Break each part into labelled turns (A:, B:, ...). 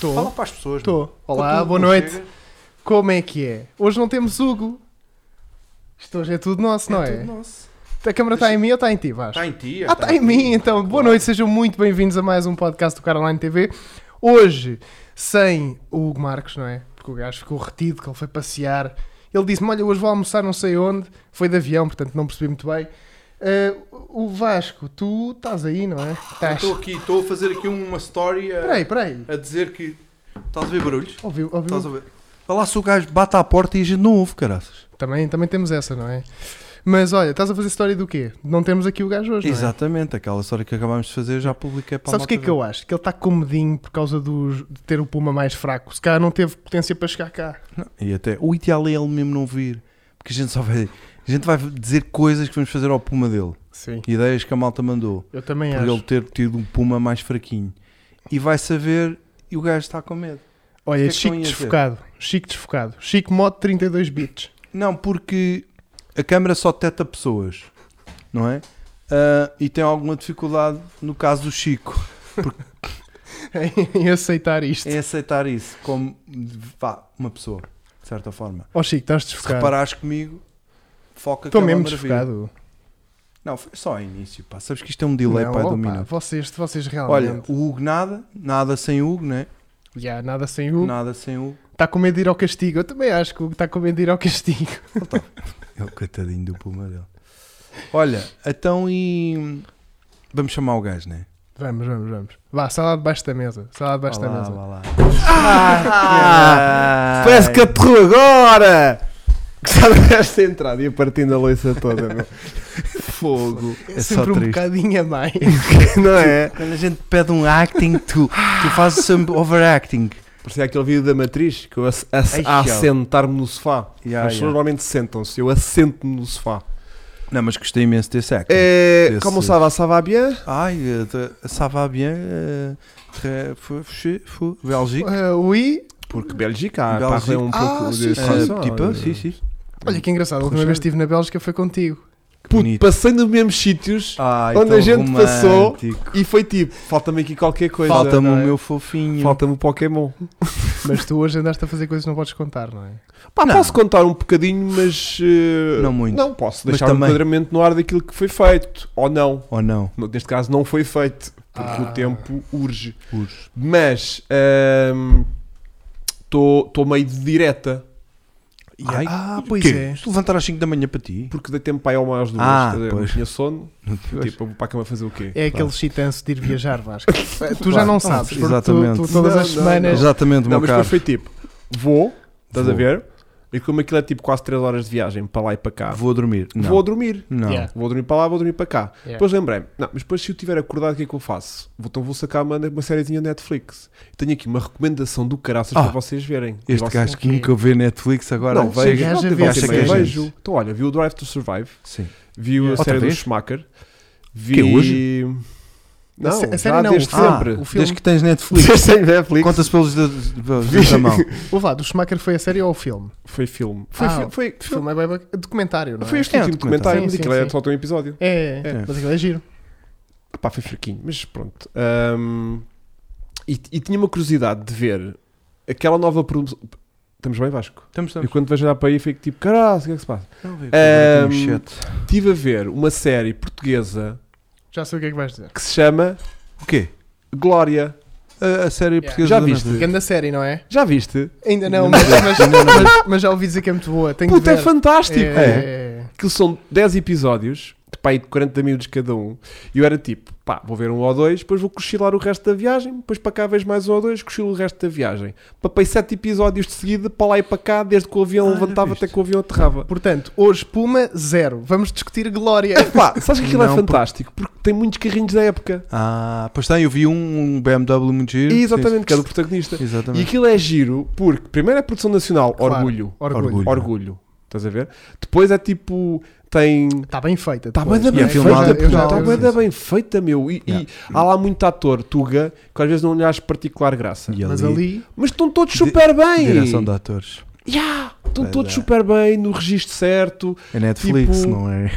A: Tô.
B: Fala para as pessoas.
A: Tô.
B: meu.
A: Olá,
B: Quando
A: boa
B: não
A: noite.
B: chegas,
A: Como é que é? Hoje não temos Hugo. Isto hoje é tudo nosso, não
B: é
A: é?
B: tudo nosso.
A: A câmara está em mim ou está em ti, Vasco?
B: Está Tá em ti.
A: Ah, está em
B: ti.
A: mim, então. Boa
B: Claro.
A: noite, sejam muito bem-vindos a mais um podcast do Caroline TV. Hoje, sem o Hugo Marcos, não é? Porque o gajo ficou retido, que ele foi passear. Ele disse-me, olha, hoje vou almoçar não sei onde. Foi de avião, portanto não percebi muito bem. Ah, o Vasco, tu estás aí, não é?
B: Eu
A: Estás...
B: Estou aqui, eh, estou a fazer aqui uma story a,
A: Peraí, Hum. peraí.
B: a dizer que. Estás a ver barulhos?
A: Ouviu, ouviu?
B: Estás a ver? Vá lá se o gajo bate à porta e a gente não ouve, caraças.
A: Também, também temos essa, não é? Mas olha, estás a fazer história do quê? Não temos aqui o gajo hoje, não é?
B: Exatamente, aquela história que acabámos de fazer já publiquei para
A: Sabes o que é que eu
B: acho?
A: acho? Que ele está com medinho por causa dos- de ter o puma mais fraco. Se calhar não teve potência para chegar cá.
B: E até o ideal é ele mesmo não vir, porque a gente só vai. A gente vai dizer coisas que vamos fazer ao puma dele,
A: Sim.
B: ideias que a malta mandou.
A: Eu também
B: por
A: acho.
B: ele ter tido um puma mais fraquinho. E vai saber e o gajo está com medo.
A: Olha,
B: que é que
A: Chico
B: estão aí a dizer?
A: desfocado. Chico desfocado. Chico modo 32 bits.
B: Não, porque a câmara só detecta pessoas, não é? Ah, e tem alguma dificuldade no caso do Chico
A: em aceitar isto.
B: em aceitar isso como vá, uma pessoa, de certa forma.
A: Ó Oh, Chico, estás
B: Se
A: desfocado.
B: reparares comigo, foca
A: Estou
B: que é uma
A: mesmo
B: maravilha.
A: desfocado.
B: Não, foi só ao início, pá. Sabes que isto é um delay
A: Não,
B: para
A: opa,
B: dominar.
A: vocês, vocês
B: Olha,
A: realmente.
B: o Hugo nada, nada sem Hugo, né?
A: Já, nada sem o.
B: Nada sem Hugo.
A: Está com medo de ir ao castigo. Eu também acho que o Hugo está com medo de ir ao castigo.
B: É o coitadinho do puma dele. Olha, então e. Vamos chamar o gajo, né?
A: Vamos, vamos, vamos. Vá, sai lá debaixo da mesa. Sai lá debaixo da mesa.
C: Ah, parece que aterrou agora! Gostava desta entrada e a partindo a loiça toda, meu. Fogo.
A: É,
B: É só
A: sempre um
B: triste.
A: bocadinho a mais.
C: Não é?
B: tipo, Quando a gente pede um acting, tu, tu fazes sempre overacting.
C: Parecia aquele vídeo da matriz que eu ass- ass-
B: Ai,
C: a
B: chão.
C: assentar-me no sofá.
B: Ya,
C: As pessoas
B: ya.
C: normalmente sentam-se, eu assento-me no sofá.
B: Não, mas gostei imenso desse acting.
C: É,
B: Esse-
C: como estava? Estava bem?
B: Ai, eh, te- ça va bien. eh, très- fu- fu- fu- Bélgica.
A: Ah, oui.
C: Porque Bélgica,
B: Bélgica.
C: parla um
A: Ah,
C: pouco
A: sim,
C: de
A: sim.
C: francês.
B: Eh, Tipo, sim, sim.
A: Olha que engraçado. A última
B: Puxa.
A: vez que estive na Bélgica foi contigo.
B: Que
C: Puto,
B: bonito.
C: passei nos mesmos sítios
B: Ai,
C: onde
B: tão
C: a gente passou
B: Ah, então romântico.
C: e foi tipo, falta-me aqui qualquer coisa.
B: Falta-me um
A: não
B: o
A: é?
B: meu fofinho.
C: Falta-me o Pokémon.
A: Mas tu hoje andaste a fazer coisas que não podes contar, não é?
C: Pá,
B: Não.
C: posso contar um bocadinho, mas. eh,
B: Não muito.
C: Não, posso
B: Mas
C: deixar um
B: também-
C: enquadramento no ar daquilo que foi feito. Ou não.
B: Ou não?
C: No- Neste caso, não foi feito. Porque
A: Ah.
C: o tempo urge.
B: Puros.
C: Mas. Estou meio de direta.
B: Ai,
A: ah,
B: o
A: pois
B: quê?
A: é.
B: Se levantar às 5 da manhã para ti.
C: Porque dei tempo para ir ao mais duas.
B: Ah,
C: estás a ver?
B: pois.
C: não tinha sono.
B: Pois.
C: Tipo, eu vou para a cama fazer o quê?
A: É aquele chitanço de ir viajar, Vasco. tu já
B: Claro,
A: não
B: não,
A: sabes, porque tu,
B: exatamente.
A: tu todas
C: Não,
A: as
C: não,
A: semanas.
B: Exatamente,
C: Não,
B: meu
C: mas
B: caro.
C: depois foi tipo: vou, estás a
B: Vou.
C: ver? E como aquilo é tipo quase 3 horas de viagem para lá e para cá,
B: Vou dormir. Não. É.
C: vou dormir.
B: Não.
A: Yeah.
C: Vou dormir para lá, vou dormir para cá.
A: Yeah.
C: Depois lembrei-me, não, mas depois se eu tiver acordado, o que é que eu faço? Vou, então vou sacar uma, uma sériezinha Netflix. Tenho aqui uma recomendação do caraças
B: Ah,
C: para vocês verem. E
B: Este
C: vocês-
B: gajo que
A: Ok.
B: nunca vê Netflix agora
C: não,
B: vejo.
C: chega,
A: Gajo
C: não,
A: a
C: tem
A: ver
C: volta e
B: essa
C: meia,
B: gente.
C: vejo. Então olha, vi o Drive to Survive,
B: Sim.
C: vi a
B: Outra
C: série
B: vez?
C: do Schumacher, vi...
B: Que é
C: Não,
A: sé- a
C: já
A: série não,
C: desde
A: o filme.
C: sempre.
A: o filme.
B: Desde que tens Netflix.
C: Desde sempre Netflix.
B: Conta-se pelos dedos da mão.
A: O lado, o Schumacher foi a série ou o filme?
C: Foi filme. Foi,
A: Ah,
C: fi- foi,
A: O filme é bem bac- documentário, não é?
C: foi este
B: É,
C: último
B: documentário.
C: documentário,
A: Sim,
C: mas
A: sim,
C: aquilo é
A: sim.
C: só tem um episódio.
A: É, é,
C: É.
A: mas aquilo é giro.
C: Pá, foi fraquinho, mas pronto. Ahm, e, e tinha uma curiosidade de ver aquela nova promoção. Estamos bem, Vasco?
B: Estamos,
C: E quando vejo olhar para aí, fico tipo, caralho, o que é que se passa?
B: Agora tem um
C: Ahm,
B: chat.
C: Estive a ver uma série portuguesa
A: Já sei o que é que vais dizer.
C: que se chama
B: O quê?
C: Glória.
B: A, a série
A: Yeah.
B: portuguesa
C: Já
B: da
C: viste?
B: Netflix.
A: Grande série, não é?
C: Já viste?
A: Ainda não,
B: Não
A: mas, mas- mas- mas já ouvi dizer que é muito boa. Tenho
C: Puta, é
A: de ver.
C: fantástico!
A: É, é.
C: Aquilo são 10 episódios, de pá, aí de 40 minutos cada um. E eu era tipo, pá, vou ver um ou dois, depois vou cochilar o resto da viagem, depois para cá vejo mais um ou dois, cochilo o resto da viagem. Papei 7 episódios de seguida, para lá e para cá, desde que o avião
B: Ah, já
C: levantava
B: viste.
C: até que o avião aterrava.
A: Portanto, hoje Puma, zero. Vamos discutir Glória.
C: Pá, sabes que
B: Não,
C: aquilo é
B: porque-
C: fantástico? Porque tem muitos carrinhos da época.
B: Ah, pois tem, eu vi um, um BMW muito giro.
C: E exatamente, que é do
B: Sim,
C: protagonista.
B: sim. Exatamente.
C: E aquilo é giro porque, primeiro, é produção nacional,
A: Claro,
C: orgulho.
A: Orgulho.
B: Orgulho.
C: Orgulho. Estás a ver? Depois é tipo, tem.
A: Está Tá bem feita.
C: Está
A: depois.
C: bem Tá
B: E
C: da
B: é
C: bem
B: filmado
C: feita,
B: em
C: puto,
B: Portugal.
C: tá
A: eu
C: bué
A: já-
C: da bem feita, meu. E, e
B: Yeah.
C: há lá muito ator, Tuga, que às vezes não lhe acho particular graça.
B: E
A: Mas ali,
C: Mas estão todos
B: Di-
C: super bem.
B: Direção de atores.
C: Yeah, Estão
B: Pois
C: todos
B: é.
C: super bem, no registro certo.
B: É Netflix,
C: Tipo-
B: não é?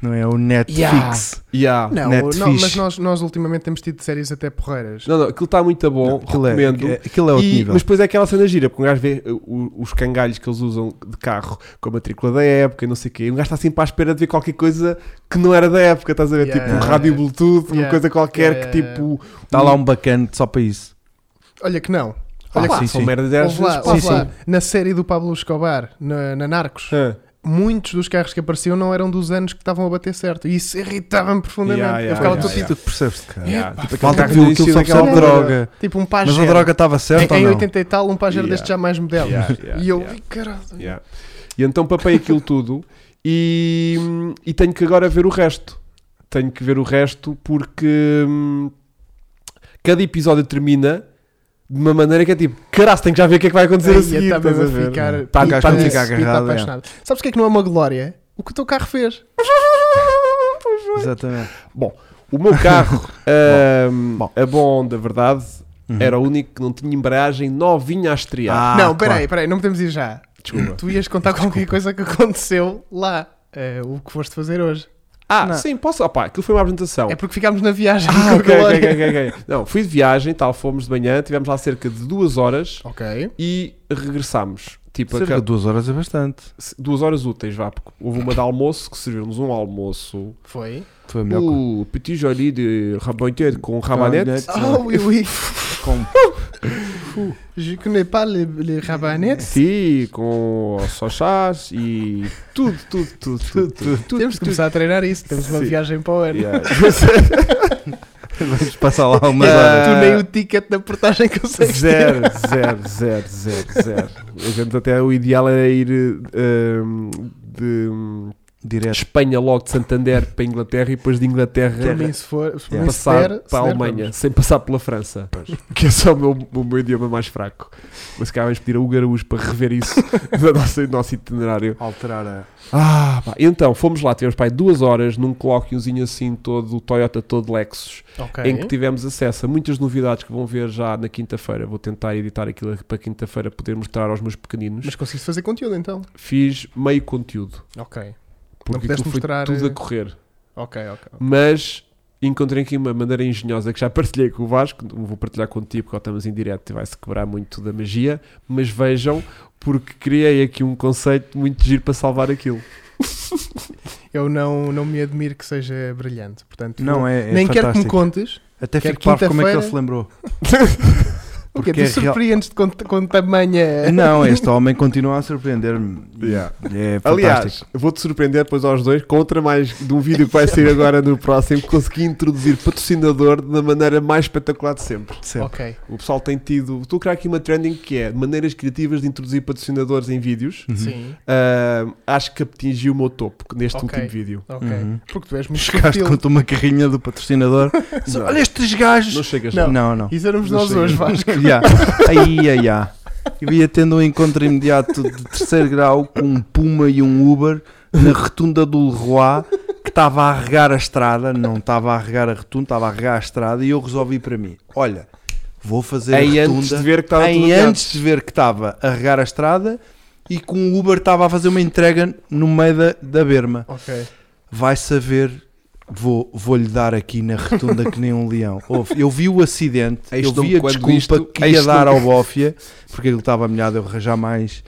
B: não é? O Netflix.
C: Yeah.
A: Não,
B: Netflix.
A: não, mas nós, nós ultimamente temos tido séries até porreiras.
C: Não, não, aquilo está muito bom,
B: aquilo, é,
C: recomendo.
B: aquilo é outro
C: E-
B: nível.
C: Mas depois é aquela cena gira, porque um gajo vê uh, o- os cangalhos que eles usam de carro com a matrícula da época e não sei o quê. E um gajo está sempre à espera de ver qualquer coisa que não era da época, estás a ver?
A: Yeah,
C: tipo um
A: yeah,
C: rádio
A: yeah.
C: Bluetooth, uma
A: Yeah.
C: coisa qualquer
A: Yeah,
C: que
A: yeah,
C: tipo.
B: Está lá um bacana só para isso.
A: Olha que não.
C: Olha
B: Ah,
C: lá,
B: sim,
C: são
B: sim.
C: merdas é
A: Ouve lá,
C: destas.
B: sim,
A: ouve
B: sim.
A: lá. Na série do Pablo Escobar, na, na Narcos,
C: Ah,
A: muitos dos carros que apareciam não eram dos anos que estavam a bater certo. E isso irritava-me profundamente.
C: Yeah, yeah,
A: Eu ficava
C: yeah,
A: todo
C: yeah.
B: Tu que percebes de cara.
C: yeah, tipo, aquele
B: Falta
C: carro
B: que viu
C: não
B: aquilo
C: existia
B: só
C: naquela
B: precisava de
C: altura.
B: droga.
A: tipo, tipo um
B: Mas
A: pajero.
B: a droga estava certa
A: em, em
B: ou não?
A: 80 e tal, um pajero
C: Yeah.
A: deste já mais moderno.
C: Yeah, yeah,
A: e eu,
C: yeah.
A: "Ih, caralho.
C: Yeah. E então papei aquilo tudo e, e tenho que agora ver o resto. Tenho que ver o resto porque hum, cada episódio termina de uma maneira que é tipo, caralho, tenho que já ver o que é que vai acontecer
A: Ei,
C: a seguir.
A: tá
C: estás
A: mesmo
C: a
A: a
C: ver? é?
A: ficar
B: Tá,
A: pica-
B: o gajo fica
A: pica
B: agarrado, é.
A: apaixonado. Sabes o que é que não é uma glória? O que o teu carro fez.
B: Exatamente.
C: O meu carro, hum,
B: Bom.
C: a bom da verdade, era o único que não tinha embreagem novinha a estrear.
B: Ah,
A: não,
B: claro.
A: peraí, peraí, não podemos ir já.
C: Desculpa.
A: Tu ias contar qualquer coisa que aconteceu lá. eh, o que foste fazer hoje.
C: Ah,
B: Não.
C: sim, posso. Opá, aquilo foi uma apresentação.
A: É porque ficámos na viagem
C: Oh. Ah,
A: com a
C: ok, ok,
A: glória.
C: ok, ok. Não, fui de viagem, tal, fomos de manhã, tivemos lá cerca de duas horas
A: Ok.
C: e regressámos. Tipo,
B: Cerca
C: acab-
B: de duas horas é bastante.
C: se- duas horas úteis, vá, porque houve uma de almoço que serviu-nos um almoço.
A: Foi.
B: Foi a é melhor coisa.
C: O petit joli de rabanete com
B: Rabanete.
C: rabanete.
A: Ah, oui, oui.
B: Com-
A: Je connais pas les, les rabanettes.
C: Sim, com sochás e tudo, tudo, tudo, tudo. tudo, tudo,
A: Temos de
C: tudo.
A: começar a treinar isso. Temos uma
C: Sim.
A: viagem para o ano.
C: Yeah.
B: Vamos passar lá umas
C: Yeah.
B: horas.
A: Ah, Tu nem o ticket da portagem consegues.
C: Zero, zero, zero, zero, zero. A gente até o ideal era ir eh, hum, de hum,
B: Direto.
C: Espanha logo de Santander para a Inglaterra e depois de Inglaterra
A: Por mim, se for. Se
B: Yeah.
A: mim, se
C: passar
A: der, se
C: para a
A: der,
C: Alemanha,
A: vamos.
C: sem passar pela França, que é só o meu, o meu idioma mais fraco. Mas se calhar vamos pedir a Hugo Araújo para rever isso do nosso, do nosso itinerário.
B: Alterar a.
C: Ah, pá. Então, fomos lá, tivemos pai duas horas num colóquiozinho assim todo, Toyota todo Lexus,
A: Ok.
C: em que tivemos acesso a muitas novidades que vão ver já na quinta-feira. Vou tentar editar aquilo para quinta-feira poder mostrar aos meus pequeninos.
A: Mas conseguiste fazer conteúdo então.
C: Fiz meio conteúdo,
A: Ok. Não
C: porque
A: pudeste
C: aquilo foi
A: mostrar,
C: tudo a
A: eh,
C: correr.
A: Ok, ok.
C: mas encontrei aqui uma maneira engenhosa que já partilhei com o Vasco, não vou partilhar contigo porque estamos em direto e vai-se quebrar muito da magia, mas vejam, porque criei aqui um conceito muito giro para salvar aquilo.
A: Eu não, não me admiro que seja brilhante. Portanto,
B: Não, é, é
A: nem quero que me
B: fantástico.
A: contes.
B: Até
A: quero
B: fico parvo como é que ele
A: quinta-feira.
B: se lembrou.
A: Porque
B: Porque é
A: tu surpreendes-te com, com tamanha.
B: Não, este homem continua a surpreender-me. É fantástico.
C: Aliás, vou-te surpreender depois aos dois com outra mais de um vídeo que vai sair agora no próximo que consegui introduzir patrocinador da maneira mais espetacular de sempre.
B: Sempre.
A: Ok.
C: O pessoal tem tido, estou a criar aqui uma trending que é maneiras criativas de introduzir patrocinadores em vídeos.
B: Uhum.
A: Sim.
C: Ah, acho que atingi o meu topo neste
A: Ok.
C: último vídeo.
A: Ok.
B: Uhum.
A: Porque tu és muito
B: Chegaste
A: sutil.
B: com uma carrinha do patrocinador.
C: Não.
B: Olha estes gajos.
C: Não chegas
A: Não.
B: Não, não.
A: Isso éramos
C: Não
A: nós
C: sei.
A: hoje, Vasco.
B: Ya. Aí, aí, aí. Eu ia tendo um encontro imediato de terceiro grau com um Puma e um Uber na retunda do Leroy que estava a regar a estrada. Não estava a regar a retunda, estava a regar a estrada e eu resolvi para mim: olha, vou fazer a
C: Em
B: retunda.
C: antes de ver que estava
B: em
C: tudo
B: antes de ver que estava a regar a estrada e com o Uber estava a fazer uma entrega no meio da, da berma.
A: Ok.
B: Vai saber, vou- vou-lhe dar aqui na retunda que nem um leão. Ouve, eu vi o acidente,
C: Eis
B: eu
C: não
B: vi a
C: quando
B: desculpa
C: isto-
B: que ia
C: eis
B: dar
C: não-
B: ao Bófia, porque ele estava molhado, eu arranjar mais,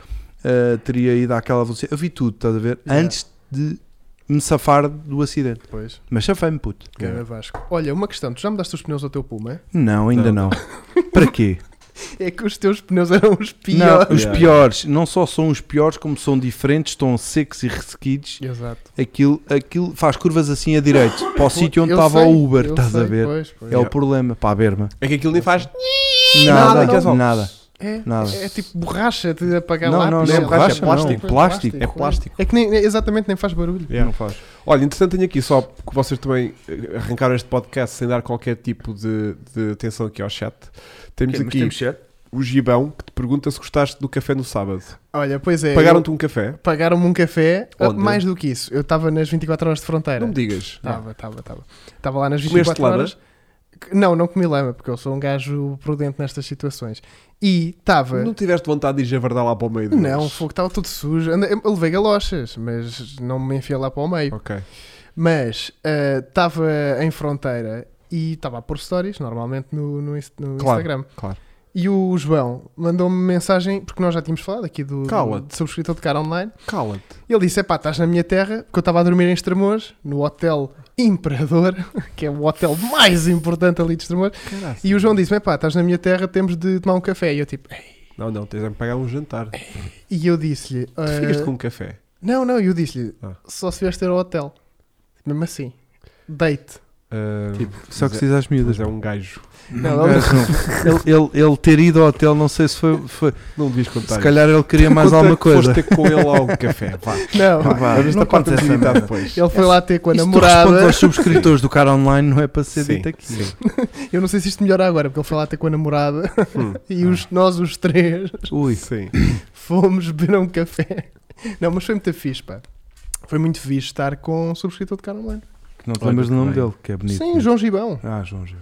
B: ah, teria ido àquela velocidade. Eu vi tudo, estás a ver?
A: Yeah.
B: Antes de me safar do acidente.
A: Depois.
B: Mas safei-me, puto.
A: Gana Vasco. Olha, uma questão. Tu já mudaste os pneus ao teu Puma?
B: Não, ainda não. Para quê?
A: É que os teus pneus eram os
B: Não,
A: piores.
B: os
C: Yeah.
B: piores, não só são os piores, como são diferentes, estão secos e ressequidos.
A: Exato.
B: Aquilo, aquilo faz curvas assim a direito, para o sítio onde
A: Eu
B: estava
A: sei,
B: o Uber,
A: eu
B: estás a
A: sei,
B: ver?
A: Pois, pois.
B: É o problema, para a berma.
C: É que aquilo nem faz
A: Nada, aquilo
B: Nada,
A: é
B: nada.
A: só-
B: nada.
A: É,
B: Nada.
A: é tipo borracha de apagar
B: Não,
A: lápis.
B: não, não
A: sei
B: é
A: lá.
B: borracha,
A: Pois,
B: não.
A: pois,
B: Plástico. É.
C: É plástico.
A: É que nem, é- exatamente nem faz barulho.
C: Yeah.
B: Não faz.
C: Olha, entretanto, tenho aqui só porque vocês também eh, arrancaram este podcast sem dar qualquer tipo de, de atenção aqui ao chat. Temos aqui o Gibão que te pergunta se gostaste do café no sábado.
A: Olha, pois é. eu-
C: Pagaram-te um café?
A: Pagaram-me um café,
C: Onde?
A: mais do que isso. Eu estava nas 24 horas de fronteira.
C: Não me digas.
A: Estava, estava, estava. Estava lá nas
C: Comeste
A: 24
C: lama?
A: horas. Que- Não, não comi lama, porque eu sou um gajo prudente nestas situações. E estava.
C: Não tiveste vontade de ir javardar lá para o meio do
A: Não,
C: mês?
A: fogo, estava tudo sujo. Andei- Eu levei galochas, mas não me enfiei lá para o meio.
C: Ok.
A: Mas ah, estava em fronteira e estava a pôr stories, normalmente no, no, Inst- no
C: Claro.
A: Instagram.
C: Claro.
A: E o João mandou-me mensagem, porque nós já tínhamos falado aqui do, do
C: Cala-te.
A: de subscritor de cara online.
C: Cala-te.
A: Ele disse: Epá, estás na minha terra, porque eu estava a dormir em Estremoz, no Hotel Imperador, que é o hotel mais importante ali de Estremoz. E o João disse: Epá, estás na minha terra, temos de tomar um café. E eu, tipo, "Ei."
C: Não, não, tens de me pagar um jantar. Tu
A: e eu disse-lhe:
B: É.
A: "Ah,
C: ficas com um café.
A: Não, não, eu disse-lhe:
C: Ah.
A: Só se vieres ter ao hotel. Mesmo assim, date.
C: Ah,
B: Tipo, só que
C: mas
B: se diz às
C: é-
B: miúdas.
C: mas é um gajo.
A: Não,
B: Um
A: ele-
B: gajo não. ele, ele, ele ter ido ao hotel, não sei se foi. foi-
C: Não devias contar.
A: Tá.
B: se calhar ele queria
A: é
B: mais alguma coisa.
C: Foste ter com ele ao café. Vá.
A: Não,
B: Vá,
C: Mas esta
B: não
C: parte
B: conta
C: temos de
B: essa
C: editar
B: merda.
C: depois.
A: ele foi lá ter com a
B: Isto tu respondes
A: namorada.
B: aos subscritores do cara online, não é para ser
C: Sim,
B: dito aqui.
C: sim.
A: Eu não sei se isto melhora agora, porque ele foi lá ter com a namorada
C: Hum.
A: e os, nós, os três,
B: Ui.
C: Sim.
A: fomos beber um café. Não, mas foi muito fixe, pá. Foi muito fixe estar com um subscritor de cara online.
B: Que não te
C: Olha
B: lembras do
C: que
B: nome
C: bem.
B: dele, que é bonito.
A: Sim, João Gibão.
B: Ah, João Gil.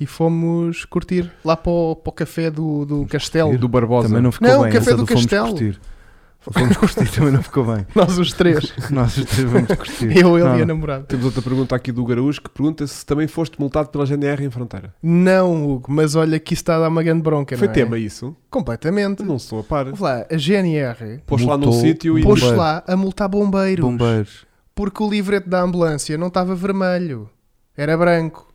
A: E fomos curtir lá para o, para o café do, do Castelo.
C: Do Barbosa.
B: Também não ficou
A: Não,
B: bem.
A: Café
B: essa
A: do
B: Fomos
A: Castelo.
B: Curtir. Fomos curtir também não ficou bem.
A: Nós os três.
B: Nós os três vamos curtir.
A: eu, ele
B: Não,
A: e a
B: não.
A: namorada.
C: Temos outra pergunta aqui do Garaújo que pergunta se também foste multado pela GNR em fronteira.
A: Não, Hugo, mas olha que isso está a dar uma grande bronca,
C: Foi
A: não é?
C: tema isso?
A: Completamente.
C: Não estou a par.
A: Vamos lá, a GNR
C: Poste lá num
B: Multou um
C: sítio e.
B: Bombeiro.
A: pôs lá a multar bombeiros.
B: Bombeiros.
A: Porque o livreto da ambulância não estava vermelho. Era branco.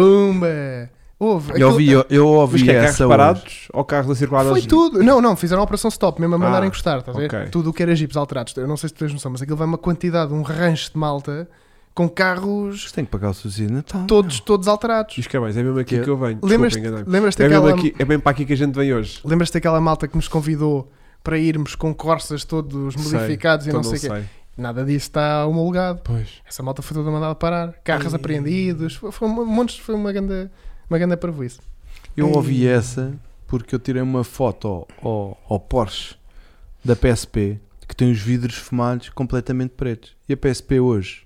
A: Pumba! Houve.
B: Eu ouvi, eu, eu
C: Mas
B: ouvi
C: que é carros
B: essa hoje.
C: parados ou carros a circular
A: Foi
C: às-
A: tudo. Não, não, fizeram a operação stop, mesmo a mandar
C: Ah,
A: encostar, estás a ver?
C: ok.
A: Tudo o que era jipes alterados. Eu não sei se tu tens noção, mas aquilo vai uma quantidade, um rancho de malta com carros
B: Mas tem que pagar o subsídio de Natal.
A: todos, todos alterados.
C: Diz que é mais, é mesmo aqui
B: Que-
C: que eu venho. Desculpa,
A: Lembras-te
C: enganei-me.
A: lembras
C: É mesmo,
A: daquela,
C: aqui, é mesmo para aqui que a gente vem hoje.
A: lembras daquela malta que nos convidou para irmos com Corsas todos
C: Sei,
A: modificados e
C: Então
A: não sei o quê? Nada disso está homologado.
C: Pois.
A: Essa malta foi toda mandada parar. Carros apreendidos. Foi, foi, um monte- foi uma grande, uma grande prejuízo.
B: Eu
A: Ei.
B: ouvi essa porque eu tirei uma foto ao, ao- ao Porsche da PSP que tem os vidros fumados completamente pretos. E a PSP hoje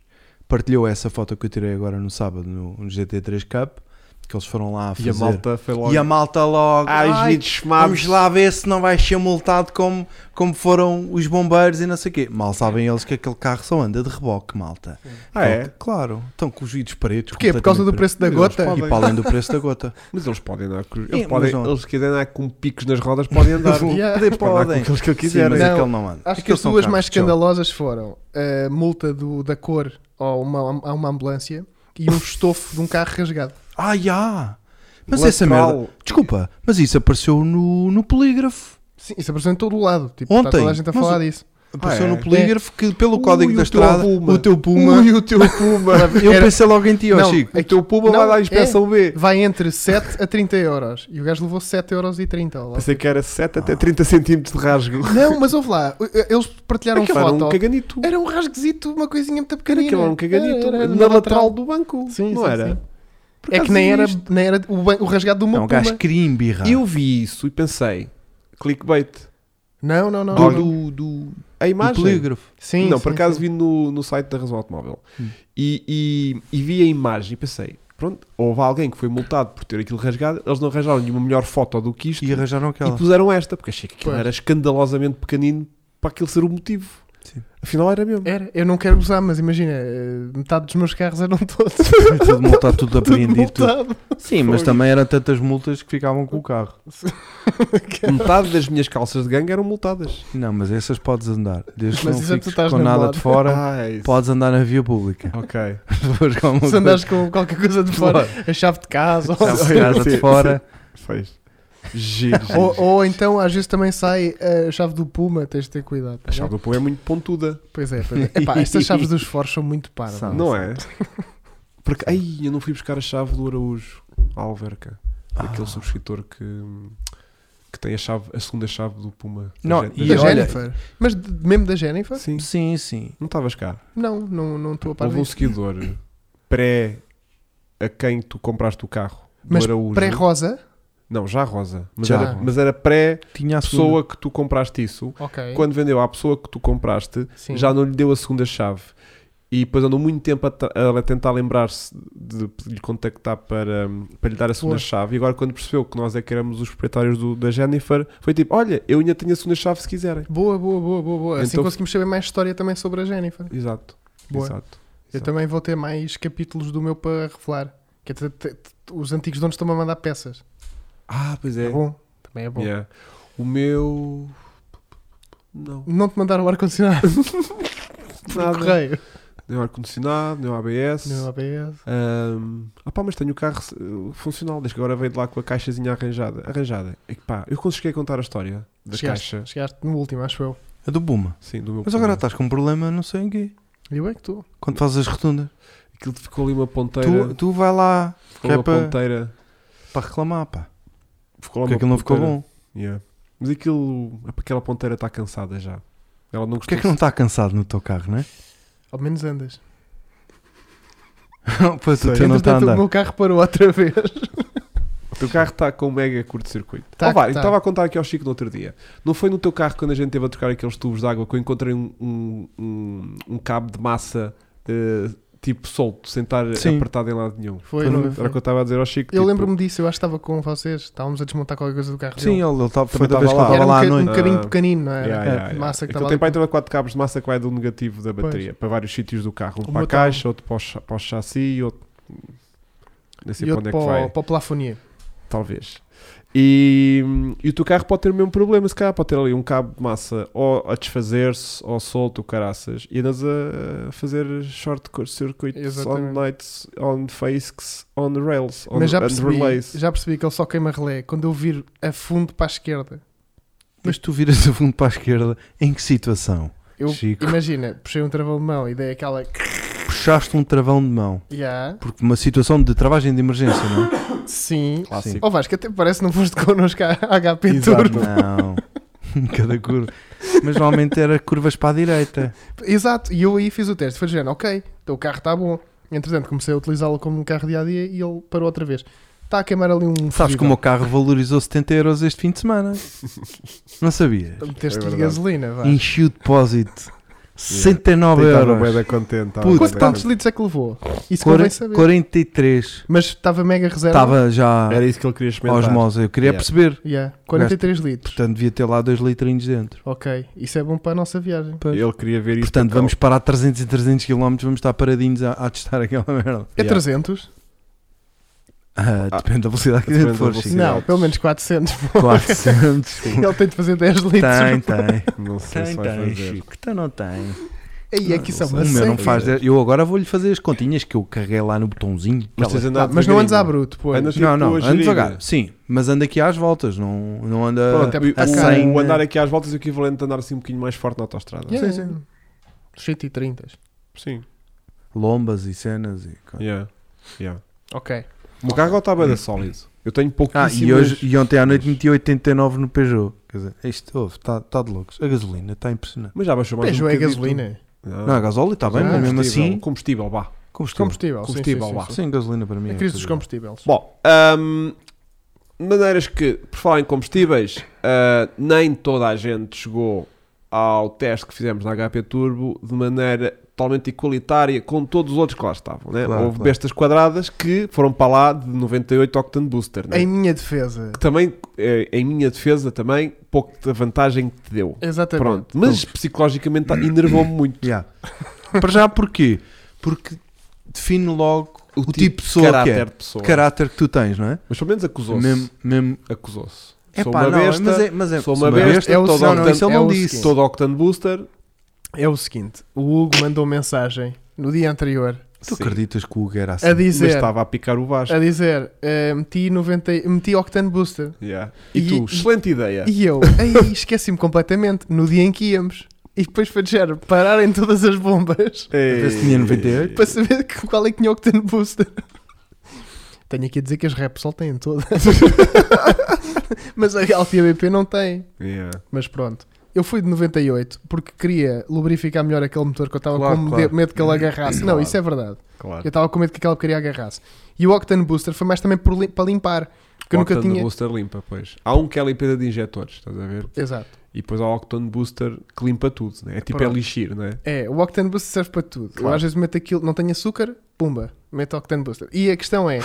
B: partilhou essa foto que eu tirei agora no sábado no, no GT3 Cup, que eles foram lá a fazer.
C: E a malta foi logo.
B: E a malta logo.
C: Ai,
B: "Ai,
C: vídeos chamados.
B: vamos lá ver se não vai ser multado como, como foram os bombeiros e não sei o quê. Mal sabem eles que aquele carro só anda de reboque, malta. Então,
C: Ah, é?
B: Claro. Estão com os vidros pretos.
A: Porquê? Por causa do
B: completamente
A: preço da
C: Mas eles
A: gota?
C: podem.
B: pretos. E para além do preço da gota.
C: Mas eles podem andar. com- Eles,
B: É, mas
C: podem,
B: não.
C: eles se quiserem andar com picos nas rodas, podem andar.
A: vão- Yeah.
B: Podem,
C: Podem andar com
B: podem.
C: aqueles que eu
B: Sim,
C: quiser.
B: mas é-
A: Não,
B: aquele não anda.
C: É
A: Acho que
B: Aqueles
A: as
B: são
A: duas
B: carros
A: mais
B: de show.
A: escandalosas foram a multa do, da cor a uma, a uma ambulância e um estofo de um carro rasgado.
B: Ah, já! Mas
C: Lateral.
B: essa merda. Desculpa, mas isso apareceu no, no polígrafo.
A: Sim, isso apareceu em todo o lado. Tipo,
B: Ontem,
A: está toda a gente a
B: mas
A: falar
B: o-
A: disso.
B: Apareceu
C: Ah, é? Um
B: no polígrafo que, pelo
C: Ui,
B: código
C: o
B: da
C: teu
B: estrada,
C: Puma.
B: o teu Puma.
A: Ui, o teu Puma.
B: Eu
A: Era-
B: pensei logo em ti, ó
A: Não, é
B: Chico.
C: O teu Puma
A: Não, é,
C: vai lá à inspeção B.
A: vai entre 7 a 30 euros. E o gajo levou 7 euros e 30. lá.
C: Pensei que era
B: Ah.
C: 7 até 30 centímetros de rasgo.
A: Não, mas houve lá. eh, Eles partilharam
C: Aquilo era um
A: foto.
C: caganito.
A: Era um rasguezito, uma coisinha muito pequenina.
C: Aquilo era um caganito.
A: Era- era
C: na lateral do banco.
A: Sim,
C: não
A: sim,
C: era?
A: sim.
C: Por
A: É que
C: acaso
A: nem era,
C: existe.
A: nem era o, ban- o rasgado do
B: É
A: meu
B: um
A: Puma.
B: gajo queria embirrar.
C: Eu vi isso e pensei. Clickbait.
A: Não, não, não.
C: Do-
A: não.
C: do, do- Ah. a
B: no
C: imagem.
B: polígrafo.
A: Sim,
C: não,
A: sim,
C: por acaso
A: sim.
C: vi no, no site da Razão Automóvel
B: Hum.
C: e, e- e vi a imagem e pensei, pronto, houve alguém que foi multado por ter aquilo rasgado, eles não arranjaram nenhuma melhor foto do que isto
B: E
C: e,
B: arranjaram aquela.
C: puseram esta, porque achei que aquilo
A: Pois.
C: era escandalosamente pequenino para aquilo ser o motivo.
B: Sim.
C: Afinal era mesmo.
A: Era, eu não quero usar, mas imagina, eh, metade dos meus carros eram todos
B: Tudo multado, tudo apreendido. tudo.
A: multado.
B: Sim, mas também eram tantas multas que ficavam com o carro.
C: Metade das minhas calças de gangue eram multadas.
B: Não, mas essas podes andar. Desde que
A: Mas
B: não
A: isso é que tu
B: fiques
A: estás
B: com
A: na
B: nada
A: moda.
B: de fora,
C: Ah, é isso.
B: podes andar na via pública.
C: Ok.
B: Podes com alguma
A: Se
B: coisa.
A: andares com qualquer coisa de fora, a chave de casa, ou,
B: Não, casa
C: Sim,
B: de fora.
C: Fez. Giro, giro.
A: ou- ou então às vezes também sai eh, a chave do Puma, tens de ter cuidado. tá
C: A chave
A: bem?
C: do pão é muito pontuda,
A: Pois é, pois é. Epá, estas chaves dos Ford são muito parvas.
B: São. Ah,
C: não
B: sim.
C: é? Porque, ai, eu não fui buscar a chave do Araújo à Alverca. Aquele subscritor que, que tem a, chave, a segunda chave do Puma. da
B: Não,
C: gente-
B: e
A: Da
C: da gente.
B: olha-
A: Jennifer? Mas de- mesmo da Jennifer?
C: Sim,
B: Sim, sim.
C: não estavas cá.
A: Não, não não estou a par
C: Houve um
A: disso.
C: seguidor pré a quem tu compraste o carro do
A: Mas
C: Araújo.
A: Pré-rosa?
C: Não, já rosa. Mas,
B: Já.
C: Era, mas era pré
B: Tinha a
C: pessoa que tu compraste isso.
A: Ok.
C: Quando vendeu à pessoa que tu compraste,
A: Sim.
C: já não lhe deu a segunda chave. E depois andou muito tempo a, tra- a tentar lembrar-se de de lhe contactar para, para lhe dar a segunda
A: Pois.
C: chave. E agora, quando percebeu que nós é que éramos os proprietários do- da Jennifer, foi tipo: Olha, eu ainda tenho a segunda chave se quiserem.
A: Boa, boa, boa, boa, boa. Assim
C: Então-
A: conseguimos saber mais história também sobre a Jennifer.
C: Exato.
A: Boa.
C: Exato.
A: Eu
C: Exato.
A: também vou ter mais capítulos do meu para revelar. Que é até- até- os antigos donos estão-me a mandar peças.
C: Ah, pois
A: É,
C: é.
A: bom. Também é bom.
C: Yeah. O meu. Não.
A: Não te mandaram o ar-condicionado no
C: Nada.
A: correio.
C: Nem ar-condicionado, nem ABS.
A: Não, é. ABS.
C: Ahm, ah pá, mas tenho o carro eh, funcional, desde que agora veio de lá com a caixazinha arranjada. arranjada. É que pá, eu consegui contar a história da
A: Chegaste,
C: caixa.
A: chegaste no último, acho eu.
B: A do Puma.
C: Sim, do meu
B: Mas agora
C: problema.
B: estás com um problema, não sei em quê.
A: Eu é que tu.
B: Quando fazes as rotundas,
C: Aquilo ficou ali uma ponteira.
B: tu, tu vai lá
C: ficou
B: que é
C: uma
B: para-
C: ponteira.
B: para reclamar, pá.
C: Ficou lá
B: Porque
C: uma
B: aquilo não ficou
C: ponteira.
B: bom.
C: Yeah. Mas aquilo. Aquela ponteira está cansada já. Ela não
B: Porquê
C: gostou.
B: é que não está cansado no teu carro, não é?
A: Ao menos andas.
B: pois o
C: Sei.
B: teu não está a
A: Entretanto,
B: andar.
A: o meu carro parou outra vez.
C: O teu carro está com um mega curto-circuito.
A: Tá,
C: Ó, vá, eu
A: tá.
C: Estava a contar aqui ao Chico no outro dia. Não foi no teu carro quando a gente teve a trocar aqueles tubos de água que eu encontrei um, um, um- um cabo de massa eh, tipo solto, sem estar
B: Sim.
C: apertado em lado nenhum.
A: Foi,
B: Foi no
A: não
B: meu-
A: foi.
C: Era o que eu estava a dizer ao Chico.
A: Eu
C: tipo,
A: lembro-me disso, eu acho que estava com vocês. Estávamos a desmontar qualquer coisa do carro.
B: Sim,
A: dele.
B: ele, ele estava, foi
C: Também
B: da vez que
C: estava
B: ele estava
A: era um,
B: lá à
A: ca- um
B: noite.
A: bocadinho
C: Ah.
A: pequenino, não era?
C: Yeah, yeah, yeah.
A: Massa que
C: Aquilo
A: estava
C: tem
A: ali.
C: para aí três ou quatro cabos de massa que vai do negativo da
A: Pois.
C: bateria para vários sítios do carro. Um
A: O
C: para a
A: meu também.
C: caixa, outro para o, cha- para o chassi, outro. Não sei
A: E
C: para
A: outro
C: onde é que vai.
A: para, o- para o plafonier.
C: Talvez. E, e o teu carro pode ter o mesmo problema, se calhar pode ter ali um cabo de massa ou a desfazer-se ou solto, caraças, e andas a fazer short circuits on
A: Exatamente.
C: nights, on fakes, on rails, on,
A: Mas já
C: and
A: percebi,
C: relays.
A: já percebi que ele só queima relé quando eu vir a fundo para a esquerda.
B: Mas tu viras o fundo para a esquerda, em que situação?
A: Eu,
B: Chico.
A: Imagina, puxei um travão de mão e dei aquela.
B: Puxaste um travão de mão.
A: Yeah,
B: Porque uma situação de travagem de emergência, não é?
A: sim.
B: Clássico.
A: Ó Vasco, até parece que não foste connosco à à HP
C: Exato.
A: Turbo.
B: Não. Cada curva. Mas normalmente era curvas para a direita.
A: Exato, e eu aí fiz o teste. Foi dizendo, ok, então o carro está bom. Entretanto, comecei a utilizá-lo como um carro dia a dia e ele parou outra vez. Está a queimar ali um.
B: Sabes que o meu carro valorizou 70 euros este fim de semana. Não sabias?
A: tá? Um Teste
C: É
A: de
C: verdade.
A: gasolina, vá.
B: Enchi o depósito. 69 euros.
C: da contente.
B: Puto,
A: Quanto,
B: Exato.
A: quantos litros é que levou? Isso convém
B: Quora-
A: saber.
B: 43.
A: Mas estava mega reserva.
B: Estava já
C: Era isso que ele queria experimentar.
B: osmose. Eu queria
C: Yeah.
B: perceber.
A: Yeah, 43 litros.
B: Portanto, devia ter lá dois litrinhos dentro.
A: Ok, isso é bom para a nossa viagem.
C: Ele queria ver isso.
B: Portanto, vamos parar 300 e 300 km, vamos estar paradinhos a, a testar aquela merda.
A: É
C: Yeah.
A: 300?
B: Ah,
C: Ah,
B: depende da velocidade que a
C: depende
B: gente
C: da
B: for, Chico.
C: Sim,
A: não,
C: altos.
A: pelo menos 400.
B: 400.
A: Ele tem de fazer 10 litros.
B: tem, tem.
C: Não sei
B: Tem,
C: se vai
B: tem,
C: fazer.
B: Chico. Então não tem.
A: Ei, é que isso é uma
B: o
C: um
B: meu não
A: seca.
B: faz. dez- Eu agora vou-lhe fazer as continhas que eu carreguei lá no botãozinho.
C: Mas tens
B: Aquelas-
A: Tá,
C: andado
A: mas não andes à
C: devagarinho.
A: bruto, pô.
C: Andas tipo
B: Não, não,
C: a
B: anda
C: geringa.
B: devagar. Sim, mas anda aqui às voltas, não, não anda
C: Pronto, é
A: a
C: o-
A: cem,
C: o
B: né?
C: andar aqui às voltas é o equivalente a andar assim um bocadinho mais forte na autostrada.
A: Yeah.
B: Sim, sim.
A: 130.
C: Sim.
B: lombas e cenas. E... co-
C: Yeah. Yeah.
A: Ok.
C: O meu carro está bem da sólido. Eu tenho
B: Ah,
C: pouquíssimas...
B: e, hoje, e ontem à noite meti 89 no Peugeot. Quer dizer, isto está tá de loucos. A gasolina está impressionante.
C: Mas já baixou mais
A: Peugeot
C: um
A: é
C: bocadito.
A: gasolina.
C: Não,
B: Não, a gasóleo está bem,
A: Ah,
B: mas mesmo
C: combustível,
B: assim,
C: Combustível, vá.
B: combustível.
A: Combustível. sim,
C: Combustível,
A: sim,
C: lá.
A: sim, sim.
B: Sim, gasolina para mim.
A: A
B: é
A: crise dos
B: tudo bem.
A: combustíveis.
C: Bom, ahm, maneiras que, por falar em combustíveis, ah, nem toda a gente chegou ao teste que fizemos na HP Turbo de maneira totalmente igualitária com todos os outros que lá estavam. Né?
B: Claro,
C: Houve
B: claro.
C: bestas quadradas que foram para lá de 98 Octane Booster. Né?
A: Em minha defesa.
C: Que também, eh, em minha defesa, também, pouco da vantagem que te deu.
A: Exatamente.
C: Pronto, mas psicologicamente tá- enervou-me muito.
B: Yeah. para já porquê? Porque define logo o, tipo, de pessoa
C: caráter
B: que é.
C: de pessoa.
B: O caráter que tu tens, não é?
C: Mas pelo menos acusou-se.
B: Mesmo, mesmo...
C: Acusou-se.
B: É
C: sou
B: pá,
C: uma
B: não,
C: besta,
B: mas é, mas é,
C: sou
B: sou
C: uma besta,
A: É o-
C: todo,
A: não, não,
C: octane,
A: isso ele não
C: é o
A: disse.
C: seguinte. todo octane booster.
A: É o seguinte: o Hugo mandou mensagem no dia anterior
B: Tu
C: Sim.
B: acreditas que o Hugo era assim?
A: a
C: Mas
A: dizer.
C: estava a picar o Vasco.
A: A dizer, eh, meti, 90, e- meti Octane Booster.
C: Yeah. E,
A: E-
C: tu, excelente ideia.
A: E eu, ei, esqueci-me completamente no dia em que íamos. E depois foi dizer, pararem todas as bombas
C: Ei.
B: ver se tinha 98.
A: para saber que- qual é que tinha Octane Booster. Tenho aqui a dizer que as Repsol têm todas. Mas a Altia BP não tem.
C: Yeah.
A: Mas pronto. Eu fui de 98 porque queria lubrificar melhor aquele motor que eu estava
B: Claro,
A: com
B: claro.
A: medo- medo que ele agarrasse. Não,
C: Claro.
A: isso é verdade. Eu
C: Claro.
A: estava com medo que aquela porcaria agarrasse. E o Octane Booster foi mais também por lim- para limpar. Porque eu
C: o
A: nunca
C: octane
A: tinha.
C: booster limpa, pois. Há um que é a limpeza de injetores, estás a ver?
A: Exato.
C: E depois há o octane booster que limpa tudo, né? É tipo é
A: Pronto.
C: lixir, né?
A: É, o Octane Booster serve para tudo. Eu
C: Claro.
A: às vezes meto aquilo, não tenho açúcar, pumba, meto Octane Booster. E a questão é,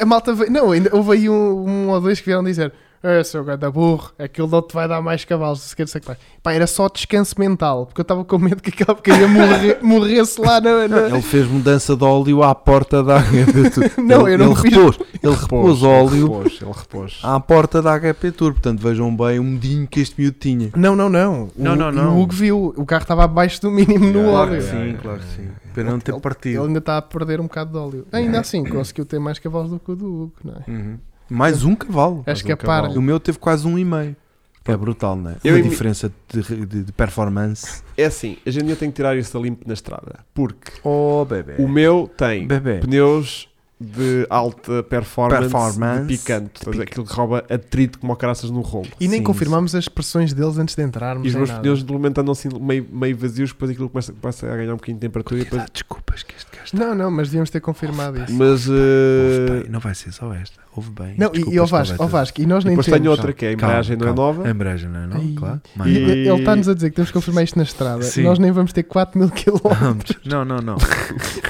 A: a malta veio, não, ainda houve aí um, um ou dois que vieram dizer, é seu ganda burro, aquilo não te vai dar mais cavalos, se quer sei o que mais. Pá, era só descanso mental, porque eu estava com medo que aquela pequena morre, morresse lá na. na-
B: Ele fez mudança de óleo à porta da HP Tour.
A: Não,
B: ele,
A: eu não
B: ele
A: fiz-
B: repôs, ele repôs óleo
C: Ele repôs, ele repôs.
A: Ah.
B: à porta da HP Tour. Portanto, vejam bem o medinho que este miúdo tinha.
A: Não, não, não. O,
B: Não, não,
A: e
B: não.
A: O Hugo viu, o carro estava abaixo do mínimo no
C: Yeah,
A: óleo.
C: yeah, yeah.
B: claro que sim.
C: é.
B: Pena não ter
A: Ele
B: partido.
A: ainda está a perder um bocado de óleo. Ainda assim, conseguiu ter mais cavalos do que o do Hugo, não é?
C: Uhum.
B: Mais um cavalo.
A: Acho que
C: um
A: é par.
B: O meu teve quase um e meio. É brutal, não é?
C: Eu
B: Uma
C: e mi-
B: diferença de, de- de performance.
C: É assim, a gente ainda tem que tirar isso a limpo na estrada. Porque
B: Oh, bebê.
A: É.
C: o meu tem
B: Bebê.
C: pneus de alta performance,
B: Performance,
C: de picante. Estás a ver?
B: pica-
C: Aquilo que rouba atrito como ao caraças num rolo.
A: E nem
B: Sim,
A: confirmámos as pressões deles antes de entrarmos.
C: E os
A: nem
C: meus
A: nada.
C: pneus de momento andam assim meio, meio vazios, depois aquilo começa, começa a ganhar um bocadinho de temperatura. E depois...
B: desculpas que este gajo
A: Não, não, mas devíamos ter confirmado isso.
C: Ah, Mas
B: um
C: eh,
B: Não vai ser só esta. Houve bem.
A: Não, e, e ao Vasco, ao Vasco, e nós nem
C: depois
A: temos.
C: tenho outra que é a
B: Calma,
C: embreagem não é
B: calma.
C: nova.
B: A embreagem não é
A: Ai.
B: não, claro.
A: E-
B: Mas-
A: e- Ele está-nos a dizer que temos que confirmar isto na estrada.
B: Sim.
A: Nós nem vamos ter 4 mil quilómetros
B: Não, não, não.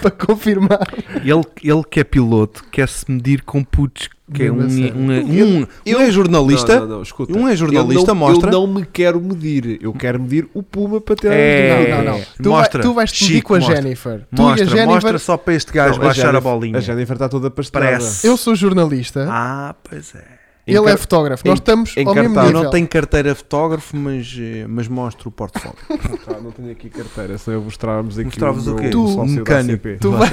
A: para confirmar.
B: Ele, ele que é piloto quer se medir com putos que é um,
A: Mesmo a sério.
B: um,
C: Eu-
B: um, um é jornalista.
C: Não, não, não, escuta.
B: Um é jornalista,
C: eu não,
B: mostra.
C: Eu não me quero medir. Eu quero medir o Puma para ter
B: É.
A: Não, não, não. Tu,
B: Mostra.
A: vai, tu vais te medir
B: Chico,
A: com a
B: mostra.
A: Jennifer.
B: Mostra,
A: tu e a Jennifer.
B: mostra só para este gajo
C: Não,
B: baixar a,
C: Jennifer-
B: bolinha.
C: A Jennifer está toda pastrada.
B: Parece.
A: Eu sou jornalista,
B: Ah, pois é.
C: Em
A: ele é
C: car-
A: fotógrafo.
C: em-
A: Nós estamos
C: em
A: ao mesmo
C: cartaz.
B: Eu
A: nível.
B: não tenho carteira fotógrafo, mas, eh, mas mostro o portfólio.
C: Pá, Ah, Não tenho aqui carteira, se eu mostrarmos aqui
B: Mostravas o
C: o, meu
B: quê?
A: Tu,
C: sócio da
B: mecânico.
C: ACP.
A: Tu, vai...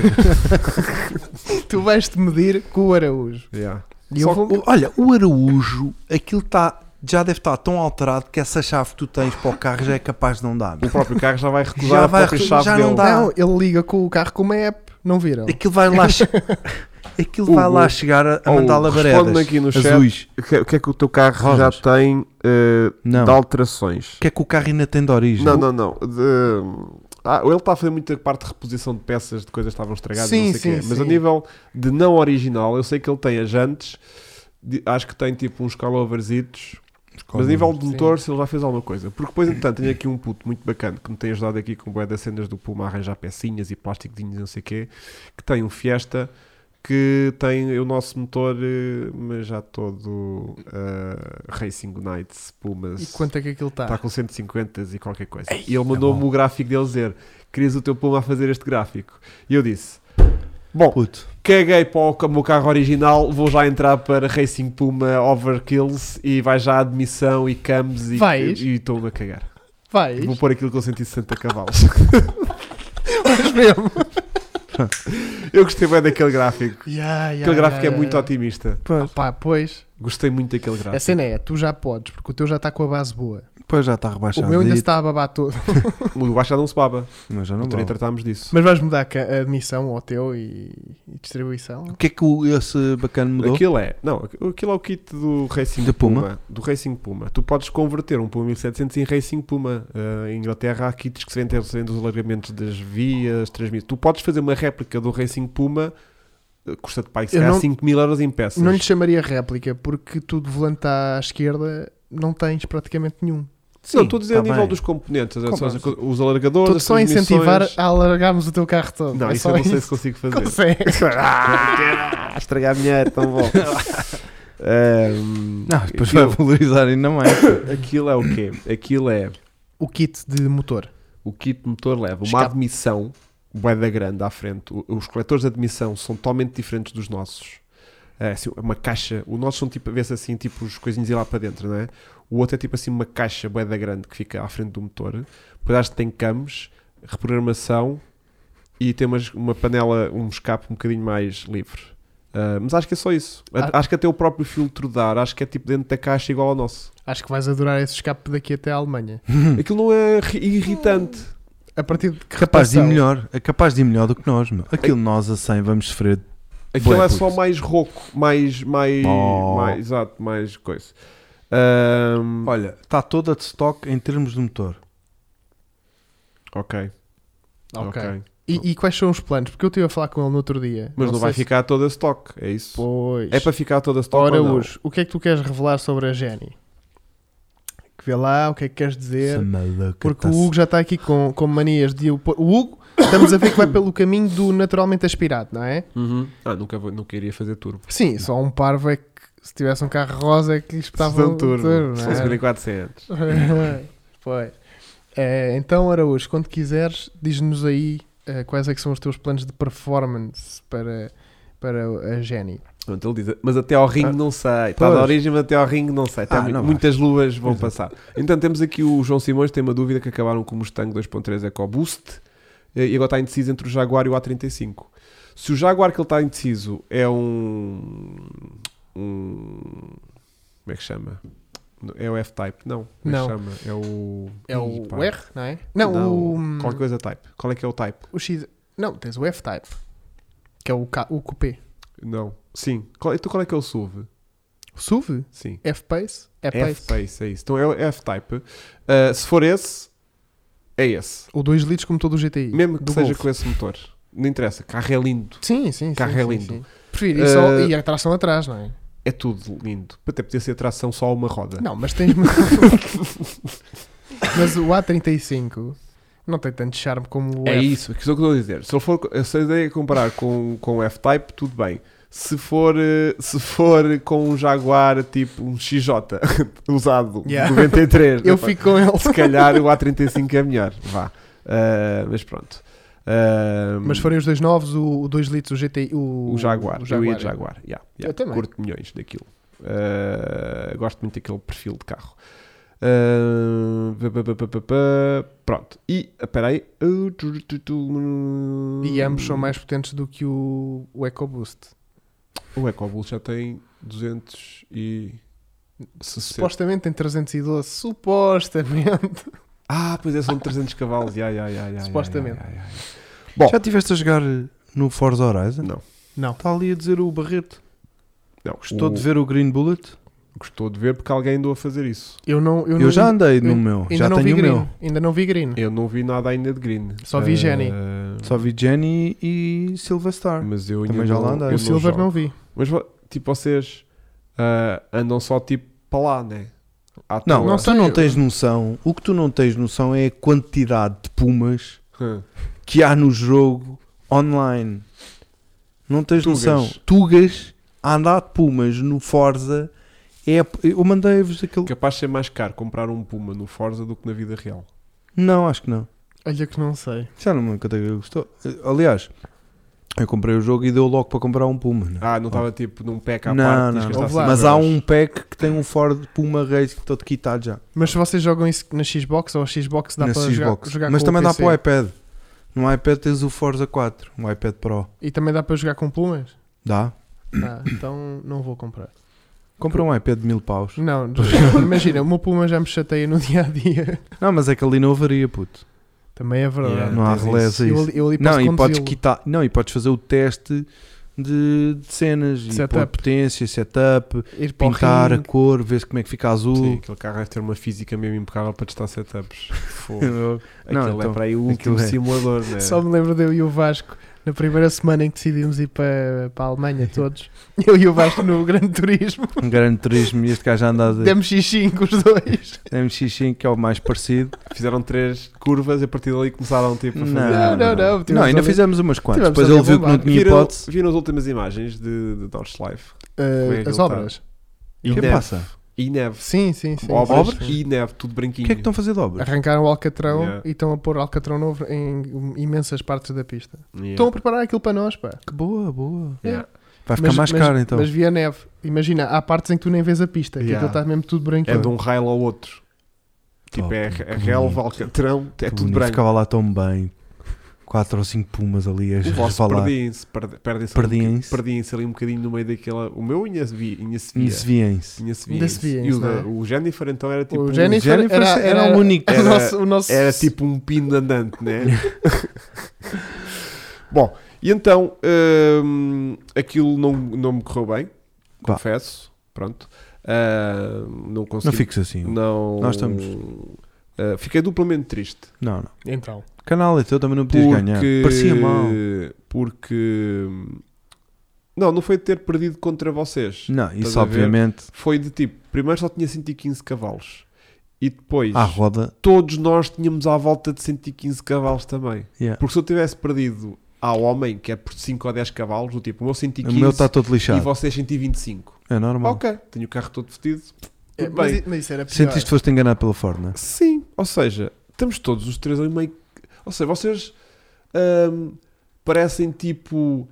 A: tu vais te medir com o Araújo.
C: Yeah.
A: E
C: Só
A: eu vou...
B: O- Olha, o Araújo, aquilo tá, já deve estar tão alterado que essa chave que tu tens para o carro já é capaz de não dar.
C: O próprio carro já vai recusar
B: Já
C: a
B: vai
C: própria
B: recusar,
C: chave
B: já
C: dele.
B: não dá.
A: Não, ele liga com o carro com uma app. Não viram?
B: Aquilo vai lá, che- aquilo vai lá chegar a, a
C: Hugo,
B: mandá-la
C: responde-me
B: varedas
C: Oh, aqui no chat.
B: azuis.
C: O que, o que é que o teu carro
B: Rosas.
C: já tem eh,
B: Não.
C: de alterações?
B: O que é que o carro ainda tem de origem?
C: Não, não, não. De- Ah, ele está a fazer muita parte de reposição de peças de coisas que estavam estragadas,
A: Sim,
C: não sei o quê.
A: sim,
C: Mas
A: sim.
C: a nível de não original, eu sei que ele tem as jantes, de- acho que tem tipo uns caloversitos. Mas a nível de
A: Sim.
C: motor, se ele já fez alguma coisa. Porque depois, entretanto, tenho aqui um puto muito bacana que me tem ajudado aqui com bué das cenas do Puma a arranjar pecinhas e plastiquinhos e não sei o quê, que tem um Fiesta que tem o nosso motor, eh, mas já todo eh, Racing Nights, Pumas.
A: E quanto é que aquilo está?
C: Está Tá com 150 e qualquer coisa. e
A: é
C: ele mandou-me o gráfico dele dizer: Querias o teu Puma a fazer este gráfico? E eu disse: Bom,
B: Puto.
C: caguei para o ca- meu carro original, vou já entrar para Racing Puma Overkills e vai já a admissão e cams e
A: Vais?
C: e estou-me a cagar.
A: Vais?
C: Vou pôr aquilo com 160 cavalos.
A: Vais mesmo.
C: Eu gostei bem daquele gráfico.
A: Yeah, yeah,
C: Aquele gráfico é
A: yeah,
C: muito
A: yeah.
C: otimista.
B: Pois,
A: Pá, pois.
C: Gostei muito daquele gráfico.
A: A cena é, tu já podes, porque o teu já está com a base boa.
B: pois já está
A: O
B: rebaixado.
A: meu ainda se está a babar todo.
C: O baixo já não se baba.
A: Tá
B: Mas já não
C: Não
B: vale.
C: tratámos disso.
A: Mas vais mudar a ca- a admissão ao teu e, e distribuição?
B: O que é que o- esse bacana mudou?
C: Aquilo é, não, aquilo é o kit do Racing
B: Da Puma?
C: Puma. Do Racing Puma. Tu podes converter um Puma 1700 em Racing Puma. Ah, em Inglaterra há kits que se vendem sendo os alargamentos das vias, transmissões. Tu podes fazer uma réplica do Racing Puma, ah, custa-te para
A: Eu não-
C: 5 mil euros em peças.
A: Não lhe chamaria réplica, porque tu de volante à esquerda não tens praticamente nenhum.
C: Não, estou a dizer
B: tá
C: a nível
B: bem.
C: dos componentes, é só
A: Como
C: os, os alargadores.
A: Estou
C: as
A: só a incentivar
C: transmissões.
A: a alargarmos o teu carro todo.
C: Não,
A: é
C: isso
A: só
C: eu não sei se
A: isso.
C: consigo fazer. é
A: Consegues.
C: Ah, estragar dinheiro, tão bom. Ahm,
B: Não, depois vai
C: aquilo,
B: valorizar ainda mais.
C: aquilo é o quê? Aquilo é.
A: O kit de motor.
C: O kit motor leva uma
A: Escape.
C: admissão bué da grande à frente. O- Os coletores de admissão são totalmente diferentes dos nossos. É assim, uma caixa. O nosso são tipo, vê-se assim, tipo os coisinhos ir lá para dentro, não é? O outro é tipo assim uma caixa bué da grande que fica à frente do motor. Depois acho que tem cams, reprogramação e tem umas- uma panela, um escape um bocadinho mais livre. Ah, mas acho que é só isso. A-
A: Ah.
C: Acho que até o próprio filtro de ar, acho que é tipo dentro da caixa igual ao nosso.
A: Acho que vais adorar esse escape daqui até à Alemanha.
C: Aquilo não é ri- irritante.
A: A partir de que
B: capaz de ir
A: rotação?
B: melhor. É capaz de ir melhor do que nós, meu. Aquilo nós a 100 vamos sofrer.
C: Aquilo
B: Bué
C: é só
B: puto.
C: mais rouco, mais, mais,
B: Oh.
C: mais- exato, mais coisa. Ahm,
B: Olha, está toda de stock em termos de motor.
C: ok, ok.
A: Ok. E, e quais são os planos? Porque eu estive a falar com ele no outro dia.
C: Mas não, vai
A: sei se-
C: ficar toda stock, é isso?
A: Pois.
C: É para ficar toda stock
A: Ora,
C: ou não?
A: hoje, o que é que tu queres revelar sobre a Jenny? Que vê lá, o que é que queres dizer?
B: Essa maluca
A: Porque
B: tá-
A: o Hugo já está aqui com, com manias de o pôr. O Hugo, estamos a ver que vai pelo caminho do naturalmente aspirado, não é?
C: Uhum. Ah, nunca, vou, nunca iria fazer turbo.
A: Sim, só um parvo é que se tivesse um carro rosa é que lhe espetava
C: Sessão
A: um
C: turbo.
A: turbo, não
C: Se
A: é?
C: fosse 1400.
A: pois. Eh, então, Araújo, quando quiseres, diz-nos aí eh, quais é que são os teus planos de performance para, para a Jenny.
C: Pronto, ele diz, mas até ao ringue
B: Ah.
C: não sei. Está
B: Pois.
C: da origem, mas até ao ringue não sei. Até
B: Ah,
C: mu-
B: não vai.
C: muitas luas vão
A: é.
C: passar. Então temos aqui o João Simões, tem uma dúvida que acabaram com o Mustang 2.3 EcoBoost eh, e agora está indeciso entre o Jaguar e o A35. Se o Jaguar que ele está indeciso é um... um como é que chama? É o F-Type? Não. Como
A: Não.
C: é que chama? É o...
A: É
C: Ih,
A: o
C: pá.
A: R, não é? Não, o,
C: Qualquer coisa type. Qual é que é o type?
A: o X. Não, tens o F-Type, que é o, K, o Coupé.
C: Não. Sim. Qual, então qual é que é o SUV?
A: O SUV,
C: Sim.
A: F-Pace, E-Pace.
C: F-Pace, é isso. Então é o F-Type. Uh, se for esse, é esse.
A: O 2 litros como todo o GTI.
C: Mesmo que
A: do
C: seja
A: Golf.
C: com esse motor. Não interessa. Carro é lindo.
A: Sim, sim, sim.
C: Carro
A: sim,
C: é lindo.
A: sim. Prefiro isso ao-
C: Eh,
A: e a tração atrás, não é?
C: É tudo lindo. Até podia ser tração só a uma roda.
A: Não, mas tens. mas o A35 não tem tanto charme como o
C: É
A: F.
C: isso, que isso é o que eu estou a dizer. Se ele for, se a ideia é comparar com, com o F-Type, tudo bem. Se for, eh, se for com um Jaguar tipo um XJ usado, um
A: Yeah.
C: 93,
A: Eu
C: epá,
A: fico com ele.
C: se calhar o A35 é melhor. Vá. Ah, mas pronto. Ah,
A: Mas forem os dois novos, o 2 litros, o GTI. O,
C: o Jaguar,
A: o é.
C: eu ia de Jaguar, yeah, yeah.
A: Eu também.
C: curto milhões daquilo. Uh, gosto muito daquele perfil de carro. Uh, pá, pá, pá, pá, pá, pá. pronto, e espera aí, Uh, tu, tu, tu.
A: E ambos são mais potentes do que o, o EcoBoost.
C: O EcoBoost já tem 200 e.
A: Supostamente tem 312. Supostamente.
C: Ah, pois é, são 300 cavalos. Yeah, yeah, yeah, yeah, yeah,
A: Supostamente.
C: yeah, yeah, yeah. é Bom.
B: Já estiveste a jogar no Forza Horizon?
C: Não,
A: Não.
B: Está ali a dizer o Barreto.
C: não
B: Gostou
C: o-
B: de ver o Green Bullet?
C: Gostou de ver porque alguém andou a fazer isso.
A: Eu não. Eu,
B: Eu,
A: não-
B: já andei no
A: eu
B: meu,
A: Ainda
B: já
A: não vi
B: tenho o
A: green.
B: meu.
A: Ainda não vi green.
C: Eu não vi nada ainda de green.
A: Só vi Jenny.
C: Ah,
B: Só vi Jenny e Silver Star.
C: Mas eu
B: Também
C: ainda
B: já lá
C: não-
B: andei.
C: eu
B: O
C: não
A: o Silver
C: jogo.
A: não vi.
C: Mas vo- tipo, vocês ah, andam só tipo para lá, né? À
B: Não,
A: Não
B: tu
A: sei,
B: não
A: eu-
B: tens noção. O que tu não tens noção é a quantidade de pumas
C: Hum.
B: que há no jogo online. Não tens
C: Tugas.
B: noção. Tugas a andar de pumas no Forza. É, eu mandei-vos aquele.
C: Capaz de ser mais caro comprar um Puma no Forza do que na vida real.
B: Não, acho que não.
A: Olha que não sei.
B: Já não me contei que eu gostou. Aliás, eu comprei o jogo e deu logo para comprar um Puma. né?
C: Ah, não estava tipo num pack à
B: Não,
C: parte. tens
B: não.
C: que gastar
A: Ouve
C: cinco
A: lá.
B: Mas há
C: euros.
B: um pack que tem um Ford Puma Race que todo quitado já.
A: Mas se vocês jogam isso na Xbox ou a Xbox dá
B: na
A: para
B: Xbox.
A: jogar, jogar
B: Mas
A: com
B: também
A: o
B: dá
A: PC.
B: para o iPad. No iPad tens o Forza 4, um iPad Pro.
A: E também dá para jogar com plumas?
B: Dá.
A: Ah, então não vou comprar.
B: Compra um iPad de mil paus.
A: Não, imagina, o meu pluma já me chateia no dia a dia.
B: Não, mas é que ali não varia, puto.
A: Também é verdade.
C: Yeah,
B: não há
C: tens
B: relés
C: isso.
B: a
A: Eu,
B: isso.
A: ali- eu ali posso
B: Não, e podes
A: conduzi-lo.
B: quitar. Não, e podes fazer o teste de, de cenas e
A: Setup.
B: pôr potência, setup,
A: ir para o
B: pintar a
A: ringue.
B: cor, ver como é que fica azul.
C: Sim, aquele carro deve ter uma física mesmo impecável para testar setups. Fogo.
B: Não,
C: Aquilo
B: então,
C: é para aí o último
B: aquilo é.
C: simulador, né?
A: Só me lembro de eu e o Vasco, na primeira semana em que decidimos ir para, para a Alemanha todos, eu e o Vasco no Grande Turismo,
B: Um grande turismo e este gajo anda a dizer
A: demos xixi com os dois.
B: MX5 que é o mais parecido.
C: Fizeram três curvas e a partir dali começaram tipo a
B: Não,
C: fazer.
A: Não, não, não.
B: Não,
A: tivemos
B: ainda
A: ali-
B: fizemos umas quantas.
A: tivemos
B: Depois
A: ali
B: ele
A: a
B: viu que não
A: bombar.
B: tinha
C: Viram,
B: hipótese.
C: viram as últimas imagens de, de Dodge Life?
A: Eh,
C: Foi
A: as
C: aquilo,
A: obras.
C: E
B: que
C: neve.
B: passa?
C: E neve.
A: Sim, sim, sim.
C: obras
A: Sim.
C: e neve, tudo
B: O
C: branquinho.
B: que é que estão a fazer de obra?
A: Arrancaram o Alcatrão
C: Yeah.
A: e estão a pôr Alcatrão novo em imensas partes da pista.
C: Yeah.
A: Estão a preparar aquilo para nós, pá.
B: Que boa, boa.
C: Yeah.
B: Vai ficar
A: Mas-
B: mais
A: mas-
B: caro então.
A: Mas via neve. Imagina, há partes em que tu nem vês a pista, que
C: Yeah.
A: aquilo está mesmo tudo
C: É
A: branquinho.
C: de um rail ao outro. Tipo,
B: Top,
C: é,
B: que
C: é relva,
B: bonito.
C: alcatrão, é
B: Que
C: tudo
B: bonito.
C: branco.
B: Ficava lá tão bem. Quatro ou cinco pumas ali a
C: O vosso
B: resvalar.
C: perdem-se, perde- perdem-se
B: Perdem-se.
C: ali um boc- perdem-se ali um bocadinho no meio daquela. O meu inha se via. Inha se
B: E
C: via.
B: se viem-se.
C: Inha se via.
A: Ainda se via,
C: E o,
A: não é?
C: da- o Jennifer então era tipo.
A: o
C: um-
A: Jennifer,
B: Jennifer
A: era,
B: era o único.
A: o
C: Era-
A: nosso, o nosso-
C: Era tipo um pino andante, né? Bom, e então hum, aquilo não, não me correu bem,
B: Pá.
C: confesso. Pronto. Hum, não consegui.
B: Não fiques assim.
C: não-
B: Nós estamos-
C: Hum, fiquei duplamente triste.
B: Não, não.
A: Então.
B: Canal é teu, também não podias ganhar. Parecia mal.
C: Porque. Não, não foi de ter perdido contra vocês.
B: Não,
C: Estás
B: isso
C: a ver?
B: obviamente.
C: Foi de tipo, primeiro só tinha 115 cavalos. E depois,
B: À roda.
C: todos nós tínhamos à volta de 115 cavalos também.
B: yeah.
C: Porque se eu tivesse perdido ao homem, que é por 5 ou 10 cavalos, do tipo, o meu 115
B: tá O meu está todo
C: e
B: lixado.
C: vocês 125.
B: É normal.
C: Ok, tenho o carro todo fedido.
A: É,
C: Tudo
A: mas,
C: bem.
A: i- mas isso era pior.
B: Sentiste que foste enganado pela Ford, não é?
C: Sim, ou seja, estamos todos os três ali meio. Ou seja, vocês ahm, parecem tipo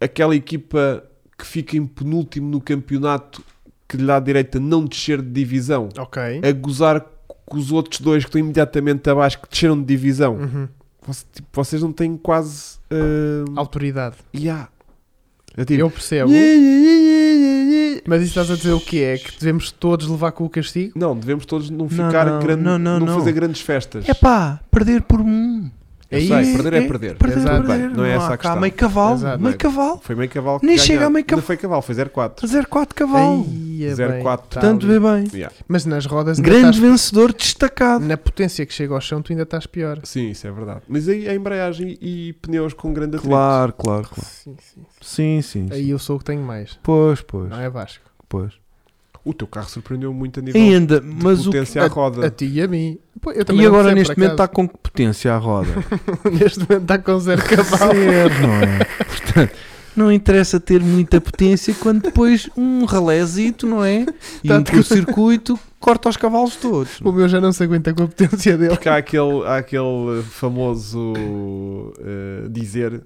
C: aquela equipa que fica em penúltimo no campeonato que lhe dá direito a não descer de divisão,
A: Ok.
C: a gozar com os outros dois que estão imediatamente abaixo que desceram de divisão.
A: Uhum.
C: Voc- tipo, vocês não têm quase. ahm,
A: Autoridade.
C: yeah. É tipo,
A: Eu percebo. Mas isso estás a dizer o que é? Que devemos todos levar com o castigo?
C: Não, devemos todos não
B: Não,
C: ficar
B: não,
C: grande,
B: não, não, não.
C: fazer grandes festas.
B: É pá, perder por um.
C: Eu
A: É
C: sei,
A: isso.
C: perder é perder.
B: Perder é
A: Exato.
B: perder.
C: Bem, não é essa
B: há
C: a
B: cá
C: questão.
B: meio cavalo,
A: Exato.
B: meio cavalo.
C: Foi meio cavalo que
B: Nem
C: ganha-
B: chega a meio
C: Ainda
B: cavalo.
C: foi cavalo, foi 0-4.
B: 0,4 cavalo.
C: é
A: Ia
C: 0,4.
A: bem, tá
B: Portanto,
A: ali.
B: vê bem.
C: Yeah.
A: Mas nas rodas ainda
B: Grande
A: estás-
B: vencedor destacado.
A: na potência que chega ao chão, tu ainda estás pior.
C: Sim, isso é verdade. Mas aí a embreagem e pneus com grande atrito.
B: Claro, claro, claro.
A: Sim, sim.
B: Sim, sim. sim.
A: Aí eu sou o que tenho mais.
B: Pois, pois,
A: Não é Vasco?
B: pois.
C: O teu carro surpreendeu muito a nível
B: E ainda,
C: é? de
B: mas o
C: potência à roda.
A: A ti e a mim. Pô, eu também
B: E
A: não
B: agora
A: sei,
B: neste
A: por
B: momento está
A: acaso.
B: com que potência à roda?
A: neste momento está com zero cavalo.
B: Certo, não é? Portanto, não interessa ter muita potência quando depois um ralézito, não é? E um
A: Tanto que- Uhum.
B: curto-circuito corta os cavalos todos. não
A: O meu já não se aguenta com a potência dele.
C: Porque há aquele, há aquele famoso eh, dizer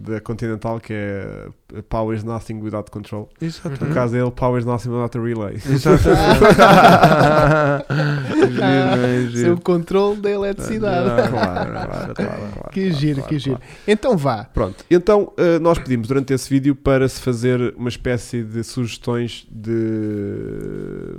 C: da Continental que é Power is nothing without control.
B: é? Exato.
C: No caso dele, Power is nothing without a relay.
A: Ah,
B: Exato. Giro, não é?
A: Sem o
B: Giro.
A: controle da eletricidade.
C: Tá,
B: Ah, Claro, claro, claro, claro,
A: Que giro,
B: claro,
A: que giro. Então vá.
C: Pronto, então eh, nós pedimos durante esse vídeo para se fazer uma espécie de sugestões de,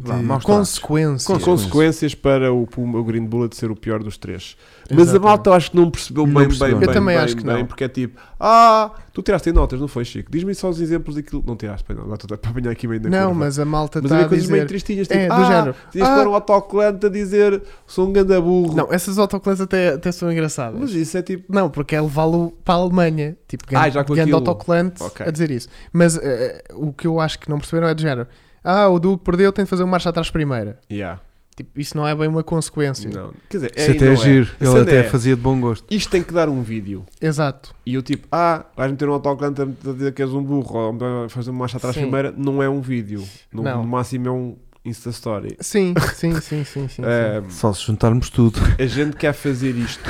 B: Vá,
A: De
B: maus tratos.
A: consequências.
C: com
B: Sim.
C: consequências para o, Puma- o Green Bullet ser o pior dos três. Mas a
A: Exatamente.
C: malta eu acho que não percebeu
B: Não
C: bem, bem,
B: percebeu.
C: bem.
B: Eu
A: também
C: bem,
A: acho que
C: bem,
A: não.
C: Porque é tipo, ah, tu tiraste em notas, não foi, Chico? Diz-me só os exemplos daquilo. Não tiraste, pois não, agora estou para apanhar aqui meio da
A: Não,
C: curva.
A: mas a malta
C: Mas
A: está a
C: havia coisas meio
A: dizer.
C: tristinhas, tipo,
A: É, do
C: ah,
A: género.
C: tinhas que
A: Ah.
C: pôr um autocolante a dizer, sou um ganda burro.
A: Não, essas autocolantes até, até são engraçadas.
C: Mas isso é tipo,
A: Não, porque é levá-lo para a Alemanha. Tipo,
C: Ah,
A: grande,
C: já com
A: grande
C: aquilo.
A: autocolante
C: Ok.
A: a dizer isso. Mas eh, o que eu acho que não perceberam é de género. Ah, o Duque perdeu, tem de fazer uma marcha atrás primeira.
C: yeah,
A: Tipo, isso não é bem uma consequência.
C: não. Quer dizer, é,
B: Isso até
C: não
B: é
C: é.
B: giro.
C: A cena
B: Ele até
C: é,
B: fazia de bom gosto.
C: Isto tem que dar um vídeo.
A: Exato.
C: E eu tipo, ah, vais meter um autocolante a dizer que és um burro ou fazer uma marcha atrás
A: Sim.
C: primeira, não é um vídeo. No,
A: Não.
C: no máximo é um Insta Story.
A: Sim, sim, sim, sim, sim. sim.
C: Ahm,
B: Só se juntarmos tudo,
C: a gente quer fazer isto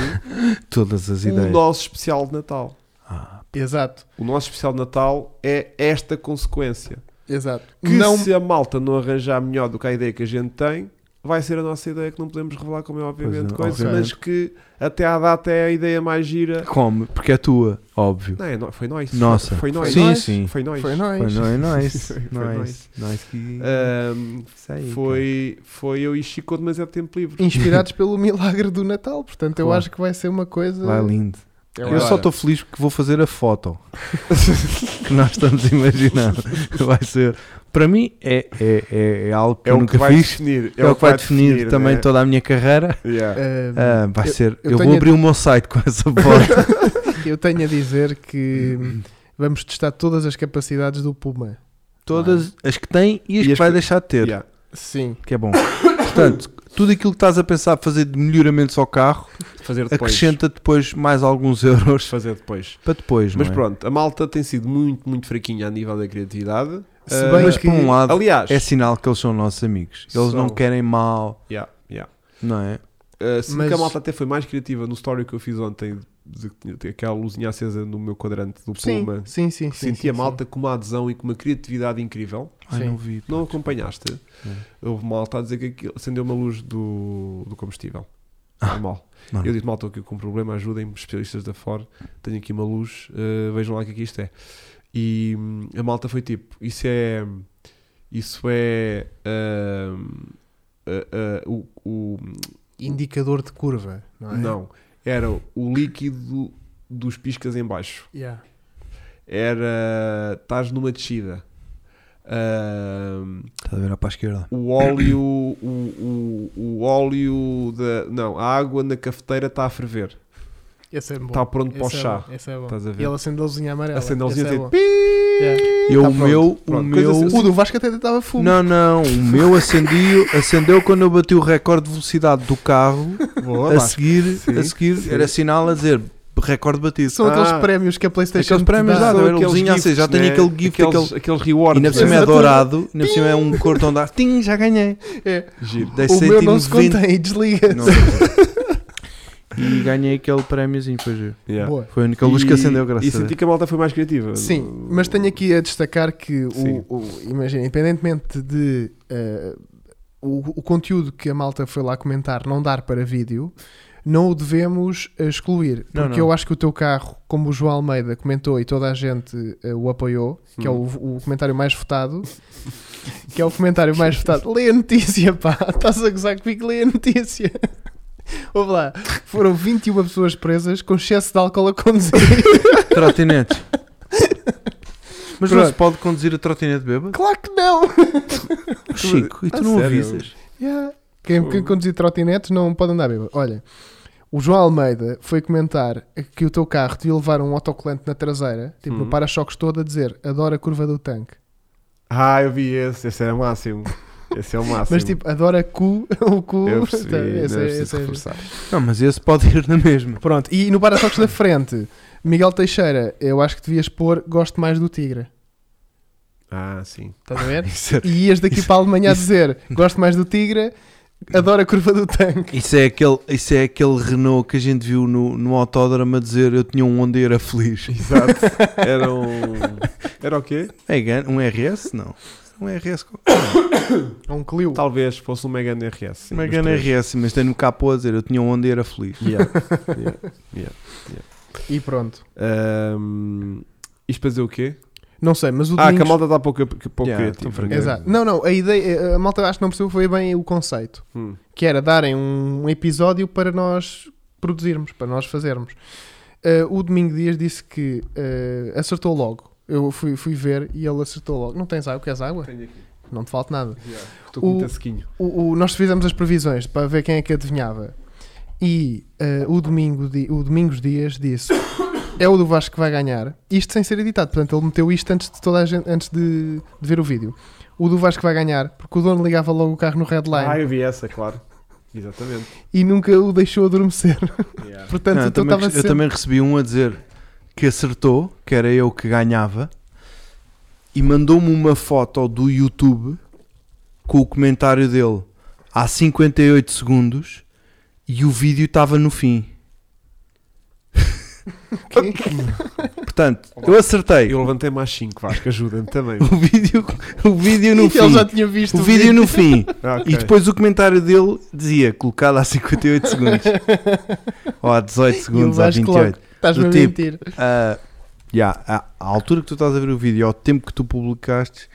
B: todas
A: Um
B: as
C: o
B: ideias.
C: nosso especial de Natal.
B: Ah,
A: Exato.
C: O nosso especial de Natal é esta consequência.
A: Exato.
C: Que
A: não...
C: se a malta não arranjar melhor do que a ideia que a gente tem, vai ser a nossa ideia que não podemos revelar, como é obviamente
B: é,
C: coisa, mas
B: obviamente.
C: que até à data é a ideia mais gira.
B: Come, porque é tua, óbvio.
C: Não, é, no- foi nós.
B: Nossa.
C: Foi nós.
B: Sim,
A: nós?
B: sim.
C: Foi nós.
A: Foi
B: Foi
A: nós.
B: nice.
C: Foi
B: nice. Nice é que.
A: Ah,
C: Ahm,
B: Isso aí,
C: foi, foi eu e Chico de Mas é Tempo Livre.
A: Inspirados pelo milagre do Natal. Portanto, eu
B: Claro.
A: acho que vai ser uma coisa.
B: cara. Vai lindo.
A: Eu
B: Eu
C: Agora.
B: só estou feliz porque vou fazer a foto que nós estamos imaginando. Vai ser. Para mim é, é, é, é algo que
C: É
B: eu
C: o que
B: nunca
C: vai
B: fiz.
C: definir.
B: É, o que vai definir, também
C: né?
B: toda a minha carreira.
C: Yeah.
A: Ah,
B: Ah, vai
A: eu-
B: ser.
A: eu
B: Eu,
A: tenho
B: vou
A: a-
B: abrir o meu site com essa foto.
A: eu tenho a dizer que vamos testar todas as capacidades do Puma.
B: Todas as que tem e as
C: E
B: que
C: as
B: vai
C: que-
B: deixar de ter.
C: Yeah.
A: Sim.
B: Que é bom. Portanto, tudo aquilo que estás a pensar fazer de melhoramentos ao carro,
C: Fazer depois.
B: acrescenta depois mais alguns euros
C: Fazer depois.
B: para depois.
C: Mas
B: não é?
C: pronto, a malta tem sido muito, muito fraquinha a nível da criatividade.
A: Se
C: Ah,
A: bem
B: Mas
A: que-
B: por um lado,
C: aliás,
B: é sinal que eles são nossos amigos. Eles
C: São.
B: não querem mal,
C: yeah, yeah.
B: não é?
C: Ah, sinto
A: Mas-
C: que a malta até foi mais criativa no story que eu fiz ontem, de, de, de aquela luzinha acesa no meu quadrante do
A: Sim,
C: Puma.
A: sim, sim.
C: que
A: sim,
C: Senti a
A: sim,
C: malta com uma adesão e com uma criatividade incrível.
B: Ai,
A: Sim.
B: não vi.
C: Não acompanhaste? Houve malta a dizer que aquilo- acendeu uma luz do, do combustível. Normal.
B: Não.
C: Eu disse, malta, estou aqui com um problema, ajudem-me, especialistas da fora, tenho aqui uma luz, eh, vejam lá o que é que isto é. E hum, a malta foi tipo, isso é. Isso é. ahm, ah, ah, o, o-
A: sim. Indicador de curva, não é?
C: não, era o líquido dos piscas em baixo
A: Yeah.
C: era estás numa descida Hum, Ahm,
B: Estás a virar para a esquerda.
C: o óleo o, o, o óleo da não a água na cafeteira está a ferver
A: Esse é bom.
C: está pronto para o
A: Esse é
C: chá
A: bom, esse é bom.
C: Estás a ver?
A: E ele acende a luzinha amarela.
C: acende a assim,
A: esse é
C: luzinha e
A: bom.
C: diz, "Pi!"
A: Yeah.
B: Eu,
A: Tá
B: o
A: pronto,
B: meu, o
C: pronto.
B: meu.
C: Coisa assim.
A: O do Vasco até estava fumo.
B: Não, não, o meu acendiu, acendeu quando eu bati o recorde de velocidade do carro.
C: Boa,
B: A
C: Vasco.
B: seguir,
C: Sim,
B: a seguir
C: sim.
B: era sinal a dizer recorde batido.
A: São
C: Ah,
A: aqueles prémios que a Playstation
B: aqueles
A: te
B: prémios
A: dá.
B: dá,
C: São
B: eu era
C: aqueles né?
B: lesinho, ou seja, já tenho aquele gift,
C: aqueles, aqueles rewards. né?
B: E na por cima é
A: Exato.
B: dourado, e na por cima é um cartão de ar. Tim, já ganhei.
A: É.
C: Giro.
B: Dei
A: O meu não se
B: 190.
A: contém, desliga.
B: Não. E ganhei aquele prémiozinho, pois é.
C: Yeah.
A: Boa.
B: Foi a única luz que
C: E-
B: acendeu, graças
C: E
B: a
C: senti
B: Deus.
C: que a malta foi mais criativa.
A: Sim, mas tenho aqui a destacar que,
C: Sim.
A: o, o- imagina, independentemente de eh, o, o conteúdo que a malta foi lá comentar não dar para vídeo, não o devemos eh, excluir. Porque
B: Não, não.
A: eu acho que o teu carro, como o João Almeida comentou e toda a gente eh, o apoiou, que é o, o comentário mais votado, que é o comentário mais votado. Lê a notícia, pá, estás a gozar comigo, lê a notícia. Ouve lá, foram 21 pessoas presas com excesso de álcool a conduzir.
B: Trotinetes. Mas não
A: Pronto.
B: se pode conduzir a trotinete bêbado?
A: Claro que não!
B: Chico, e tu
C: Ah,
B: não
C: sério?
B: avisas?
A: Yeah. Quem, quem conduzir trotinetes não pode andar bêbado. Olha, o João Almeida foi comentar que o teu carro devia levar um autocolante na traseira, tipo
C: Uhum.
A: no para-choques todo, a dizer adoro a curva do tanque.
C: Ah, eu vi esse. Esse era o máximo. Esse é o máximo.
A: Mas tipo, adora cu, o cu.
C: eu percebi.
A: Tá, esse
C: não é
A: é-
C: preciso
A: esse é-
C: reforçar.
B: Não, mas esse pode ir na mesma.
A: Pronto, e no para-choques da frente, Miguel Teixeira, eu acho que devias pôr gosto mais do tigre.
C: Ah, sim.
A: Estás a ver?
B: Isso é,
A: E ias daqui
B: Isso-
A: para a Alemanha
B: isso-
A: a dizer gosto mais do tigre, adoro a curva do tanque.
B: isso é aquele, isso é aquele Renault que a gente viu no, no autódromo a dizer eu tinha um Honda e era feliz.
C: Exato. Era um. Era o quê?
B: É, gan- um RS? Não. Um RS. com-
A: É um Clio.
C: Talvez fosse um Megan RS. sim,
B: Uma
C: os
B: grande
C: três.
B: RS, mas tenho um capô a dizer eu tinha um Honda e era feliz.
C: Yeah, yeah.
A: E pronto.
C: Ahm, isto para dizer o quê?
A: Não sei, mas o
C: Ah, que a
A: Domingos-
C: malta está pouco, pouco
B: Yeah,
C: criativa.
B: tão fraca.
A: Exato. Não, não, a ideia, eh, a malta acho que não percebeu foi bem o conceito,
C: Hum.
A: que era darem um episódio para nós produzirmos, para nós fazermos. Ah, o Domingo Dias disse que ah, acertou logo. Eu fui, fui ver e ele acertou logo. Não tens água? Queres água?
C: Tenho aqui.
A: Não te falta nada.
C: Estou com
A: O-
C: muito sequinho.
A: O, o- nós fizemos as previsões para ver quem é que adivinhava. E ah, o, domingo, Di- o Domingos Dias disse: é o do Vasco que vai ganhar. Isto sem ser editado, portanto, ele meteu isto antes de, toda a gente, antes de, de ver o vídeo. O do Vasco vai ganhar, porque o dono ligava logo o carro no red
C: Ah,
A: line
C: eu vi essa, claro. Exatamente.
A: e nunca o deixou adormecer.
C: Yeah.
A: Portanto,
B: Não, eu,
A: tu
B: também,
A: estava
B: eu
A: sempre...
B: também recebi um a dizer que acertou, que era eu que ganhava, e mandou-me uma foto do YouTube com o comentário dele há 58 segundos e o vídeo estava no fim. Portanto, eu acertei.
C: Eu levantei mais 5, Vasco, ajuda-me também.
B: O vídeo, o vídeo no
A: E ele já
B: fim.
A: tinha visto
B: O vídeo no fim.
C: Ah, é um ok.
B: E depois o comentário dele dizia colocado há 58 segundos. Ou há 18
A: E o
B: segundos, há
A: Vasco
B: 28.
A: logo, Estás-me a
B: Do tipo,
A: mentir.
B: Ah, yeah, à, à altura que tu estás a ver o vídeo, ao tempo que tu publicaste,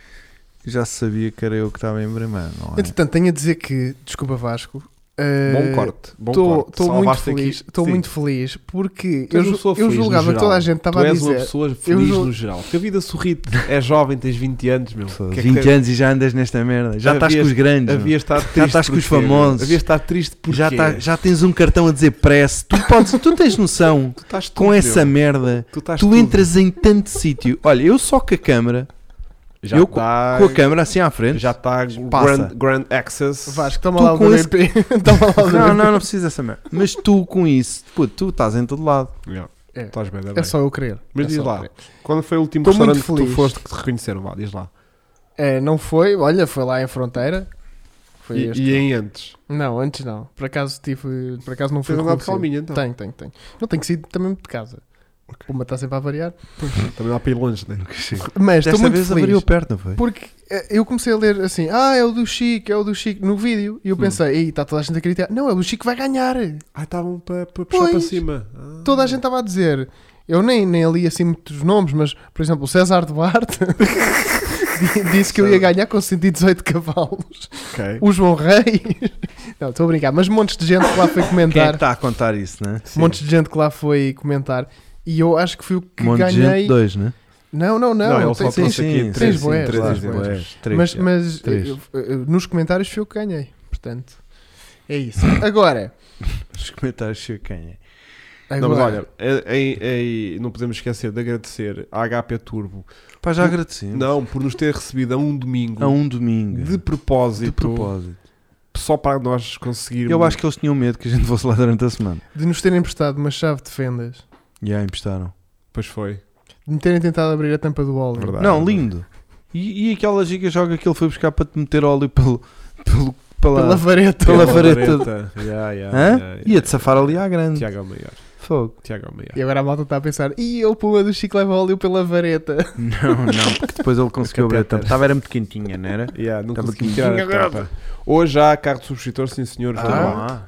B: já sabia que era eu que estava em Bremen, não é?
C: Então,
A: Entretanto, tenho a dizer que, desculpa Vasco,
C: Bom
A: ah,
C: corte. Bom corte.
A: estou muito
C: Salvaste aqui.
A: feliz, estou
C: Sim.
A: muito feliz porque
C: Tu
A: eu,
C: és uma
A: ju-
C: pessoa
A: eu
C: feliz no
A: julgava que toda a
C: geral.
A: gente
C: Tu
A: estava a
C: és uma
A: dizer
C: pessoa feliz
A: jul-
C: no geral. Que a vida sorri é jovem, tens 20 anos, meu.
B: Pessoas,
C: Que é que
B: 20
C: tem-
B: anos e já andas nesta merda. Já estás com os
C: Havias-
B: grandes. meu.
C: Havia estar triste.
B: estás com os
C: porquê, meu?
B: famosos.
C: Havia estar triste porque
B: Já, tá- já tens um cartão a dizer press. Tu, podes, tu tens noção
C: tu estás
B: com
C: tudo,
B: essa
C: meu.
B: merda.
C: Tu, estás
B: Tu
C: tudo.
B: entras em tanto sítio. Olha, eu só com a câmera,
C: já
B: eu
C: tá,
B: com a câmera assim à frente.
C: já está
B: Passa.
C: grand, grand Access.
A: Vasco, toma
B: Tu
A: lá o
B: com
A: do
B: esse-
A: BP. toma lá o do
B: Não,
A: BP.
B: não, não precisa dessa merda. Mas tu com isso, pô, tu estás em todo lado.
C: Yeah.
A: É.
C: Estás bem, bem.
A: É só eu querer.
C: Mas
A: É
C: diz
A: só eu
C: lá,
A: querer.
C: quando foi o último
A: Tô
C: restaurante
A: muito
C: que tu
A: feliz.
C: foste que te reconheceram? Vá, diz lá.
A: É, não foi, olha, foi lá em fronteira. Foi
C: E,
A: este.
C: e em antes?
A: Não, antes não. Por acaso tive. Por acaso não foi.
C: Tens andado calminha então.
A: Tenho, tenho, tenho. Não tenho sido também muito de casa. O Puma está sempre a variar.
C: Também lá para ir longe, né?
A: Mas estou
B: Desta
A: muito
B: vez
A: feliz.
B: avariou perto, não foi?
A: Porque eh, eu comecei a ler assim, ah, é o do Chico, é o do Chico no vídeo.
C: Hum.
A: E eu pensei, ei, está toda a gente a acreditar. Não, é o do Chico que vai ganhar.
C: Ah, estavam para, para puxar
A: Pois.
C: para cima. Ah.
A: Toda a gente estava a dizer. Eu nem, nem li assim muitos nomes, mas, por exemplo, o César Duarte di- disse que eu ia ganhar com 118 cavalos.
C: Ok.
A: O João Reis. Não, estou a brincar, mas montes de gente que lá foi
B: Quem é que
A: comentar.
B: está a contar isso, né?
C: Sim.
A: Montes de gente que lá foi comentar. E eu acho que fui o que
B: Monte de
A: ganhei.
B: gente, dois, né?
A: Não, não, não.
C: Não, ele
A: tem-
C: só trouxe
A: tem-
C: aqui
B: sim,
C: três,
A: sim, boés,
C: três é.
A: claro,
C: exemplos.
B: boés, três,
A: mas
B: já.
A: mas
B: Três.
A: eu- eu- nos comentários foi o que ganhei. Portanto, é isso. Agora,
B: Os comentários chicanha.
A: agora
C: Não, mas olha, em- em- em- não podemos esquecer de agradecer à HP Turbo,
B: Pá, já agradecemos.
C: não, por nos ter recebido a um domingo,
B: A um domingo.
C: de, propósito,
B: De propósito.
C: só para nós conseguirmos.
B: Eu acho que eles tinham medo que a gente fosse lá durante a semana.
A: de nos terem emprestado uma chave de fendas
B: E yeah, emprestaram.
C: Pois foi.
A: Me terem tentado abrir a tampa do óleo.
C: Verdade.
B: Não, lindo. E, e aquela giga joga que ele foi buscar para te meter óleo pelo, pelo, pela,
A: Pela vareta.
B: Pela vareta.
C: Yeah, yeah,
B: Hã?
C: yeah, yeah.
B: Ia-te safar ali à grande.
C: Tiago é o maior.
B: Fogo.
C: Tiago é o maior.
A: E agora a malta está a pensar, e eu puma do Chico leva óleo pela vareta.
B: Não, não, porque depois ele conseguiu abrir a tampa.
C: catéter.
B: Estava era muito quentinha, não era?
C: Yeah, não
B: Tava
C: consegui
B: aqui.
C: tirar a
A: Tinha
C: tampa. Hoje há carro de subscritor, sim senhor. tudo bem.
B: Ah,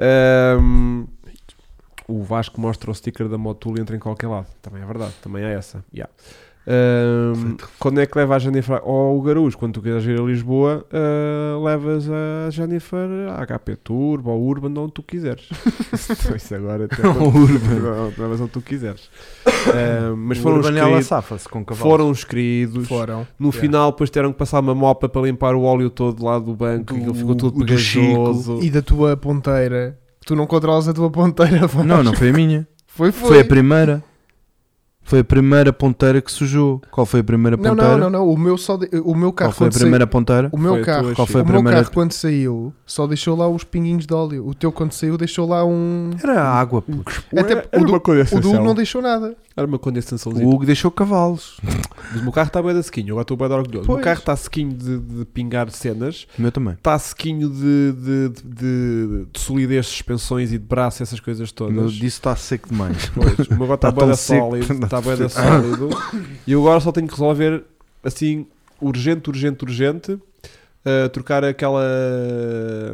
C: Ahm, o Vasco mostra o sticker da Motul e entra em qualquer lado. Também é verdade, também é essa. Yeah. Ahm, quando é que leva a Jennifer ao Garujo? Quando tu quiseres ir a Lisboa, ah, levas a Jennifer à HP Turbo, ao Urban, onde tu quiseres. Então, isso, isso agora até
B: Ao Urban.
C: Não, Levas onde tu quiseres. Ahm, mas foram os,
B: Urbanela
C: queridos,
B: safa-se com cavalos.
C: foram os queridos.
A: Foram.
C: No
A: Yeah.
C: final, depois tiveram que passar uma mopa para limpar o óleo todo lá do banco, que
B: Do-
C: ele ficou todo
B: do Chico.
C: pegajoso.
A: E da tua ponteira. Tu não controlas a tua ponteira, Vasco.
B: Não, não foi a minha.
A: Foi,
B: Foi.
A: foi.
B: a primeira. Foi a primeira ponteira que sujou. Qual foi a primeira
A: não,
B: ponteira?
A: não, não, não. O meu, só de- o meu
B: Qual
A: carro
B: foi a
A: quando saiu-
B: primeira ponteira?
A: O meu
C: Foi a
A: carro,
C: tua,
B: Qual foi a
A: o meu
B: primeira?
A: carro quando saiu só deixou lá os pinguinhos de óleo. O teu quando saiu deixou lá um.
B: Era a água, puto.
A: Até
C: Era-
A: o
C: era
A: do-
C: uma
A: O do
C: condensação.
A: Hugo não deixou nada.
C: Era uma condensaçãozinha.
B: O Hugo deixou cavalos.
C: Mas o meu carro está bem da sequinho, agora estou bem da orgulhoso. O meu
A: Pois.
C: carro está sequinho de, de pingar cenas,
B: O meu também.
C: está sequinho de, de, de, de solidez, de suspensões e de braço, essas coisas
B: O
C: todas.
B: meu disse está seco demais.
C: Pois, o meu agora
B: Tá
C: está bem
B: tão
C: da
B: seco.
C: sólido, está bem da sólido. E eu agora só tenho que resolver, assim, urgente, urgente, urgente, uh, trocar aquela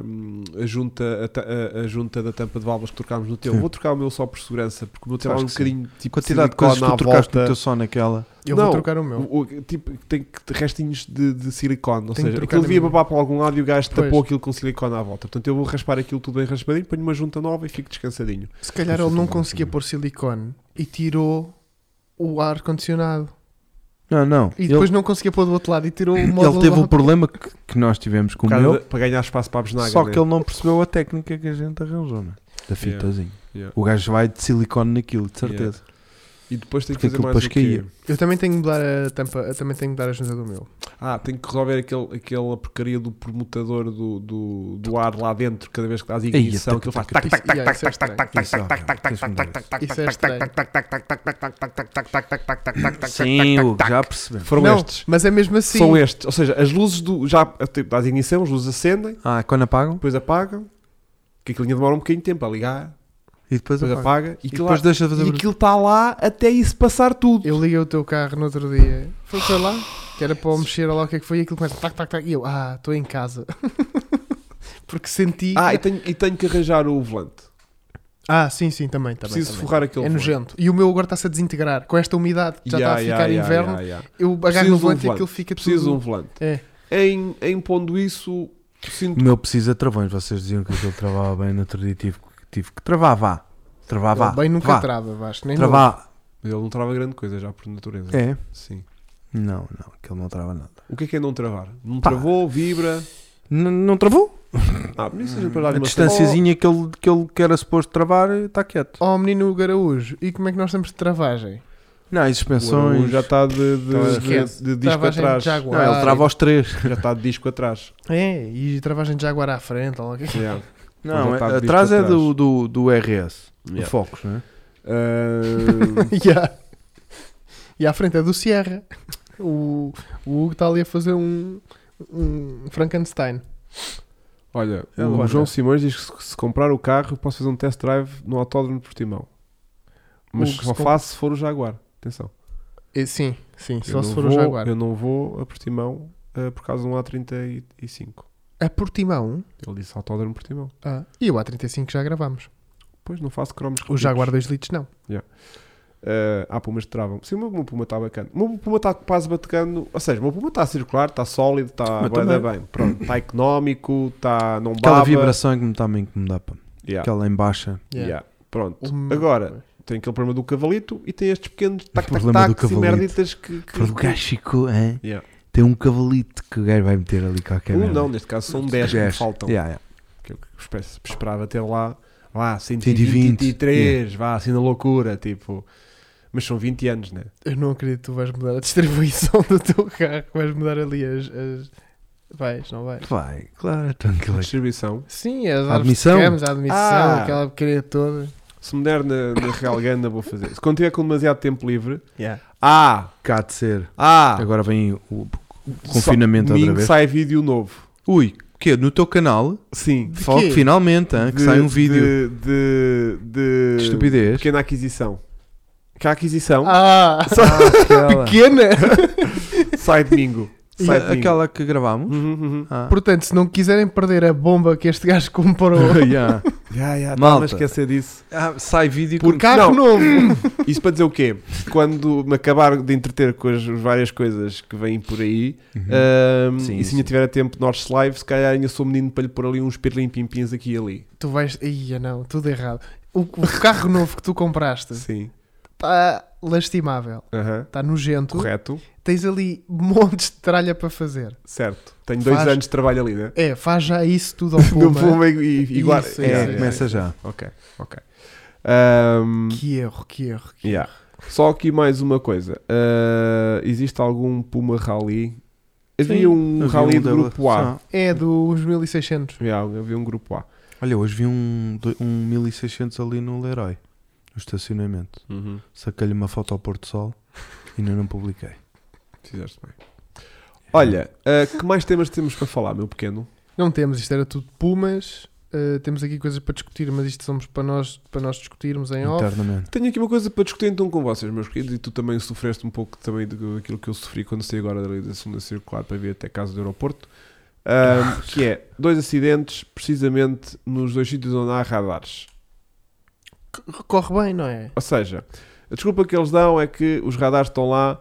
C: hum, a junta, a ta- a, a junta da tampa de válvulas que trocámos no teu.
B: Sim.
C: Vou trocar o meu só por segurança, porque o meu tem lá
B: Acho
C: um
B: que sim.
C: bocadinho, tipo,
B: Quantidade de
C: silicone
B: coisas que tu
C: à
B: trocaste no
C: volta.
B: teu só naquela.
A: Eu
C: Não.
A: vou trocar o meu.
C: O- o- tipo, tem que ter restinhos de, de silicone, ou
A: Tem que
C: seja,
A: trocar
C: aquilo devia
A: também.
C: babar para algum lado e o gajo
A: Pois.
C: tapou aquilo com silicone à volta. Portanto, eu vou raspar aquilo tudo bem raspadinho, ponho uma junta nova e fico descansadinho.
A: Se calhar
B: Isso
A: ele não
B: também,
A: conseguia
B: também.
A: pôr silicone e tirou o ar-condicionado.
B: Não, não.
A: E
B: Ele-
A: depois não conseguia pôr do outro lado e tirou o módulo.
B: Ele teve
A: lá.
B: o problema que, que nós tivemos com o
C: Por causa
B: meu,
C: de- para ganhar espaço para a besnaga.
B: só
C: né?
B: que ele não percebeu a técnica que a gente arranjou, né? Da fitazinha.
C: Yeah.
B: O gajo vai de silicone naquilo, de certeza.
C: E depois tem que
B: Porque
C: fazer
B: aquilo
C: mais o
B: depois
C: quê?
A: Eu também tenho que mudar a tampa, eu também tenho que mudar a junta do meu.
C: Ah, tem que resolver aquele, aquela porcaria do permutador do, do, do ar lá dentro, cada vez que dás ignição,
B: tac,
C: aquilo faz
B: tac,
C: tac,
A: Isso,
C: tac,
A: yeah, isso é estranho.
B: Isso, ó, tens um que mudar isso.
A: Isso é estranho.
B: Sim, Hugo, já percebemos.
C: Foram
A: Não,
C: estes.
A: mas é mesmo assim.
C: São estes. Ou seja, as luzes do. Já tipo, dás ignição, as luzes acendem,
B: Ah, quando apagam?
C: depois apagam, que aquilo ainda demora um bocadinho de tempo a ligar,
B: E depois
C: depois
B: apaga.
C: apaga,
B: é. E
C: e aquilo lá-
B: depois deixa de fazer
C: e
B: barulho.
C: aquilo está lá até isso passar tudo.
A: Eu liguei o teu carro no outro dia. Foi, foi lá, que era para eu mexer ou lá o que é que foi, e aquilo começa tac, tac, tac. E eu, ah, estou em casa. Porque senti.
C: Ah, e tenho, e tenho que arranjar o volante.
A: Ah, sim, sim, também. também
C: Preciso
A: também.
C: forrar aquele
A: É
C: volante.
A: nojento. E o meu agora está-se a desintegrar. Com esta umidade que já
C: Yeah,
A: está a ficar
C: yeah,
A: inverno,
C: yeah, yeah.
A: eu agarro
C: Preciso
A: no
C: de um
A: volante e
C: volante.
A: aquilo fica
C: Preciso de um
A: tudo...
C: volante.
A: É.
C: Em, em pondo isso, sinto
B: O meu precisa de travões. Vocês diziam que aquilo travava bem no outro dia. Tive, que- tive que travar, vá.
C: Ah,
B: Travar, vá.
A: Ele bem nunca
B: vá.
A: trava, Vasco. Nem
B: Travar.
C: Mas ele não trava grande coisa já por natureza.
B: É?
C: Sim.
B: Não, não. Aquilo não trava nada.
C: O que é que é não travar? Não
B: Pá.
C: travou, vibra.
B: N- não travou?
C: Ah, por isso a gente para dar
B: A
C: uma
B: distanciazinha que ele, que ele que era suposto travar está quieto.
A: Oh, menino Garaújo, e como é que nós estamos de travagem?
B: Não, e
C: suspensões.
B: suspensões.
C: Já está de, de-
B: Então,
C: de-
A: esquece.
C: de disco
A: Travagem
C: atrás.
A: de
C: Já
A: Jaguar.
B: Não, ele trava aos três.
C: está tá de disco atrás.
A: É, e travagem de Jaguar à frente. Ou lá o que é que-
C: Yeah.
B: Não,
C: Já está de disco
B: atrás é
C: atrás.
B: do, do, do RS. Do
C: Yeah.
B: Focus, não é?
C: Ah,
A: Yeah. E à frente é do Sierra. O, o Hugo está ali a fazer um, um Frankenstein.
C: olha,
B: É
C: o
B: uma
C: João
B: banda.
C: Simões diz que se- se comprar o carro, eu posso fazer um test drive no autódromo de Portimão. Mas
A: Hugo, se
C: só
A: comp-
C: faço se for o Jaguar. Atenção.
A: E sim, sim,
C: Eu
A: só
C: não
A: se for
C: vou,
A: o Jaguar.
C: Eu não vou a Portimão ah, por causa de um A35.
A: A Portimão.
C: Ele disse autódromo Portimão.
A: Ah, e o A35 já gravámos.
C: Pois, não faço cromos
A: O Jaguar 2 litros não.
C: Uh, há pumas que travam. Sim, o meu- o meu puma está bacana. O meu puma está quase bacana. Ou seja, o meu puma está circular, está sólido, está
B: Mas
C: bué da
B: também.
C: bem. Pronto, está económico, está não
B: Aquela
C: baba.
B: vibração é que me está a me incomodar. pá.
C: Yeah,
B: Aquela em baixa.
A: Yeah.
C: yeah. Pronto,
A: O-
C: agora tem aquele problema do cavalito e tem estes pequenos tac tac
B: problema do
C: tacs e
B: cavalito.
C: merditas que. que-
B: Porque o gajo ficou, hein?
C: Yeah.
B: Tem um cavalito que o gajo vai meter ali qualquer
C: Um
B: é merda.
C: não, neste caso são 10 que
B: Dez.
C: faltam.
B: Yeah, yeah.
C: Que eu espe- esperava ter lá, vá,
B: 120,
C: 123, vá, assim na loucura, tipo. Mas são 20 anos, né?
A: Eu não acredito que tu vais mudar a distribuição do teu carro. Vais mudar ali as. as... Vais, não vais?
B: Vai, claro, então aquilo é-
C: Distribuição.
A: Sim, as
B: A admissão?
A: árvores de ramos, a admissão,
C: Ah!
A: aquela porcaria toda.
C: Se me der na, na Real Gana, vou fazer. Se quando tiver com demasiado tempo livre.
A: Yeah.
C: Ah!
B: Cá de ser.
C: Ah!
B: Agora vem É o confinamento
C: Só-
B: outra
C: domingo
B: vez.
C: sai vídeo novo.
B: Ui, o quê? No teu canal?
C: Sim.
A: De
B: Foco
A: quê?
B: finalmente, hein, que
C: De-
B: sai um vídeo.
C: De. de, de-
B: Que estupidez.
C: Pequena aquisição. Que a aquisição
A: Ah,
C: Então,
B: Aquela,
A: pequena!
C: sai domingo.
B: E
C: Sai domingo.
B: aquela que gravámos?
C: Uhum, uhum.
B: Ah.
A: Portanto, se não quiserem perder a bomba que este gajo comprou,
B: Yeah.
C: Já,
B: Malta.
C: já, estava a tá, esquecer disso.
B: Ah, sai vídeo
A: por
B: com-
A: carro novo!
C: Isso para dizer o quê? Quando me acabar de entreter com as várias coisas que vêm por aí, ahm,
B: Uhum. Sim,
C: e se
B: sim.
C: ainda tiver a tempo de North Live, se calhar ainda sou menino para lhe pôr ali uns pirlim-pimpins aqui e ali.
A: tu vais. Ia não, tudo errado. O, o carro novo que tu compraste
C: Sim.
A: está lastimável,
C: Aham.
A: está nojento.
C: Correto.
A: Tens ali montes de tralha para fazer.
C: Certo. Tenho dois
A: Faz-
C: anos de trabalho ali, né?
A: É, faz já isso tudo ao
C: No
A: puma.
C: fumo e, e, e guarda.
A: Isso,
B: É,
A: isso,
B: começa já.
C: Ok, ok. Ahm,
A: Que erro, que erro. que
C: yeah. Só aqui mais uma coisa. Ah, existe algum Puma Rally? Havia um Rally do Grupo A.
A: erro. É dos 1600.
C: Yeah, havia um Grupo A.
B: Olha, hoje vi um, do- um 1600 ali no Leroy, no estacionamento. Saquei-lhe uma foto ao pôr do sol e ainda não publiquei.
C: Fizeste bem. Olha, ah, que mais temas temos para falar, meu pequeno?
A: Não temos, isto era tudo pumas. Uh, temos aqui coisas para discutir, mas isto somos para nós, para nós discutirmos em
B: Então.
A: off.
B: Internamente.
C: Tenho aqui uma coisa para discutir então com vocês, meus queridos, e tu também sofreste um pouco também daquilo que eu sofri quando saí agora da da segunda circular para vir até casa do aeroporto, Ahm, que é dois acidentes precisamente nos dois sítios onde há radares.
A: Corre bem, não é?
C: Ou seja, a desculpa que eles dão é que os radares estão lá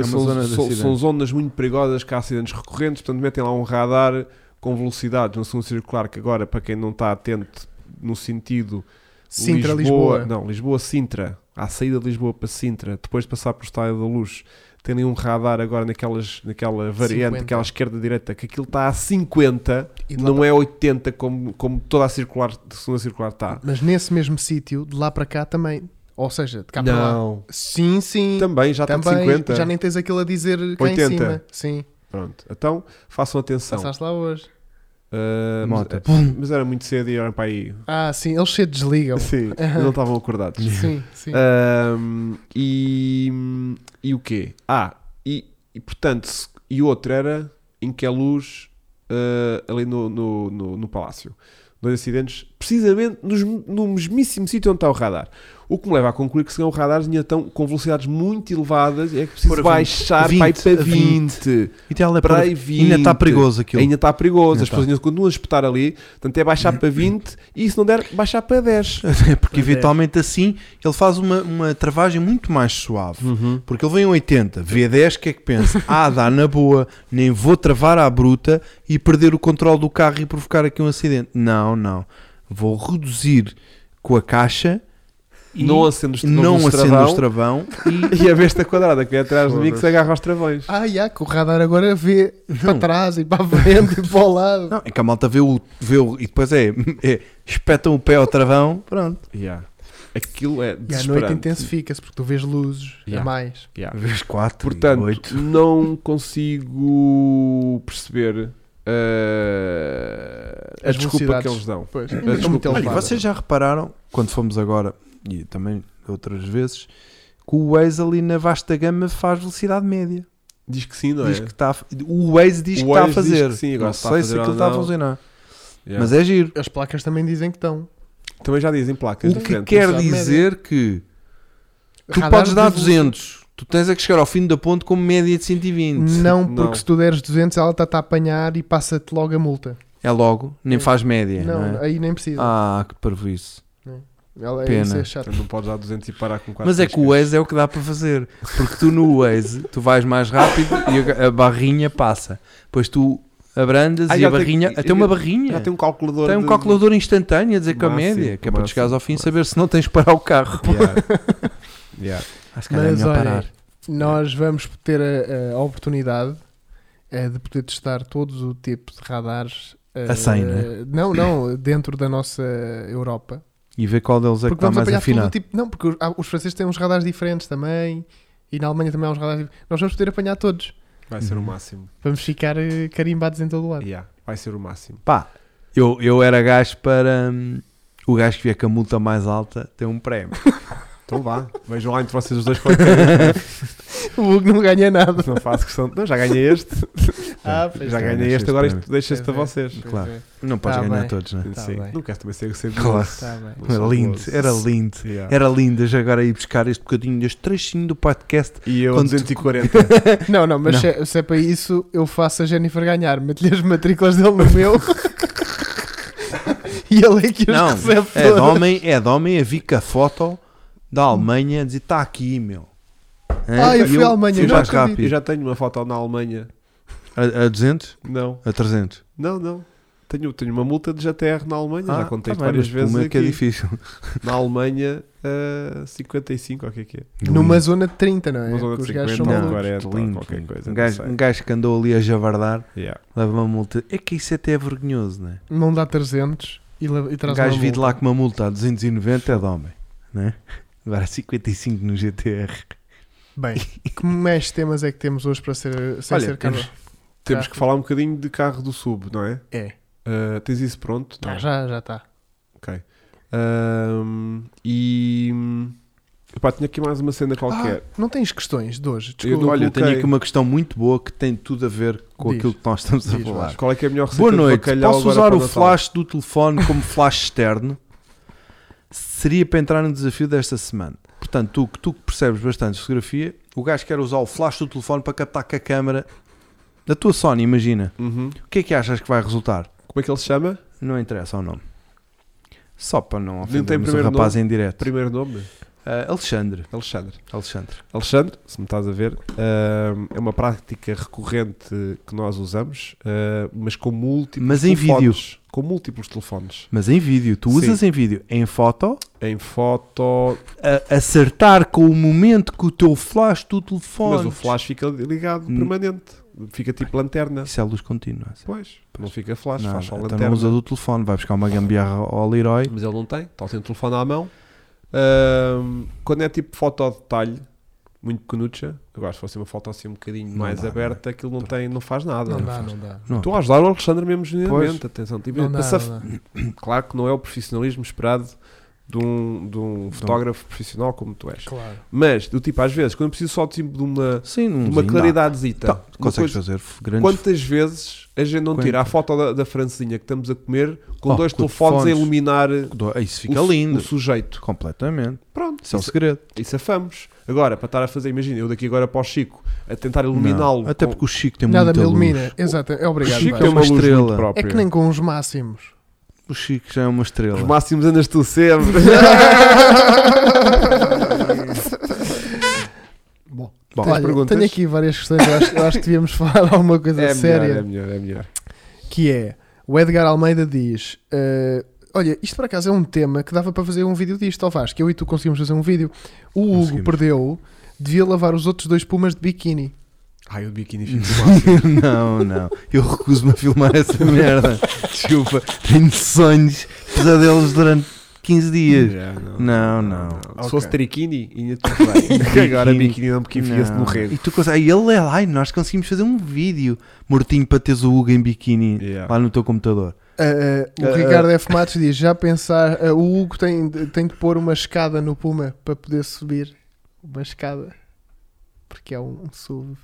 B: É uma
C: são,
B: zona de
C: são-
B: acidentes.
C: são zonas muito perigosas que há acidentes recorrentes, portanto metem lá um radar com velocidades no segundo circular que agora, para quem não está atento no sentido
A: Sintra, Lisboa.
C: Não, Lisboa-Sintra. À saída de Lisboa para Sintra, depois de passar por Estádio da Luz, tem ali um radar agora naquelas, naquela variante,
A: 50.
C: naquela esquerda-direita, que aquilo está a 50,
A: E de lá
C: não
A: para-
C: é 80 como, como toda a circular, segunda circular está.
A: Mas nesse mesmo sítio, de lá para cá também. Ou seja, de cá para lá.
C: Não.
A: Sim, sim.
C: Também,
B: Tá
C: já está de
A: Também,
C: 50.
A: já nem tens aquilo a dizer cá
C: 80.
A: em cima. Sim,
C: Pronto, então façam atenção.
A: passaste lá hoje.
C: Ah, mas-
B: Mota.
C: Mas, era muito cedo e eram para aí.
A: Ah, sim, eles se desligam.
C: Sim, não estavam acordados.
A: sim, sim.
B: É.
C: Ahm, e, e o quê? Ah, e, e portanto, se- e outro era em que a luz ah, ali no, no, no, no palácio. Dois acidentes, precisamente nos- no mesmíssimo sítio onde está o radar. O que me leva a concluir que se não o radar ainda estão com velocidades muito elevadas, é
B: Para
C: que preciso
B: 20,
C: baixar para ir
B: 20,
C: para
B: a
C: 20.
B: 20. E tem ela
C: Para
B: para
C: aí 20.
B: Ainda está perigoso aquilo.
C: Ainda está perigoso,
B: Ainda
C: as pessoas
B: tá.
C: ainda continuam a espetar ali, portanto é baixar para 20 e se não der, baixar para 10.
B: Porque
A: Pois é.
B: eventualmente assim ele faz uma, uma travagem muito mais suave. Porque ele vem em 80, V10, que é que pensa? Ah, dá na boa, nem vou travar à bruta e perder o controle do carro e provocar aqui um acidente. Não, não. Vou reduzir com a caixa e
C: Não acendo os,
B: não
C: os
B: acendo o
C: travão,
B: estravão e
C: E a besta quadrada que é atrás de mim que se
B: Foda-se.
C: agarra aos travões.
A: Ah, já, que o radar agora vê para
B: Não.
A: trás e para a frente e para o lado.
B: Não, é que a malta vê o, vê o e depois é, é espetam o pé ao travão, pronto.
C: Yeah. Aquilo é
A: E à noite
C: desesperante.
A: intensifica-se porque tu vês luzes
C: Yeah.
A: a mais.
C: Yeah.
B: Vês 4,
C: Portanto,
B: 8.
C: não consigo perceber eh, a
A: As
C: desculpa
A: velocidades.
C: que eles dão.
A: Pois,
C: Mas
A: estão muito
C: desculpa.
B: Olha,
A: elevado.
C: elevada.
B: vocês já repararam, quando fomos agora, e também outras vezes, que o Waze ali na vasta gama faz velocidade média.
C: Diz que sim, não
B: Diz
C: é?
B: que está a, o Waze diz
C: O
B: que está a
C: Waze diz
B: fazer.
C: que sim, agora
B: não
C: se está a
B: sei
C: fazer
B: se aquilo
C: ou
B: está a
C: não.
B: funcionar.
C: Yeah.
B: Mas é giro.
A: As placas também dizem que estão.
C: Também já dizem placas.
B: O que
C: diferentes.
B: quer
A: velocidade média.
B: dizer que tu
A: Radar
B: podes dar
A: de velocidade.
B: 200. Tu tens é que chegar ao fim da ponte com média de 120.
A: Não,
C: Não.
A: porque se tu deres 200, ela está-te a apanhar e passa-te logo a multa.
B: É logo, nem
A: É.
B: faz média.
A: não,
B: não é?
A: aí nem precisa.
B: Ah, que parvoíce.
A: ela,
B: pena.
A: Isso é chato.
C: Portanto, não podes dar 200 e parar com 4
B: Mas é que o Waze é o que dá para fazer. Porque tu no Waze, tu vais mais rápido e a- a barrinha passa. Depois tu abrandas
C: Ah,
B: e
C: já
B: a
C: tem-
B: barrinha...
C: eu-
B: Até uma
C: eu-
B: barrinha.
C: Já tem um calculador.
B: Tem um
C: de-
B: calculador instantâneo a dizer que a
C: Máximo,
B: média, que é para tu
C: máximo,
B: chegares ao fim e
C: máximo.
B: saber se não tens de parar o carro.
C: Yeah. Yeah.
B: Acho que é
A: Mas
B: melhor
A: olha,
B: parar.
A: nós vamos ter a, a oportunidade eh, de poder testar todos o tipo de radares. eh,
B: A 100, não é?
A: Não, não, dentro da nossa Europa.
B: E ver qual deles é que
A: Porque
B: está
A: vamos
B: mais
A: apanhar todo o
B: afinado.
A: tipo. Não, porque os, há- os franceses têm uns radares diferentes também. E na Alemanha também há uns radares diferentes. Nós vamos poder apanhar todos.
C: Vai ser o
B: Uhum.
C: máximo.
A: Vamos ficar eh, carimbados em todo o lado.
C: Yeah. Vai ser o máximo.
B: Pá, eu, eu era gajo para hum, O gajo que vier com a multa mais alta tem um prémio.
C: Então vá, vejam lá entre vocês os dois qualquer.
A: O Hugo não ganha nada.
C: Não faço questão. Não, já ganhei este.
A: Ah, pois
C: já
A: é.
C: ganhei
B: Deixa
C: este,
B: este
C: agora
B: para
C: isto deixa-te a
A: Pois é.
C: vocês.
A: Pois
B: Claro.
A: é,
B: Não podes
A: Tá
B: ganhar
A: bem.
B: todos, né?
A: Tá
C: Sim.
A: bem.
C: Não quero também ser ser
B: Claro.
A: Tá bem.
B: Era lindo, era lindo.
A: Tá.
C: Yeah.
B: Era lindo. Eu já agora ia buscar este bocadinho deste trechinho do podcast.
C: E eu
B: Quando-
C: 240.
A: Não, não, mas
B: Não.
A: Se, se é para isso, eu faço a Jennifer ganhar. Meto-lhe as matrículas dele no meu. e ele é que as
B: Não,
A: recebe
B: é de
A: todas.
B: homem, é de homem a vir com a foto da Alemanha a dizer está aqui, meu. Hã?
A: Ah, eu
B: E
A: fui à Alemanha,
B: fui
A: não
B: mais
A: acredito.
C: Eu
B: rápido.
C: já tenho uma foto na Alemanha.
B: A, a 200?
C: Não,
B: A 300?
C: não, não. Tenho, tenho uma multa de GTR na Alemanha, já contei
B: tá bem,
C: várias
B: mas
C: vezes.
B: Puma é que é
C: aqui.
B: difícil.
C: na Alemanha, ah, 55, ou o que é que é?
A: Numa zona de 30, não é?
C: Uma zona de
A: Porque os gajos
C: 50,
A: são
C: não,
A: malucos.
C: agora- 40 ou
B: lindo.
C: qualquer coisa,
B: um,
C: não
B: gajo,
C: sei.
B: um gajo que andou ali a javardar
C: Yeah.
B: leva uma multa. É que isso até é vergonhoso, né?
A: Não dá 300 e, le- e
B: Um
A: traz
B: gajo
A: uma
B: vir de
A: multa.
B: lá com uma multa a 290 é de homem, né? Agora 55 no GTR.
A: Bem, que mais temas é que temos hoje para ser, sem
B: Olha,
A: ser
B: temos-
A: Carla?
C: Temos
A: Tá.
C: que falar um bocadinho de carro do sub, não é?
A: É.
C: Ah, tens isso pronto?
A: Tá, já já está.
C: Ok. Ahm, e. Epá, tinha aqui mais uma cena qualquer.
A: Ah, não tens questões de hoje?
C: Eu
A: Desculpa.
C: não-
B: Olha, eu tenho
C: coloquei-
B: aqui uma questão muito boa que tem tudo a ver com
A: Diz.
B: aquilo que nós estamos a
A: Diz,
B: falar.
A: Vasco.
C: Qual é que é a melhor receita
B: Ah. Boa
C: de
B: noite.
C: bacalhau
B: Posso
C: agora
B: usar
C: para
B: o
C: Natal?
B: flash do telefone como flash externo? Seria para entrar no desafio desta semana. Portanto, tu, que- tu que percebes bastante de fotografia, o gajo quer usar o flash do telefone para captar com a câmera da tua Sony, imagina.
C: Uhum.
B: O que é que achas que vai resultar?
C: Como é que ele se chama?
B: Não interessa o nome. Só para não
C: tem
B: ofendermos o
C: primeiro
B: rapaz em direto.
C: Primeiro nome?
B: Ah, Alexandre.
C: Alexandre.
B: Alexandre.
C: Alexandre, se me estás a ver, ahm, é uma prática recorrente que nós usamos, ah, mas com múltiplos
B: Mas em vídeo.
C: telefones. Com múltiplos telefones.
B: Mas em vídeo. Tu
C: Sim.
B: usas em vídeo. Em foto,
C: Em foto,
B: a- acertar com o momento que o teu flash do telefone...
C: mas o flash fica ligado
B: Hum.
C: permanente. Fica tipo lanterna.
B: Isso é luz contínua. assim.
C: Pois, não fica flash,
B: Nada,
C: faz só
B: então
C: lanterna.
B: não usa do telefone, vai buscar uma gambiarra ao Leroy.
C: mas ele não tem, está sem o telefone à mão. Ahm, quando é tipo foto ao detalhe, muito pequenucha, agora se fosse uma foto assim um bocadinho
B: Não
C: mais
B: dá,
C: aberta, aquilo não tem, não faz nada.
A: Não dá, não dá.
B: Não,
C: Estou a ajudar o Alexandre mesmo genuinamente, atenção. Tipo,
A: Não dá,
C: passa-
A: não dá.
C: Claro que não é o profissionalismo esperado de um, de um fotógrafo profissional como tu és.
A: Claro.
C: Mas, do tipo, às vezes, quando eu preciso só tipo, de uma,
B: sim,
C: de
B: não
C: uma claridadezita,
B: Tá,
C: uma
B: consegues
C: coisa-
B: fazer grandes.
C: Quantas vezes a gente não tira a foto da, da francesinha que estamos a comer com
B: Oh,
C: dois
B: com
C: telefones a
B: telefones.
C: iluminar
B: do- Isso
C: o
B: fica
C: su-
B: lindo.
C: o sujeito?
B: Completamente.
C: Pronto,
B: Isso é o
C: isso,
B: segredo.
C: isso afamos. Agora, para estar a fazer, imagina, eu daqui agora para o Chico a tentar iluminá-lo.
B: Não, Até
C: com-
B: porque o Chico tem
A: Nada me
B: muita luz.
A: ilumina. Exato, é
C: o
A: obrigado.
C: Chico
A: Vasco.
C: é uma
B: Vasco.
C: luz
B: Estrela.
C: muito
B: É
A: É
C: própria.
A: que nem com os máximos.
B: O Chico já é uma estrela.
C: Os máximos andas tu sempre. Bom,
B: Bom,
C: tens
A: Olha,
C: perguntas?
A: tenho aqui várias questões. Eu acho, eu acho que devíamos falar alguma coisa
C: é
A: séria.
C: melhor, é melhor, é melhor.
A: Que é: o Edgar Almeida diz. eh, Olha, isto por acaso é um tema que dava para fazer um vídeo disto, ó Vasco. Eu e tu conseguimos fazer um vídeo. O Hugo
B: Conseguimos.
A: perdeu, devia lavar os outros dois pumas de biquíni.
C: Ai, o de biquíni fica o máximo.
B: não, não. Eu recuso-me a filmar essa merda. Desculpa. Tenho sonhos, pesadelos durante 15 dias.
C: Já, não,
B: Não, não.
C: Se
A: Ok.
C: fosse triquini, ia tudo bem. agora
B: Biquíni.
C: biquíni não, porque enfia-se
B: Não.
C: no rego.
B: E tu consegues. Aí ele é lá e nós conseguimos fazer um vídeo mortinho para teres o Hugo em biquíni
C: Yeah.
B: lá no teu computador.
A: Eh, eh, o
B: Eh,
A: Ricardo F. Matos diz: já pensar, eh, o Hugo tem, tem de pôr uma escada no puma para poder subir. Uma escada. Porque é um, um sub.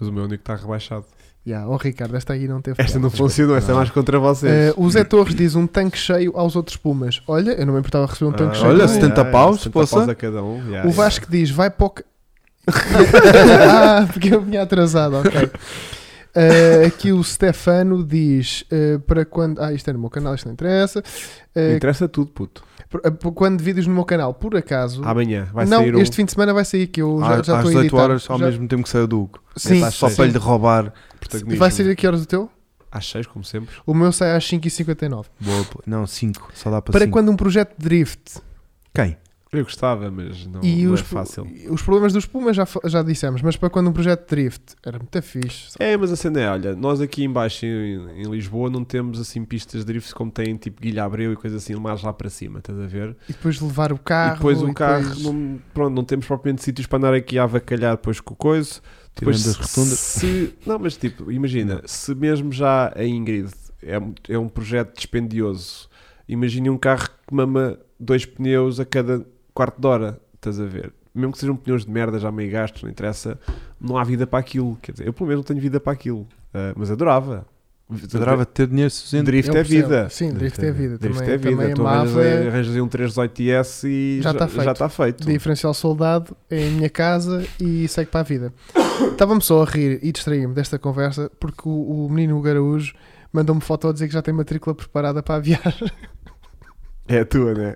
C: Mas o meu único está rebaixado.
A: Ya, ó Ricardo, esta aqui não teve.
C: Esta
A: piada.
C: não funcionou, esta é mais contra vocês.
A: Eh, o Zé Torres diz um tanque cheio aos outros Pumas. Olha, eu não me importava receber um tanque cheio.
B: olha,
A: do
C: yeah,
A: Hugo.
B: 70
C: Ah, yeah,
B: paus,
C: 70
B: poça.
C: paus a cada um. yeah,
A: O
C: yeah.
A: Vasco diz: vai para o. ca- ah, porque eu vinha atrasado, ok. Eh, aqui o Stefano diz: eh, para quando. Ah, isto é no meu canal, isto não interessa. Eh,
C: Interessa tudo, puto.
A: por- eh, por quando vídeos no meu canal, por acaso.
C: Amanhã vai
A: não,
C: sair Ah, um.
A: este fim de semana vai sair que eu já,
B: Ah, Às-
A: já
B: às
A: estou a
B: 18
A: editar.
B: horas, ao
A: Já-
B: mesmo tempo que saiu do Hugo. É
A: Sim,
C: Às
B: Só
C: seis.
B: para lhe roubar.
C: protagonismo.
A: vai sair a que horas o teu?
C: Às 6, como sempre.
A: O meu sai às 5h59.
B: Boa, pô. não, 5. Só
C: Tipo
B: dá para
C: assim.
A: Para
B: 5.
A: quando um projeto de drift
B: Quem?
C: Eu gostava, mas não,
A: E
C: não
A: os
C: é
A: pro-
C: fácil.
A: Os problemas dos Pumas já, fa- já dissemos, mas para quando um projeto de drift era muito fixe.
C: É, mas a cena é, olha, nós aqui em baixo em, em Lisboa não temos assim pistas de drift como tem tipo Guilha Abreu e coisa assim mais lá para cima, estás a ver?
A: E depois de levar o carro.
C: e depois o carro,
A: depois-
C: Não, pronto, não temos propriamente sítios para andar aqui a avacalhar depois com o coiso. Depois
B: Tirando as rotundas.
C: se- não, mas tipo, imagina, se mesmo já a Ingrid é, um- é um projeto dispendioso Imaginem um carro que mama dois pneus a cada quarto de hora, estás a ver? Mesmo que sejam pneus de merda, já meio gastos, não interessa, não há vida para aquilo. Quer dizer, eu pelo menos não tenho vida para aquilo, Ah, mas adorava.
B: Adorava ter dinheiro suficiente.
C: Drift
A: Eu
C: é
A: percebo.
C: vida.
A: Sim, drift é vida.
C: Drift
A: também,
C: é vida.
A: Também a
C: tu arranjas, aí-
A: máfia,
C: arranjas aí um 318S e
A: Já
C: já
A: tá
C: está
A: feito.
C: feito.
A: diferencial soldado, é a minha casa e segue para a vida. Estava-me só a rir e distraí-me desta conversa porque o, o menino Garaújo mandou-me foto a dizer que já tem matrícula preparada para a viagem.
C: É a tua, né?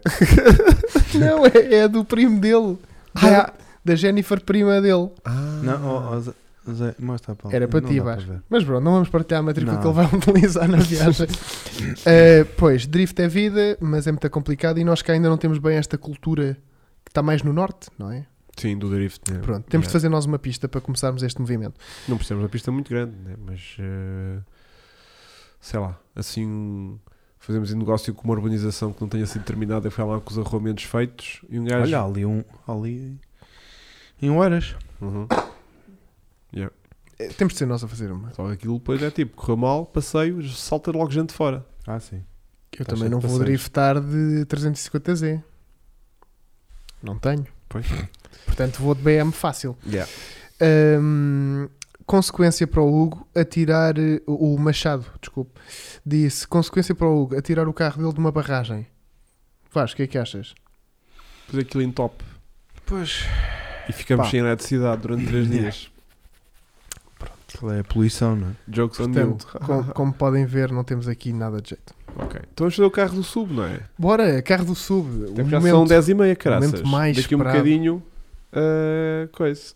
A: Não, é, é a do primo dele.
C: Ah, é?
A: Da, da Jennifer, prima dele.
B: Ah. Não, ó, ó, Zé- Zé, mostra a palma.
A: Era para
B: Não
A: ti,
B: dá
A: Vasco.
B: ver.
A: Mas pronto, não vamos partilhar a matrícula
B: Não.
A: que ele vai utilizar na viagem. Eh, pois, drift é vida, mas é muito complicado e nós cá ainda não temos bem esta cultura que está mais no norte, não é?
C: Sim, do drift. né?
A: Pronto, temos
C: Yeah.
A: de fazer nós uma pista para começarmos este movimento.
C: Não precisamos de uma pista muito grande, né? mas eh, sei lá, assim um- fazemos um negócio com uma urbanização que não tenha sido terminada e foi lá com os arruamentos feitos e um gajo.
B: Olha ali, um, ali em horas.
C: Uhum.
A: Eh, Temos de ser nós a fazer uma.
C: Só que aquilo depois é tipo, correu mal, passeio, salta logo gente fora.
B: Ah, sim.
A: Eu
C: Tá
A: também
C: cheio
A: não
C: de
A: vou
C: passeios.
A: driftar de 350Z. Não tenho.
C: Pois.
A: Portanto, vou de BM fácil. Hum, consequência para o Hugo atirar eh, o o Machado, desculpe. Disse consequência para o Hugo atirar o carro dele de uma barragem. Vasco, o que é que achas?
C: Depois aquilo em top
B: Pois.
C: e ficamos
B: Pá.
C: sem eletricidade durante 3 dias.
B: Aquilo é a poluição, não é?
C: Jokes on you.
A: Portanto, com- como podem ver, não temos aqui nada de jeito.
C: Ok. Então vamos fazer o carro do sub, não é?
A: Bora, carro do sub. o
C: Temos já
B: um
A: momento,
C: são 10 e meia, caraças.
A: momento mais
C: Daqui um
A: esperado.
C: bocadinho, eh, coisa.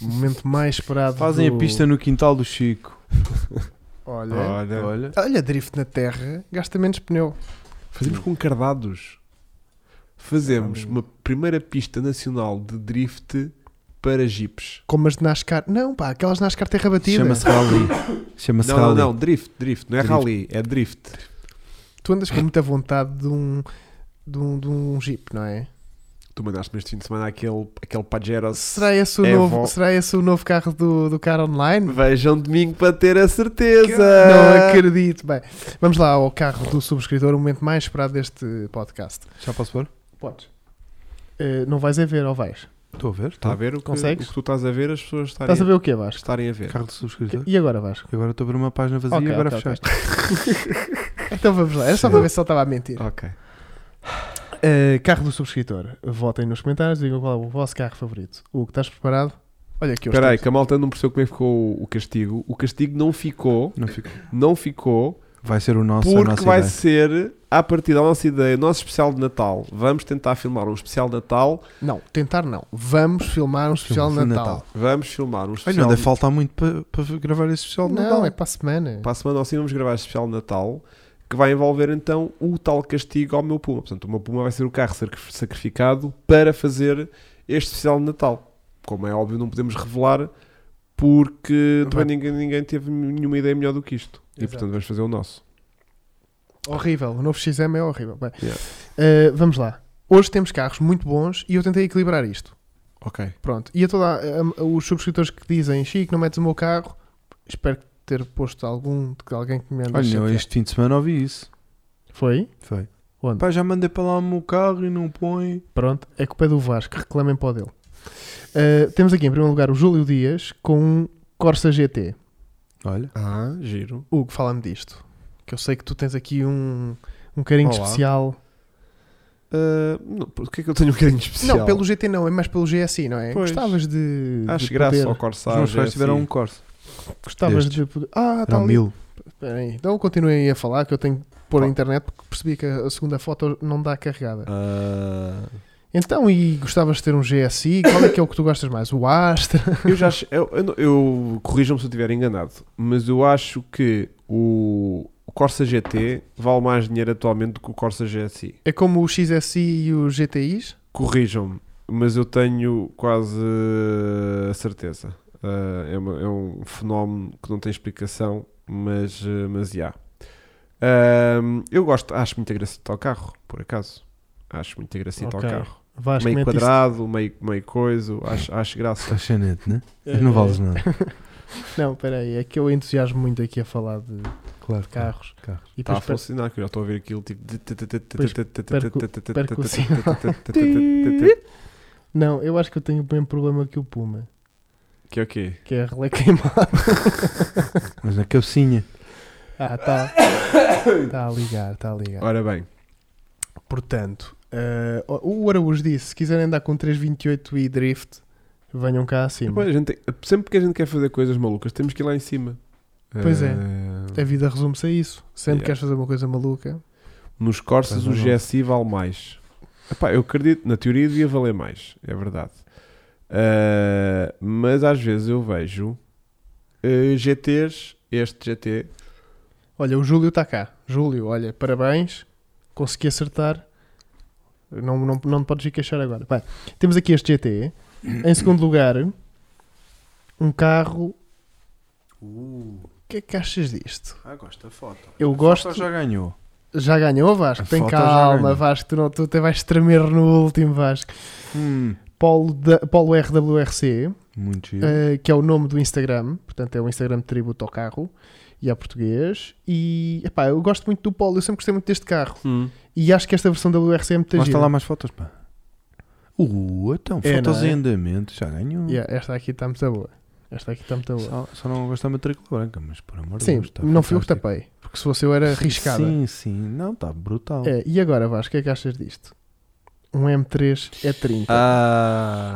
A: o momento mais esperado.
B: Fazem
A: do-
B: a pista no quintal do Chico.
A: Olha.
C: né? Olha.
B: Olha.
A: Olha, drift na terra, gasta menos pneu.
C: Fazemos com cardados. Fazemos uma primeira pista nacional de drift para jipes.
A: Como as de NASCAR. Não, pá, aquelas de NASCAR terra batida.
B: Chama-se Rally. Chama-se
C: Não, não,
B: Rally.
C: não, drift, drift, não é
B: Drift.
C: rally, é drift.
A: Tu andas com muita vontade de um, de um, de um Jeep, não é?
C: Tu mandaste-me este fim de semana aquele, aquele Pajero.
A: Será esse o,
C: É
A: novo,
C: bom.
A: será esse o novo carro do, do cara online?
C: Vejam domingo para ter a certeza.
A: Ah. Não acredito. Bem, vamos lá ao carro do subscritor, o momento mais esperado deste podcast.
B: Já posso pôr?
A: Podes. Eh, não vais a ver, ou vais?
B: Estou a ver. estou.
C: Está Tá a ver o que,
A: Consegues?
C: o que tu estás a ver, as pessoas estarem,
A: Estás a ver o que Vasco?
C: estarem a ver.
B: Carro de subscritor.
A: E agora, Vasco?
B: E agora estou a ver uma página vazia
A: Ok,
B: e agora
A: ok, ok.
B: fechaste.
A: Então vamos lá, era só para ver se ele estava a mentir.
C: Ok.
A: Eh, carro do subscritor, votem nos comentários, digam qual é o vosso carro favorito. Hugo, estás preparado? Olha aqui,
C: Espera aí, que a malta não percebeu como é que ficou o- o castigo. O castigo não ficou,
B: Não fica.
C: não ficou
B: Vai ser o nosso, a
C: Porque
B: nossa
C: vai
B: ideia.
C: ser, a partir da nossa ideia, o nosso especial de Natal. Vamos tentar filmar um especial de Natal.
A: Não, tentar não. Vamos filmar um especial de
B: Filma-
A: Natal.
C: Vamos filmar um
B: Olha,
C: especial
B: ainda
C: de
B: falta muito para para gravar esse especial de
A: não,
B: Natal.
A: é para a semana.
C: Para a semana assim vamos gravar este especial de Natal que vai envolver então o tal castigo ao meu Puma. Portanto, o meu Puma vai ser o carro sacri- sacrificado para fazer este especial de Natal. Como é óbvio, não podemos revelar porque também
A: Vai.
C: ninguém, ninguém teve nenhuma ideia melhor do que isto. E
A: Exato.
C: portanto, vamos fazer o nosso.
A: Horrível. O novo XM é horrível. Bem,
C: Yeah.
A: eh, vamos lá. Hoje temos carros muito bons e eu tentei equilibrar isto.
C: Ok.
A: Pronto. E a toda a- a- os subscritores que dizem Chico, não metes o meu carro. Espero ter posto algum de que alguém que me anda a
B: Olha, eu
A: chatear.
B: este fim de semana ouvi isso.
A: Foi?
B: Foi.
A: Onde?
B: Pá, já mandei para lá o meu carro e não põe.
A: Pronto. É culpa do Vasco. Reclamem para o dele. Eh, temos aqui em primeiro lugar o Júlio Dias com um Corsa GT.
B: Olha.
C: Ah, giro.
A: Hugo, fala-me disto. Que eu sei que tu tens aqui um, um carinho
C: Olá.
A: especial.
C: Ah, não, porque é que eu tenho um bocadinho especial?
A: Não, pelo GT não, é mais pelo GSI, não é?
C: Pois.
A: Gostavas de.
C: Acho
A: de
C: graça
A: poder-
C: ao é
B: Os
C: Corsair.
B: meus pais
C: GSI.
B: tiveram um Tá Corsa.
A: Gostavas de.
B: destes.
A: poder- Ah, está
B: Eram
A: ali.
B: um mil.
A: Espera aí. Então continuem a falar que eu tenho que pôr a
C: Tá.
A: internet porque percebi que a a segunda foto não dá carregada.
C: Ah,
A: Então, e gostavas de ter um GSI? Qual é que é o que tu gostas mais? O Astra?
C: eu já acho- eu, eu, não- eu- corrijam-me se eu estiver enganado, mas eu acho que o, o Corsa GT vale mais dinheiro atualmente do que o Corsa GSI.
A: É como o XSI e o GTIs?
C: Corrijam-me, mas eu tenho quase a certeza. Ah, é, uma- é um fenómeno que não tem explicação, mas, ah, mas há. Ah, eu gosto, acho muito agressivo ao carro, por acaso. Acho muito agressivo
A: Ok.
C: ao carro.
A: Vais
C: meio
A: comente
C: quadrado, meio, meio coisa, acho, acho graça.
B: Estás chanete, né?
A: isto.
B: Não vales nada.
A: Não, espera aí, é que eu entusiasmo muito aqui a falar de
B: Claro, claro.
A: carros.
B: Tá, Carros.
A: E
C: Está Tá
A: depois
C: a
A: per-
C: funcionar, que eu já estou a ouvir aquilo tipo. de-
A: Não, eu acho que eu tenho o mesmo problema que o Puma,
C: Que é o quê?
A: que é a relé queimada.
B: Mas na cabecinha.
A: Ah, está. Está a ligar, está a ligar.
C: Ora bem,
A: Portanto, eh, o Araújo disse: se quiserem andar com 328 e drift, venham cá acima.
C: depois a gente tem- sempre que a gente quer fazer coisas malucas, temos que ir lá em cima.
A: Pois é.
C: Ah,
A: A vida resume-se a isso. Sempre
C: Yeah.
A: queres fazer uma coisa maluca.
C: Nos Corsas
B: Pois
A: é.
C: o
B: não.
C: GSI vale mais. Epá, eu acredito, na teoria devia valer mais, é verdade. Ah, mas às vezes eu vejo ah, GTs, este GT,
A: Olha, o Júlio está cá. Júlio, olha, parabéns. Consegui acertar. Não, não, não te podes ir queixar agora. Vai. Temos aqui este GT. Em segundo lugar, um carro. O que é que achas disto?
B: Uh. Ah, gosto da foto.
A: Eu gosto.
B: já ganhou.
A: Já ganhou, Vasco?
B: A
A: Tem
B: foto já
A: calma,
B: ganhou.
A: Vasco. Tu, não, tu até vais tremer no último, Vasco.
B: Hum,
A: Polo, da- Polo RWRC.
B: muito giro.
A: Uh, que é o nome do Instagram, portanto é um Instagram de tributo ao carro e ao português. E epá, eu gosto muito do Polo, eu sempre gostei muito deste carro e acho que esta versão da WRC é muito
B: Mas está
A: gira.
B: lá mais fotos, pá. Uh, então,
A: É,
B: fotos
A: não é?
B: em andamento, já ganhou.
A: Yeah, esta aqui está muito boa. Esta aqui está muito boa.
B: Só, só não gosto da matrícula branca, mas por amor de
A: Sim,
B: Deus. está
A: não fui eu que
B: fantástico.
A: tapei, porque se fosse eu era arriscada.
B: Sim, sim. Não, está brutal.
A: É, e agora, Vasco, o que é que achas disto? Um M3 é 30.
B: Ah,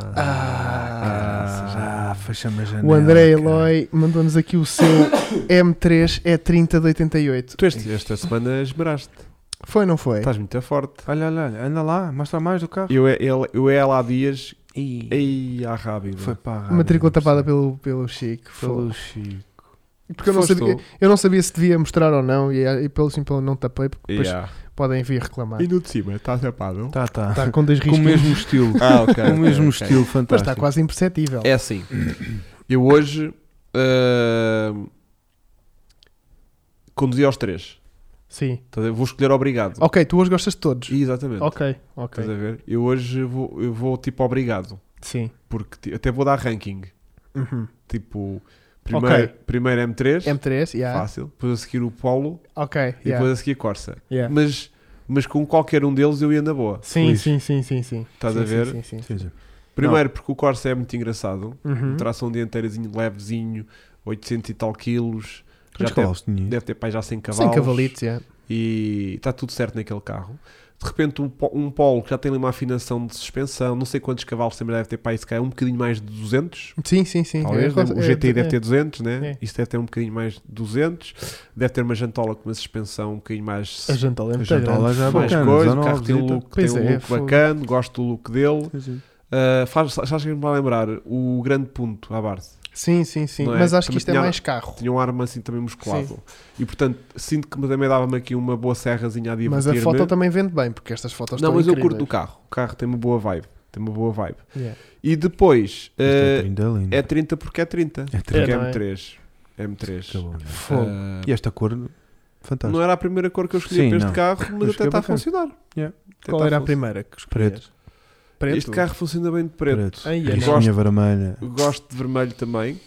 A: Ah,
B: ah, fecha-me a janela.
A: o André
B: cara.
A: Eloy mandou-nos aqui o seu M3 é 30 de 88.
C: Tu este, esta semana esmeraste,
A: É. Foi, não foi?
B: Tá,
C: estás muito forte.
B: Olha, olha, olha, anda lá, mostra mais do carro.
C: Eu, é- ele, eu é lá há dias,
B: Ih,
C: ei, à rábida.
B: foi para a rádio,
A: Matrícula
B: não percebo.
A: tapada pelo, pelo Chico. foi.
B: Pelo Chico.
A: Porque eu não,
C: Foste
A: sabia,
C: tu.
A: eu não sabia se devia mostrar ou não e, e pelo simples não tapei porque depois
C: Yeah.
A: podem vir reclamar.
C: E no de cima, está tapado?
B: Tá, tá.
A: Está com dois
B: Com o
A: riscos,
B: mesmo estilo.
C: Ah, ok.
B: Com o mesmo estilo,
A: mas está
B: fantástico.
A: quase imperceptível.
C: É assim. Eu hoje ahm, conduzi aos três.
A: Sim.
C: Estás a ver? Vou escolher obrigado.
A: Ok, tu hoje gostas de todos.
C: Exatamente.
A: Ok, ok.
C: Estás a ver? Eu hoje vou, eu vou tipo obrigado.
A: Sim.
C: Porque ti- até vou dar ranking.
A: Uhum.
C: Tipo, primeiro, primeiro M3,
A: M3, yeah.
C: fácil. Depois a seguir o Polo
A: Ok,
C: e
A: yeah.
C: depois a seguir Corsa.
A: yeah.
C: Mas, mas com qualquer um deles eu ia na boa.
A: Sim,
B: Feliz.
A: sim, sim, sim, sim.
C: Estás
A: Sim,
C: a ver?
A: Sim, sim, sim.
B: Sim, sim.
C: Primeiro porque o Corsa é muito engraçado.
A: Uhum.
C: Um Tração dianteirazinho levezinho, 800 e tal quilos. Já
B: Quantos
C: tem-
B: cavalos tinha?
C: Deve ter pai já 100 cavalos.
A: Sem cavalitos, yeah.
C: E está tudo certo naquele carro. De repente, um, po- um Polo que já tem ali uma afinação de suspensão, não sei quantos cavalos também deve ter pai, se calhar um bocadinho mais de 200.
A: Sim, sim, sim.
C: Talvez,
A: É,
C: né? o GTI
A: é,
C: deve
A: é.
C: ter 200, né?
A: É.
C: Isto deve ter um bocadinho mais de 200. Deve ter uma jantola com uma suspensão um bocadinho mais.
A: A jantola é muito
B: jantola
A: grande.
B: já é
C: mais
B: bacana,
C: coisa. O
B: 19,
C: carro tem um
B: zita.
C: look, tem
A: Pois
C: um
A: é,
C: look
A: fogo.
C: bacana, gosto do look dele.
B: Sim, sim.
C: Ah, faz, sabes que me vai lembrar? O grande punto à Barça.
A: Sim, sim, sim.
C: Não é?
A: Mas acho que
C: Também
A: isto é
C: tinha-
A: mais carro.
C: Tinha um arma assim também musculado.
A: Sim.
C: E portanto, sinto que também dava-me aqui uma boa serrazinha a divertir-me.
A: Mas a foto também vende bem, porque estas fotos
C: Não,
A: estão
C: mas eu
A: incríveis.
C: curto o carro. O carro tem uma boa vibe. Tem uma boa vibe.
A: Yeah.
C: E depois
B: Isto
C: eh,
B: é 30 lindo.
C: é 30 porque é 30.
B: É
C: Porque é,
A: não é?
C: M3. M3.
B: Acabou, né?
A: Fogo.
C: Ah,
B: E esta cor, fantástica.
C: não era a primeira cor que eu escolhi
B: Sim,
C: para este
B: não.
C: carro, mas
B: Mas
C: até
B: que
C: está a
B: bacana.
C: funcionar.
B: Yeah.
C: Até
A: Qual
C: tá
A: era a
C: fun-
A: primeira que
B: Preto.
A: escolhias? Preto.
C: Este carro funciona bem de preto.
B: Preto.
A: Ai,
B: Risquinha
A: eu
C: gosto.
B: vermelha.
C: Gosto de vermelho também.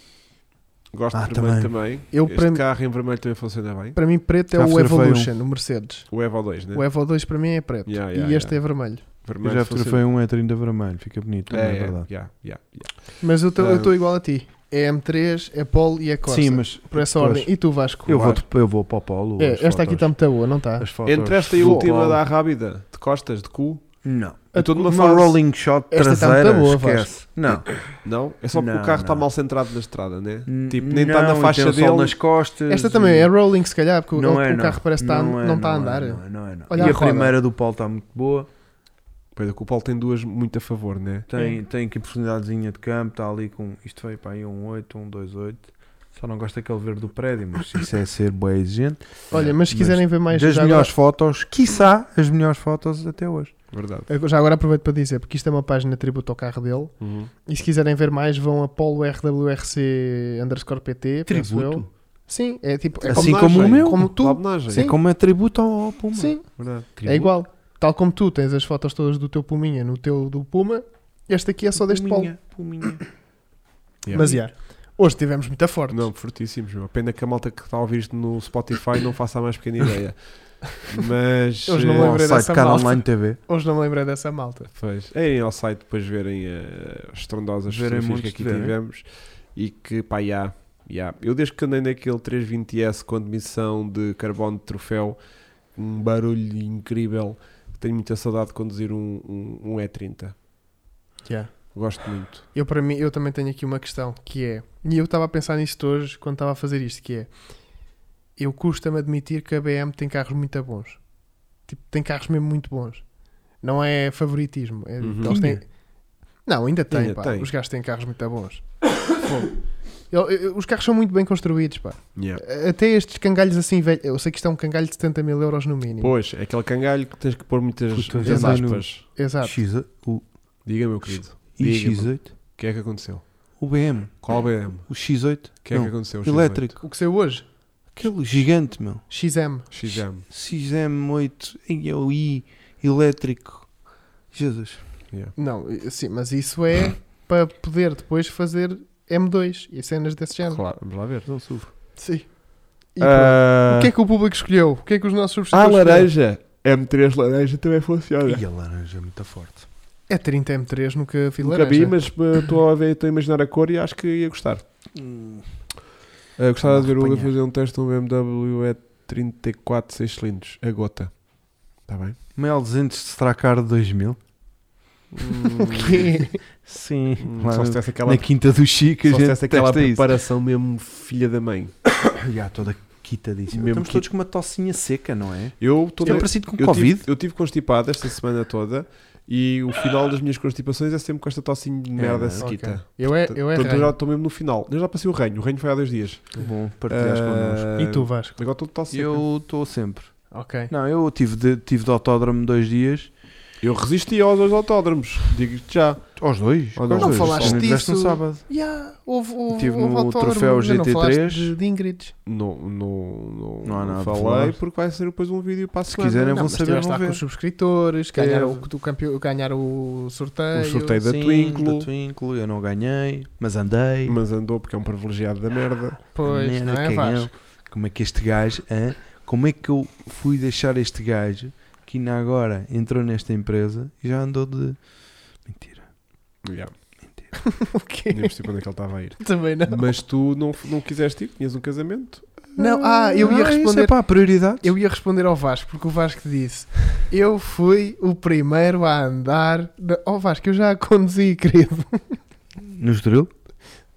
C: Gosto
B: Ah,
C: de vermelho também.
A: Eu,
C: este
A: para mim-
C: carro em vermelho também funciona bem.
A: Para mim, preto é
B: Já um.
A: o
B: fotografei
A: Evolution, o Mercedes.
C: O Evo 2, né?
A: O Evo 2 para mim é preto.
C: Yeah,
A: e
C: yeah,
A: este
C: yeah.
A: é vermelho.
B: Eu
C: Vermelho
B: já
C: funciona-
B: fotografei um E30 vermelho, fica bonito, também é,
C: É, é,
B: verdade.
C: yeah, yeah, yeah.
A: Mas eu
C: Ah,
A: estou igual a ti. É M3, é Polo e é Corsa.
B: Sim, mas
A: Por essa ordem. E tu, Vasco?
B: eu vou, eu vou para o Polo.
A: É,
B: as
A: esta aqui está
B: fotos-
A: muito boa, não tá? está?
B: as fotos
C: Entre esta e a
B: do
C: última
B: Polo.
C: da Rábida, de costas, de cu,
B: Não.
A: A-
C: eu estou numa
B: Uma
C: fase...
B: rolling shot
A: Esta tá
B: traseira,
A: muito boa,
B: esquece. Não.
C: Não? É só porque
B: Não,
C: o carro está
B: não.
C: mal centrado na estrada, né?
B: N-
C: Tipo, nem está na
B: não, e
C: faixa
B: tem o sol
C: dele.
B: nas costas.
A: Esta também
B: e-
A: é rolling, se calhar, porque o- o,
B: Não é, não.
A: carro parece que tá-
B: é,
A: não está a
B: é,
A: andar.
B: não é, não é, não é.
A: Olha
B: e
A: a
B: a,
A: roda.
B: primeira do Paulo está muito boa.
C: Pois é, que o Paulo tem duas muito a favor, né?
B: Tem, tem aqui oportunidadezinha de campo. Está ali com. Isto foi para aí um 8, um 2, 8. Só não gosto daquele verde do prédio, mas isso é ser bem exigente.
A: Olha, mas se
B: Mas
A: quiserem ver mais.
B: das
A: já
B: melhores fotos, quiçá as melhores fotos até hoje.
C: Verdade.
A: agora, já agora aproveito para dizer, porque isto é uma página tributo ao carro dele.
C: Uhum.
A: E se quiserem ver mais, vão a Polo RWRC underscore PT. penso eu. Sim, é tipo. É
B: Assim como o
C: homenagem.
B: meu.
A: Como tu.
C: Uma homenagem.
A: Sim.
B: É como é tributo ao, ao Puma.
A: como- Sim,
C: Verdade.
A: É igual. Tal como tu tens as fotos todas do teu Puminha no teu do Puma, este aqui é só deste Polo.
B: Puminha, Puminha.
C: Yeah.
A: Mas yeah. Hoje tivemos muita forte.
C: É Não, fortíssimos. Meu. Pena que a malta que está a ouvir isto no Spotify não faça a mais pequena ideia. Mas.
A: Eles não
C: eh,
A: lembrei
B: Bom, site
A: dessa
B: Cara
A: malta.
B: Online TV.
A: Hoje não me lembrei dessa malta.
C: Pois, é irem ao site depois verem eh, as estrondosas
B: Verem
C: fotografias que
B: montes
C: aqui
B: de verem.
C: tivemos e que, pá, já, já. Eu desde que andei naquele 320S com admissão de carbono de troféu, um barulho incrível, tenho muita saudade de conduzir um, um, um E30. Gosto muito.
A: Eu, para mim, eu também tenho aqui uma questão que é, e eu estava a pensar nisto hoje quando estava a fazer isto, que é eu custa-me admitir que a BM tem carros muito bons. Tipo, tem carros mesmo muito bons. Não é favoritismo. é-
C: Uhum.
A: eles têm- Não, ainda tem,
C: Tinha,
A: pá.
C: tem.
A: Os gajos têm carros muito bons. Fogo. Eu- eu- os carros são muito bem construídos, pá.
C: Yeah.
A: É. Até estes cangalhos assim velhos. Eu sei que isto é um cangalho de 70 mil euros no mínimo.
C: Pois, é aquele cangalho que tens que pôr muitas,
B: Puta, é
C: muitas
A: andei
B: no-
C: aspas.
A: Exato.
B: X, o
C: Diga, meu querido, Diga-me.
B: X8.
C: o que é que aconteceu?
B: O BM.
C: Qual BM?
B: O X8.
C: O que é
B: não,
C: que aconteceu? O
B: elétrico.
A: O que saiu hoje?
B: Aquele gigante, meu.
A: XM.
C: XM.
B: XM8. E é o I elétrico. Jesus.
A: Não, sim, mas isso
C: Ah.
A: é para poder depois fazer M2 e cenas desse género.
C: Claro, vamos lá ver. Não sufro.
A: Sim. E pronto. O que é que o público escolheu? O que é que os nossos
C: Ah,
A: subscritores escolheram?
C: laranja. M3 laranja também funciona.
B: a laranja é muito forte.
A: É 30 M3 nunca vi
C: Nunca
A: laranja.
C: vi, mas eh, estou a ver, estou a imaginar a cor e acho que ia gostar. Hum. Eh, gostava de ver o Hugo
B: Apanhar.
C: fazer um teste de um BMW E34 6 cilindros, a gota. Está bem?
B: Mel 200 de Stracar 2000.
A: O quê?
B: Sim.
C: Hum,
B: Lá
C: só
B: na,
C: se tivesse aquela,
B: quinta do Chico a
C: só
B: gente
C: se tivesse aquela
B: testa isso.
C: preparação mesmo filha da mãe.
B: Já, toda quitadíssima.
C: Mesmo
B: Estamos
C: quit-
B: todos com uma tocinha seca, não é?
C: Eu estou
B: Eu
C: na-
B: parecido com
C: eu
B: Covid.
C: Tive, eu tive constipado esta semana toda e o final das minhas constipações é sempre com esta tocinha de merda
B: não,
C: sequita.
A: Eu é, eu é
C: Portanto, eu já
A: ranho.
C: estou mesmo no final. Eu já passei o ranho. O ranho foi há dois dias.
B: Bom, partilhares connosco.
C: Ah,
A: E tu, Vasco?
C: Agora estou de tosse seca.
B: Eu estou sempre.
A: Ok.
B: Não, eu tive de, tive de autódromo dois dias.
C: Eu resisti aos dois autódromos, digo-te já.
B: Aos dois?
C: Aos dois.
A: Não falaste
B: Só me disseste
A: disso.
B: no sábado.
A: Yeah, houve, houve,
B: Tive
A: houve
B: no
A: autódromo,
B: troféu
A: ainda não
B: GT3.
A: falaste de, de Ingrid.
C: Não, não, não,
B: Não há nada a
C: falei
B: falar.
C: porque vai ser depois um vídeo para a
B: Se
C: semana.
B: quiserem,
A: Não,
B: vão
A: mas
B: saber,
A: estiveste
B: vão
A: lá com
B: ver.
A: os subscritores, ganharam
B: Teve.
A: o, do campeão, ganharam o sorteio.
C: O sorteio da
B: Sim,
C: Twinkle.
B: da Twinkle, eu não ganhei, mas andei.
C: Mas andou porque é um privilegiado da merda.
A: Pois,
B: Merda,
A: não é,
B: canhão.
A: Vasco?
B: Como é que este gajo, hã? como é que eu fui deixar este gajo que ainda agora entrou nesta empresa e já andou de. Mentira.
C: Yeah,
A: O quê?
C: nem percebi quando é que ele estava a ir.
A: Também não.
C: Mas tu não, não quiseste ir, tinhas um casamento.
A: Não, ah, eu ia
B: Isso é
A: responder-
B: para a prioridade.
A: Eu ia responder ao Vasco, porque o Vasco disse: Eu fui o primeiro a andar. Na... Oh Vasco, eu já a conduzi, querido.
B: No Estoril?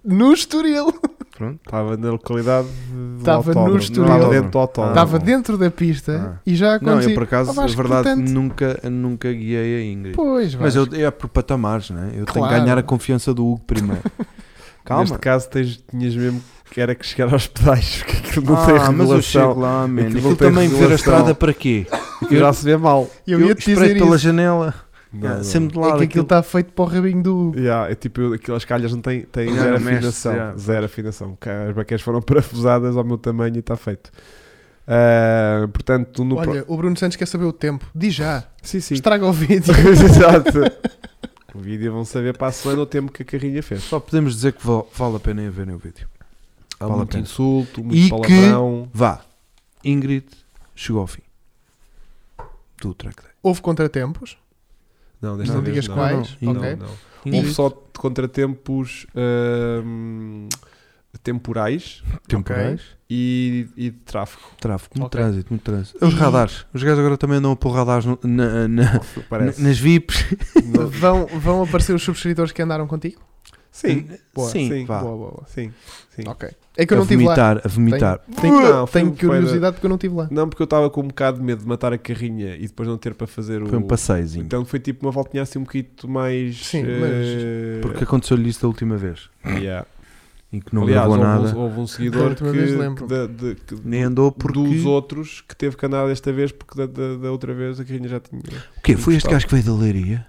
A: No
B: Ah,
A: Estoril.
B: Pronto.
C: Estava na localidade do
A: Estava no
C: autódromo.
A: Estoril.
C: Estava dentro do autódromo.
A: Estava
B: bom.
A: dentro da pista
B: Ah.
A: e já a
B: Não,
A: conduzi.
B: eu por acaso,
A: Ah, Vasco,
B: a verdade,
A: portanto-
B: nunca, nunca guiei a Ingrid.
A: Pois, Vasco.
B: Mas eu, é por patamares, né? Eu tenho que
A: Claro.
B: ganhar a confiança do Hugo primeiro.
C: Neste
B: Calma.
C: caso, tens, tinhas mesmo que era que chegar aos pedais, porque aquilo não tem
B: ah, mas eu
C: regulação.
B: chego lá, man.
C: Aquilo
B: Aquilo,
C: não tem
B: também ver a
C: regulação.
B: estrada para quê?
C: Aquilo já se vê mal.
A: Eu ia te dizer
B: espreito pela
A: isso.
B: janela.
C: Não, não.
B: Sempre de
A: É
B: lado.
A: que aquilo está feito para o rabinho do.
C: Yeah, é tipo, eu- aquelas calhas não têm, têm
B: Yeah,
C: zero
B: mexe-se,
C: afinação.
B: yeah.
C: Zero afinação. Cá, As baqueiras foram parafusadas ao meu tamanho e está feito. Ah, portanto, no pro-
A: Olha, o Bruno Santos quer saber o tempo. Diz já.
C: Sim, sim.
A: Estraga o vídeo.
C: Exato. O vídeo vão saber para a semana o tempo que a carrinha fez.
B: Só podemos dizer que val- vale a pena ir verem o vídeo.
C: Há
B: Vale a
C: muito
B: pena.
C: insulto, muito
B: E
C: palavrão.
B: Vá. Ingrid chegou ao fim. Do track day.
A: Houve contratempos.
C: Não, desta
B: Não
C: vez
A: digas
C: não.
A: quais,
C: Não,
A: ok.
C: não. Houve
B: Ingrid,
C: só contratempos ahm, temporais
B: temporais.
C: e, e de tráfego.
B: Tráfico, muito
A: Ok.
B: trânsito, muito trânsito. Os radares. Os gajos agora também andam a pôr radares no- na- na-
C: Parece.
B: nas VIPs.
C: Não-
A: Vão, vão aparecer os subscritores que andaram contigo?
C: Sim,
A: Boa.
B: Sim,
C: sim, É
B: vá.
A: Boa, boa, boa.
C: sim, sim.
A: Ok. É que eu
B: a
A: não estive lá.
B: vomitar, a vomitar.
A: Tenho,
C: Não, foi-
A: tenho
C: foi da-
A: curiosidade porque eu não estive lá.
C: Não, porque eu estava com um bocado de medo de matar a carrinha e depois não ter para fazer o.
B: Foi um passeiozinho.
C: Então foi tipo uma voltinha assim um bocadinho mais.
A: Sim,
C: eh,
B: Porque aconteceu-lhe isso da última vez.
C: yeah.
B: Em que não
C: Aliás,
B: gravou
C: houve, um-
B: nada.
C: houve um
A: Da
C: seguidor que,
A: última vez lembro.
C: que da- de- que
B: Nem andou porque...
C: dos outros que teve que andar desta vez, porque da, da- da outra vez a carrinha já tinha.
B: O quê? Foi este gajo que veio da leiria?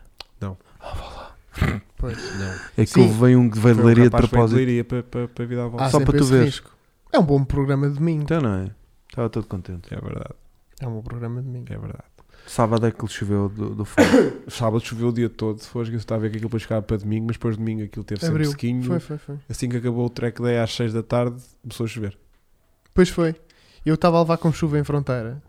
A: Pois.
C: Não.
B: É que
A: Sim.
B: houve um que veio de
C: Foi um
B: leiria de
C: rapaz
B: propósito. Ah.
C: que veio de Leiria para, para, para vir à volta.
A: Há
B: Só
A: sempre
B: para tu
A: esse
B: veres.
A: risco. É um bom programa de domingo.
B: Então não é? Estava todo contente.
C: É verdade,
A: É um bom programa de domingo.
C: é verdade.
B: Sábado é que lhe choveu do, do fogo.
C: Sábado choveu o dia todo, foi que eu estava a ver que aquilo depois ficava para domingo, mas depois de domingo aquilo teve sempre
A: Abriu.
C: sequinho.
A: Foi, foi, foi.
C: Assim que acabou o track day às 6 da tarde, começou a chover.
A: Pois foi. Eu estava a levar com chuva em fronteira.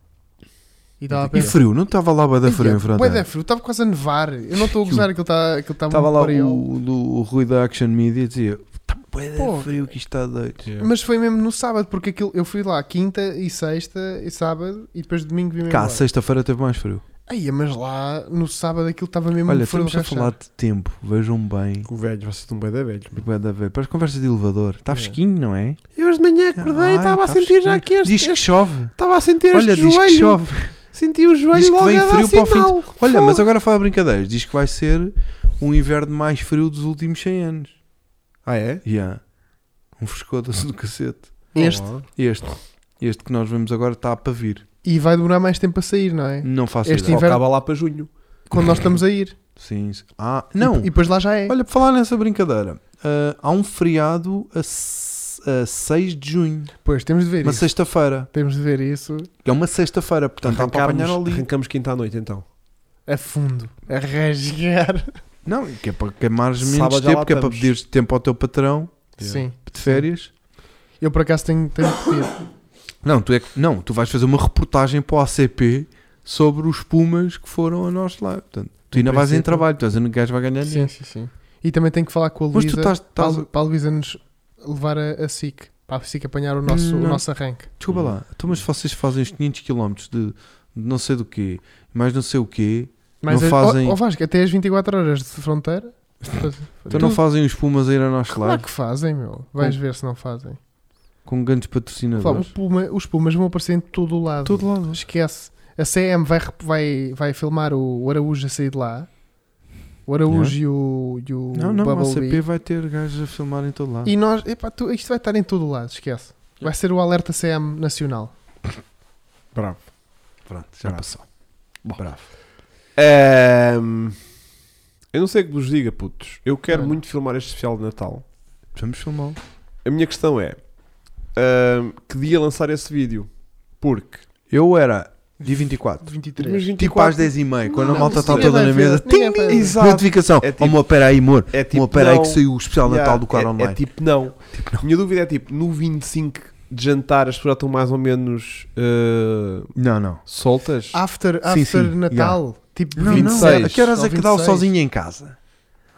A: E estava a
B: E
A: pensar.
B: frio, não estava lá bué da
C: é,
B: frio em
A: Bué da
B: fronteira.
A: frio, estava quase a nevar. Eu não estou a gozar, aquilo tá- aquilo estava
B: Estava
A: muito
B: lá
A: pareal.
B: o, do- o Rui da Action Media e dizia: Está bué
A: Pô.
B: da frio que isto está doido.
C: é
A: Mas foi mesmo no sábado, porque aquilo, eu fui lá quinta e sexta e sábado e depois domingo vim mesmo.
B: Cá,
A: embora.
B: sexta-feira teve mais frio.
A: Aí, mas lá no sábado aquilo estava mesmo
B: Olha,
A: frio
B: estamos a
A: rachar.
B: falar de tempo, vejam bem.
C: O velho, vocês estão bem da velho.
B: Bué da ver. Para as conversas de elevador, está
C: É.
B: fresquinho, não é?
C: Eu hoje de manhã
B: Ai,
C: acordei e estava a
B: tá
C: sentir já aqui este.
B: Diz que
C: este-
B: chove.
C: Estava a sentir
B: Olha,
C: este
B: diz que
C: joelho.
B: chove.
C: Senti o joelho
B: Diz que
C: logo
B: vem
C: a dar
B: frio para o fim de-
C: sinal.
B: Olha, mas
C: Fogo.
B: agora fala brincadeiras. Diz que vai ser um inverno mais frio dos últimos 100 anos.
C: Ah, é?
B: Yeah. Um frescor do do cacete.
A: Este.
C: Olá.
B: Este. Este que nós vemos agora está para vir.
A: E vai demorar mais tempo a sair, não é?
B: Não faço
A: Este
B: ideia.
A: inverno-
C: Acaba lá para junho.
A: Quando nós estamos a ir.
B: Sim. sim. Ah,
A: E,
B: não.
A: e depois lá já é.
B: Olha, para falar nessa brincadeira, ah, há um feriado a, s- a 6 de junho.
A: Pois, temos de ver
B: Uma
A: isso.
B: sexta-feira.
A: Temos de ver isso
B: É uma sexta-feira, portanto dá para apanhar
C: Arrancamos,
B: ali.
C: arrancamos quinta à noite então.
A: a fundo. A rasgar.
B: Não, que é para queimares menos
C: Sábado já lá
B: tempo, que é para
C: estamos.
B: pedir tempo ao teu patrão
A: Sim.
B: de férias.
A: Eu por acaso tenho, tenho que pedir.
B: Não, tu é que- não, tu vais fazer uma reportagem para o ACP sobre os Pumas que foram a nós lá. Portanto, tu
A: Em
B: ainda vais em
A: princípio.
B: trabalho, tu és o único gajo que vai ganhar dinheiro.
A: Sim, sim, sim. E também tenho que falar com a
B: Mas tu
A: Luísa
B: estás.
A: para
B: estás-
A: a- para a Luísa nos levar a, a SIC. Para a SIC apanhar o nosso, o
B: Não.
A: nosso arranque.
B: Desculpa lá, então, mas vocês fazem os 500 km de de não sei do quê, mais não sei o quê,
A: Mas
B: Não
A: a-
B: fazem-
A: Ó- ó Vasco, até as 24 horas de fronteira.
B: então não fazem os Pumas a ir a nós lá
A: Claro que fazem, meu. Vais ver se não fazem.
B: com grandes
A: Fala, o
B: patrocinadores.
A: Puma- os Pumas vão aparecer em todo o lado.
B: Todo lado.
A: Esquece. A CM vai, rep- vai, vai filmar o Araújo a sair de lá. O Araújo e o, e o
B: Não, não, o
A: Bubble
B: ACP
A: Bee.
B: vai ter gajos a filmar em todo lado.
A: E nós, epá, tu- isto vai estar em todo o lado, esquece. Vai ser o alerta CM nacional.
C: Bravo.
B: Pronto, já passou. Bravo.
C: Ahm, Ehm, eu não sei o que vos diga, putos. Eu quero
A: Olha.
C: muito filmar este especial de Natal.
B: Vamos filmá-lo.
C: A minha questão é: ahm, que dia lançar esse vídeo? Porque.
B: Eu era dia 24.
A: 23.
B: Tipo às 10h30, quando a
A: Não,
B: malta está
A: ninguém
B: toda
A: vai
B: na
A: ver,
B: mesa.
A: ninguém é
B: Tim,
A: vai ver.
B: Exato. Notificação.
C: É
B: É
C: tipo-
B: tipo, pera aí, amor.
C: É
B: Tipo, pera aí que saiu o especial de Natal do Quar
C: é,
B: Online.
C: É tipo, não. a Minha dúvida é tipo: no 25 de jantar, as pessoas já estão mais ou menos ah,
B: Não, não.
C: soltas?
B: Ah.
A: After, after
B: Sim, sim,
A: Natal. Tipo
B: Não,
A: 26.
B: não. A que horas
A: ou
B: é que dá o
A: 26?
B: sozinho em casa?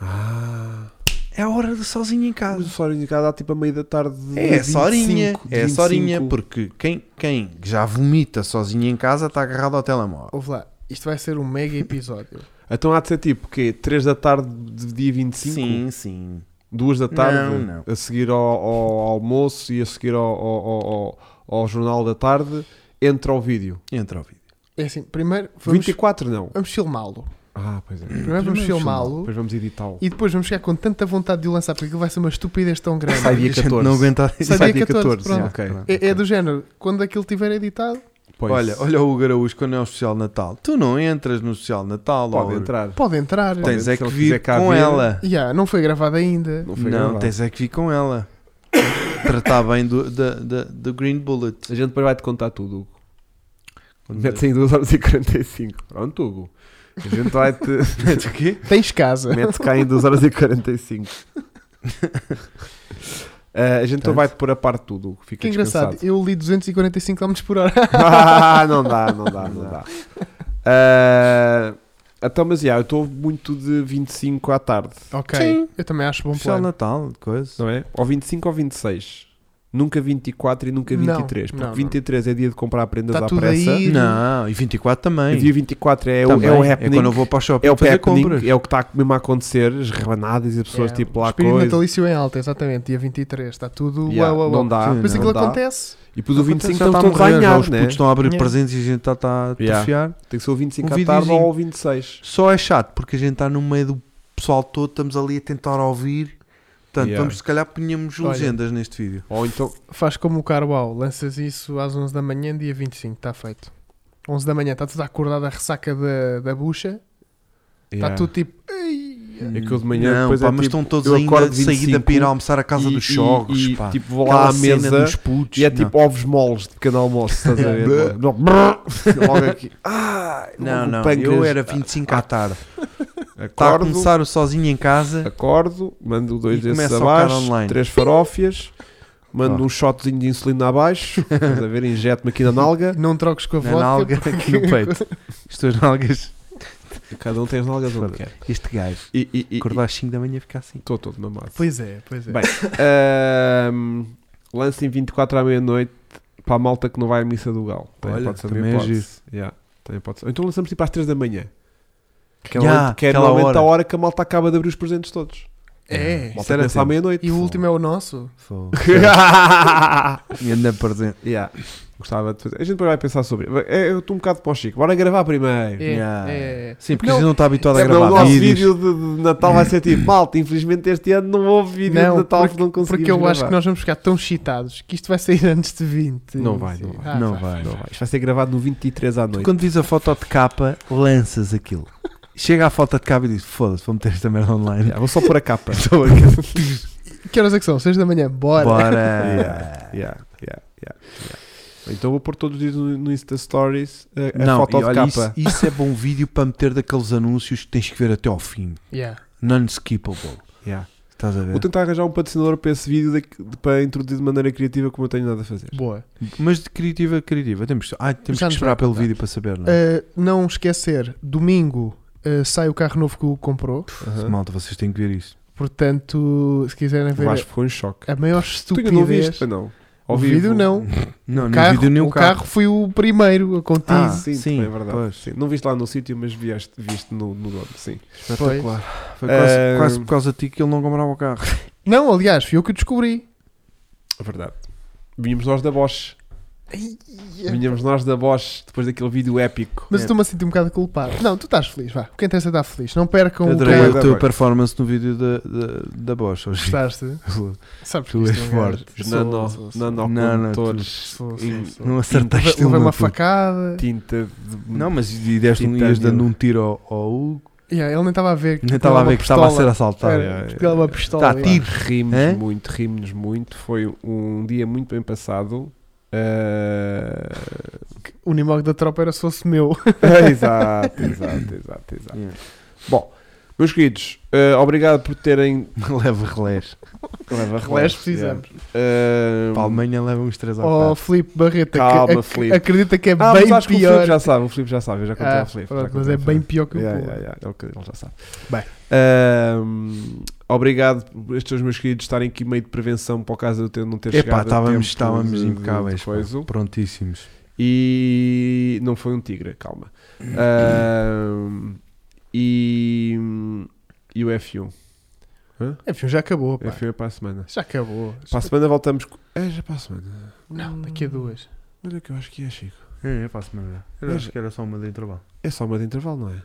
C: Ah.
B: É a hora do sozinho em
C: Mas o
B: casa.
C: Sorinho de cada dá tipo a meio da tarde. de
B: É essa horinha.
C: 25, de
B: É essa horinha,
C: 25.
B: porque quem, quem já vomita sozinho em casa está agarrado ao telemóvel.
A: Ouve lá, isto vai ser um mega episódio.
C: Então há de ser tipo que 3 da tarde de dia 25,
B: Sim, sim.
C: 2 da tarde,
B: Não, não.
C: a seguir ao, ao almoço e a seguir ao, ao- ao- ao- ao jornal da tarde, entra o vídeo.
B: Entra ao vídeo.
A: É assim, primeiro vamos,
C: 24 não.
A: vamos filmá-lo.
C: Ah, pois é.
A: Primeiro vamos filmá-lo
C: Depois vamos editá-lo.
A: e depois vamos chegar com tanta vontade de o lançar porque aquilo vai ser uma estupidez tão grande.
C: Sai dia
B: A gente
C: 14.
B: Não aguenta
A: Sai dia 14,
B: já.
C: pronto.
B: Pronto.
A: É, é do género, quando aquilo estiver editado,
C: Pois.
B: Olha, olha o Hugo Araújo quando é o social de Natal. Tu não entras no social de Natal,
C: pode
B: ó,
C: entrar.
A: pode entrar.
C: Pode.
B: Tens é
C: Se
B: que
C: ele
B: vir
C: quiser cá
B: com
C: vir.
B: ela.
A: Yeah, não foi gravado ainda.
C: Não, foi
B: Não,
C: gravado.
B: tens é que vir com ela. Tratar bem do, da- da- do Green Bullet.
C: A gente depois vai-te contar tudo, Hugo. Metes em 2 horas e 45. Pronto, Hugo. A gente vai-te.
B: Metes o quê?
A: Tens casa.
C: Mete cá em 2 horas e 45. Ah, a gente então vai pôr a parte tudo, Hugo. fica
A: Que engraçado,
C: descansado.
A: eu li 245 km por hora.
C: Ah, não dá, não dá, não dá. Ah, então, mas já, eu estou muito de 25 à tarde,
A: ok,
B: Sim.
A: eu também acho bom
B: Especial de
A: plano.
B: Natal, de coisa.
C: não é? Ou 25 ou 26. Nunca 24 e nunca
A: Não,
C: 23. porque
A: não, não.
C: 23 é dia de comprar prendas
B: Tá
A: Está
C: à
A: tudo
C: pressa.
A: aí.
B: Não, e 24
C: E
B: também.
C: dia 24 é,
B: Também.
C: o, é o
B: É
C: happening.
B: quando eu vou para o shopping
C: É o
B: fazer
C: happening,
B: compras.
C: é o que está mesmo a acontecer, as rebanadas e as pessoas
A: É,
C: tipo
A: o
C: lá
A: espírito
C: coisa.
A: natalício em alta, exatamente, dia 23, está tudo
C: Yeah,
A: uau, uau, uau.
C: Não dá.
B: Sim,
A: Depois
C: não
A: aquilo
C: dá.
A: acontece,
C: E depois o 25
B: tá já
C: está
B: está a
C: todos
B: morrer,
C: a
B: já
C: ganhar,
B: Os
C: né?
B: putos estão a abrir
A: Yeah.
B: presentes e a gente está está a
C: Yeah.
B: trofiar.
C: Tem que ser o 25
B: Um
C: à tarde
B: videozinho.
C: ou o 26.
B: Só é chato porque a gente está no meio do pessoal todo, estamos ali a tentar ouvir. Portanto,
C: Yeah.
B: vamos se calhar punhamos
A: Olha.
B: legendas neste vídeo.
C: Ou então,
A: faz como o Carwau, lanças isso às 11 da manhã, dia 25, está feito. 11 da manhã, está tudo acordado a ressaca da, da bucha, está
C: Yeah.
A: tudo tipo... "Ei,
C: É que eu de manhã
B: não,
C: depois
B: pá,
C: é,
B: mas
C: tipo,
B: estão todos
C: eu
B: ainda
C: acordo
B: de saída
C: 25
B: para ir almoçar à casa
C: e-
B: dos
C: e-
B: jogos,
C: e,
B: pá.
C: tipo, vou lá à
B: Aquela cena
C: mesa
B: dos putos.
C: e é
B: não.
C: tipo ovos moles de pequeno almoço, estás a ver?
B: Yeah.
C: Logo aqui. Ah,
B: Não,
C: o
B: não,
C: pâncreas-
B: eu era 25 à tarde. Está Tá a
C: Acordo,
B: começar o sozinho em casa.
C: acordo, mando dois
B: E
C: desses
B: começa a tocar
C: abaixo,
B: online.
C: três farófias, mando
B: Ah.
C: um shotzinho de insulina abaixo, estás a ver, injeto-me aqui na nalga.
A: Não troques com a
B: Na
A: vodka.
B: nalga, aqui no peito. Isto é nalgas.
C: Cada um tem as nalgas onde quer.
B: Este gajo.
C: E- e- e-
B: Acordar às 5 da manhã e ficar assim.
C: Estou todo mamado.
A: Pois é, pois é.
C: Bem, ahm, lance em 24 à meia-noite para a malta que não vai à missa do Galo. Também
B: Olha,
C: pode ser uma
B: também é
C: hipótese. Yeah, também pode ser. Ou Então lançamos tipo às 3 da manhã. Que é,
B: Yeah,
C: normalmente- que é
B: aquela
C: normalmente a
B: hora.
C: hora que a malta acaba de abrir os presentes todos.
A: é.
C: A malta
B: Isso era
C: começa à
B: tempo.
C: meia-noite.
A: E o último é o nosso.
B: Fogo. E anda presente.
C: Yeah, Gostava de fazer. A gente depois vai pensar sobre. É, Eu estou um bocado para o Chico. Bora gravar
A: É,
C: primeiro.
B: Yeah.
A: é, é.
B: Sim, porque
A: Não,
B: a gente não está habituado a
C: É, o
B: gravar
C: nosso
B: vídeos.
C: vídeo de, de Natal vai ser tipo, malta, infelizmente este ano não houve vídeo
A: Não,
C: de Natal
A: porque-
C: não conseguimos
A: Porque eu acho
C: gravar.
A: que nós vamos ficar tão chitados que isto vai sair antes de 20.
C: Não vai,
A: Sim.
C: não vai.
A: Ah,
B: Não vai.
C: Não vai. Isto vai ser gravado no 23 à
B: Tu
C: noite.
B: quando vis a foto de capa, lanças aquilo. Chega à foto de capa e diz: Foda-se, vou meter esta merda online.
C: Yeah, vou só pôr a capa.
B: Estou aqui.
A: Que horas é que são? 6 da manhã. Bora.
B: Bora.
C: Yeah, yeah, yeah, yeah. Então vou pôr todos os dias no, no Insta Stories eh, a, a
B: Não,
C: foto
B: e
C: de
B: olha,
C: capa.
B: Isso, isso é bom vídeo para meter daqueles anúncios que tens que ver até ao fim.
A: Yeah.
B: Non-skippable.
C: Yeah.
B: Estás a ver?
C: Vou tentar arranjar um patrocinador para esse vídeo de- de- para introduzir de maneira criativa como eu tenho nada a fazer.
A: Boa.
B: Mas de criativa a criativa. Temos, ah, temos
A: Já
B: que
A: nos
B: esperar
A: vai
B: pelo
A: contar.
B: vídeo para saber, não é?
C: Eh,
A: Ah, não esquecer, domingo ah, sai o carro novo que o comprou.
C: Aham.
B: Malta, vocês têm que ver isso.
A: Portanto, se quiserem
C: O
A: ver
C: Vasco ficou em um choque.
A: a maior
C: Tu ainda não
A: estupidez.
C: viste? Ah, não.
A: o
C: Ao
A: vídeo
C: vivo.
A: não.
B: Não,
A: O
B: nem
A: carro,
B: vídeo nem o
A: o carro. foi o primeiro a contigo.
B: Ah,
C: sim,
B: sim,
C: também é verdade.
B: pois.
C: Sim, Não viste lá no sítio, mas vieste, viste no, no dono, sim.
B: Espetacular. Foi quase,
C: Eh,
B: quase por causa de ti que ele não comprava o carro.
A: Não, aliás, fui eu que o descobri.
C: É verdade. Vínhamos nós da Bosch. Vínhamos nós da Bosch depois daquele vídeo épico.
A: Mas
B: É.
A: eu estou-me a sentir um bocado culpado. Não, tu estás feliz, vá. O que interessa é estar feliz. Não percam o é
B: Adorei
A: carro.
B: a tua
C: Bem.
B: performance no vídeo da, da, da Bosch. hoje.
A: Gostaste? Sabes que
B: Tu
A: isto
B: és
A: é um gajo.
B: forte.
C: Os
A: Sou,
C: nano-
A: sou, sou.
C: nanocondutores
A: Sou, sou,
C: em
A: sou.
B: Não acertaste
A: Levei
B: uma,
A: uma
B: tu.
A: facada.
C: tinta de
B: Não, mas e deste um, ias
C: Titânio.
B: dando um tiro ao, ao Hugo.
A: Yeah, ele nem estava a ver. que
B: Nem
A: tinha
B: estava a
A: uma
B: ver que estava a ser
A: pistola.
B: assaltado.
A: Era,
C: Yeah,
A: porque ele é uma
C: yeah,
A: pistola.
B: Tá,
A: yeah.
B: tiro.
C: Rimos
B: Hã?
C: muito, rimos muito. Foi um dia muito bem passado. Ah,
A: O Nimog da tropa era se fosse meu.
C: exato, exato, exato, exato. Bom, meus queridos, ah, obrigado por terem.
B: Leva relés.
C: Leva
A: Relés precisamos.
C: Eh,
B: Para a Alemanha levam uns 3
A: Oh,
B: ou 4.
A: Filipe Barreta, que
C: Calma,
A: ac-
C: Filipe.
A: acredita que é
C: Ah,
A: bem
C: mas acho que o
A: pior.
C: Filipe já sabe, o Filipe já sabe, eu já contei
A: Ah,
C: ao Filipe.
A: pronto,
C: já contei
A: mas é
C: ao
A: bem
C: Filipe.
A: pior que o
C: Yeah,
A: Puma.
C: yeah, yeah, ele, ele já sabe.
A: Bem.
C: Ahm, obrigado por estes meus queridos estarem aqui meio de prevenção para o caso de eu ter- não ter chegado.
B: Epá,
C: a
B: estávamos,
C: tempo
B: estávamos
C: de- de- de
B: impecáveis. pá.
C: coisa.
B: Prontíssimos.
C: E não foi um tigre, calma. Ahm, e, e o F1.
A: Enfim, já acabou. pá.
C: F1 é para a semana.
A: Já acabou.
C: Para a semana voltamos. co- É, já para a semana.
A: Não, daqui a duas.
C: Olha que eu acho que é, Chico.
B: É, passo
C: Eu acho
B: que era só uma de intervalo.
C: É só uma de intervalo, não é?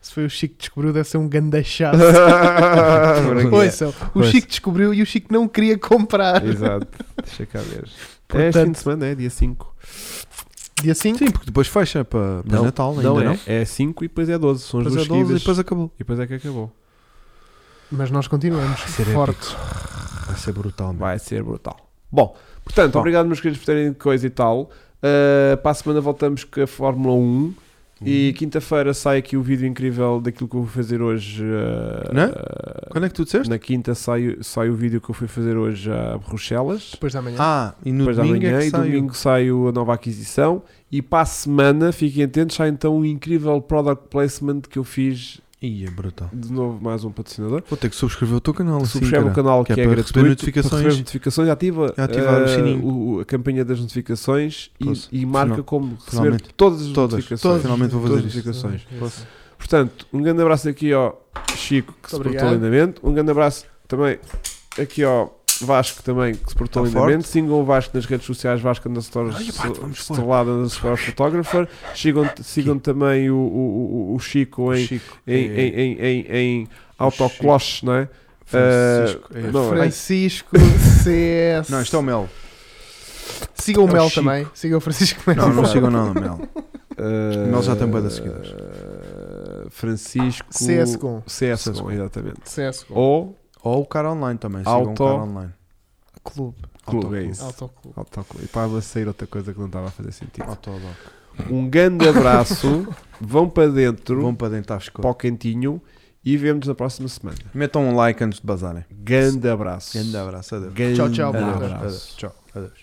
A: Se foi o Chico que descobriu, deve ser um gandachaço.
C: Agora que é.
A: Ouçam, o
B: Ouça.
A: Chico descobriu e o Chico não queria comprar.
C: Exato. Deixa cá ver. é este
A: é. Portanto-
C: fim de semana, é dia 5.
A: Dia 5?
B: Sim, porque depois fecha para, para Natal, ainda
C: não
B: não.
C: é. É 5 e depois é 12. São as
B: Depois é
C: duas
B: 12 e
C: seguidas.
B: depois acabou.
C: E depois é que acabou.
A: Mas nós continuamos
B: Vai ser
A: fortes.
B: Vai ser brutal, mano.
C: Vai ser brutal. Bom, portanto,
B: Bom.
C: obrigado, meus queridos, por terem coisa e tal. Uh, para a semana voltamos com a Fórmula 1.
B: Uhum.
C: E quinta-feira sai aqui o vídeo incrível daquilo que eu vou fazer hoje. uh,
B: Não é?
C: uh,
B: Quando é que tu disseste?
C: na quinta sai, sai o vídeo que eu fui fazer hoje a Bruxelas.
A: Depois da manhã.
B: Ah, e no
C: Depois
B: domingo
C: amanhã
B: é que
C: e
B: sai o-
C: domingo sai o- a nova aquisição. E para a semana, fiquem atentos, sai então um incrível product placement que eu fiz.
B: Ih, é brutal.
C: De novo, mais um patrocinador.
B: Vou ter que subscrever o teu canal. assim,
C: Subscreve o
B: cara.
C: canal que,
B: que é
C: é,
B: para
C: gratuito.
B: receber notificações.
C: para receber notificações, ativa,
B: Ativar o
C: eh,
B: sininho.
C: o- o- a campainha das notificações e-
B: Posso.
C: e, marca
B: Final-
C: como receber
B: finalmente.
C: todas as
B: Todas.
C: notificações.
B: Finalmente vou
C: Todas
B: fazer
C: as
B: isto.
C: notificações.
A: Posso?
C: Portanto, um grande abraço aqui ao Chico, que se portou
A: obrigado.
C: lindamente. Um grande abraço também aqui ao Vasco, também, que se portou
B: Está
C: lindamente. Sigam o Vasco nas redes sociais, Vasco Understore
B: Tá Ai, pá, vamos pôr.
C: Estrelada Understore Photographer. Sigam, sigam também o, o, o- o Chico em,
B: Chico.
C: em,
B: é-
C: em, em, em, em autocloche, não é?
B: Francisco,
C: Eh,
B: é-
C: não, é-
A: Francisco CS.
B: Não, isto é o Mel.
A: Sigam o
B: é o
A: Mel
B: Chico.
A: também. Sigam o Francisco Mel.
B: Não, não sigam nada, Mel.
C: Eh,
B: Nós já temos bué de seguidores.
C: eh, Francisco
A: CSGO.
C: CSGO, exatamente.
A: CS
C: Ou
B: Ou o cara online também. sigam
C: Auto-
B: o cara online.
A: Clube.
C: Clube, é isso.
A: Autoclube.
C: Autoclube. E estava a sair outra coisa que não estava a fazer sentido.
B: Autodoc.
C: Um grande abraço. Vão para dentro,
B: Vão para dentro à
C: para
B: escola.
C: o cantinho e vemos-nos na próxima semana.
B: Metam um like antes de bazarem.
C: Grande abraço.
B: Grande abraço. Adeus.
C: Grande
A: Tchau, tchau,
B: Adeus.
A: Bruno.
C: abraço.
B: Adeus. Tchau. Adeus.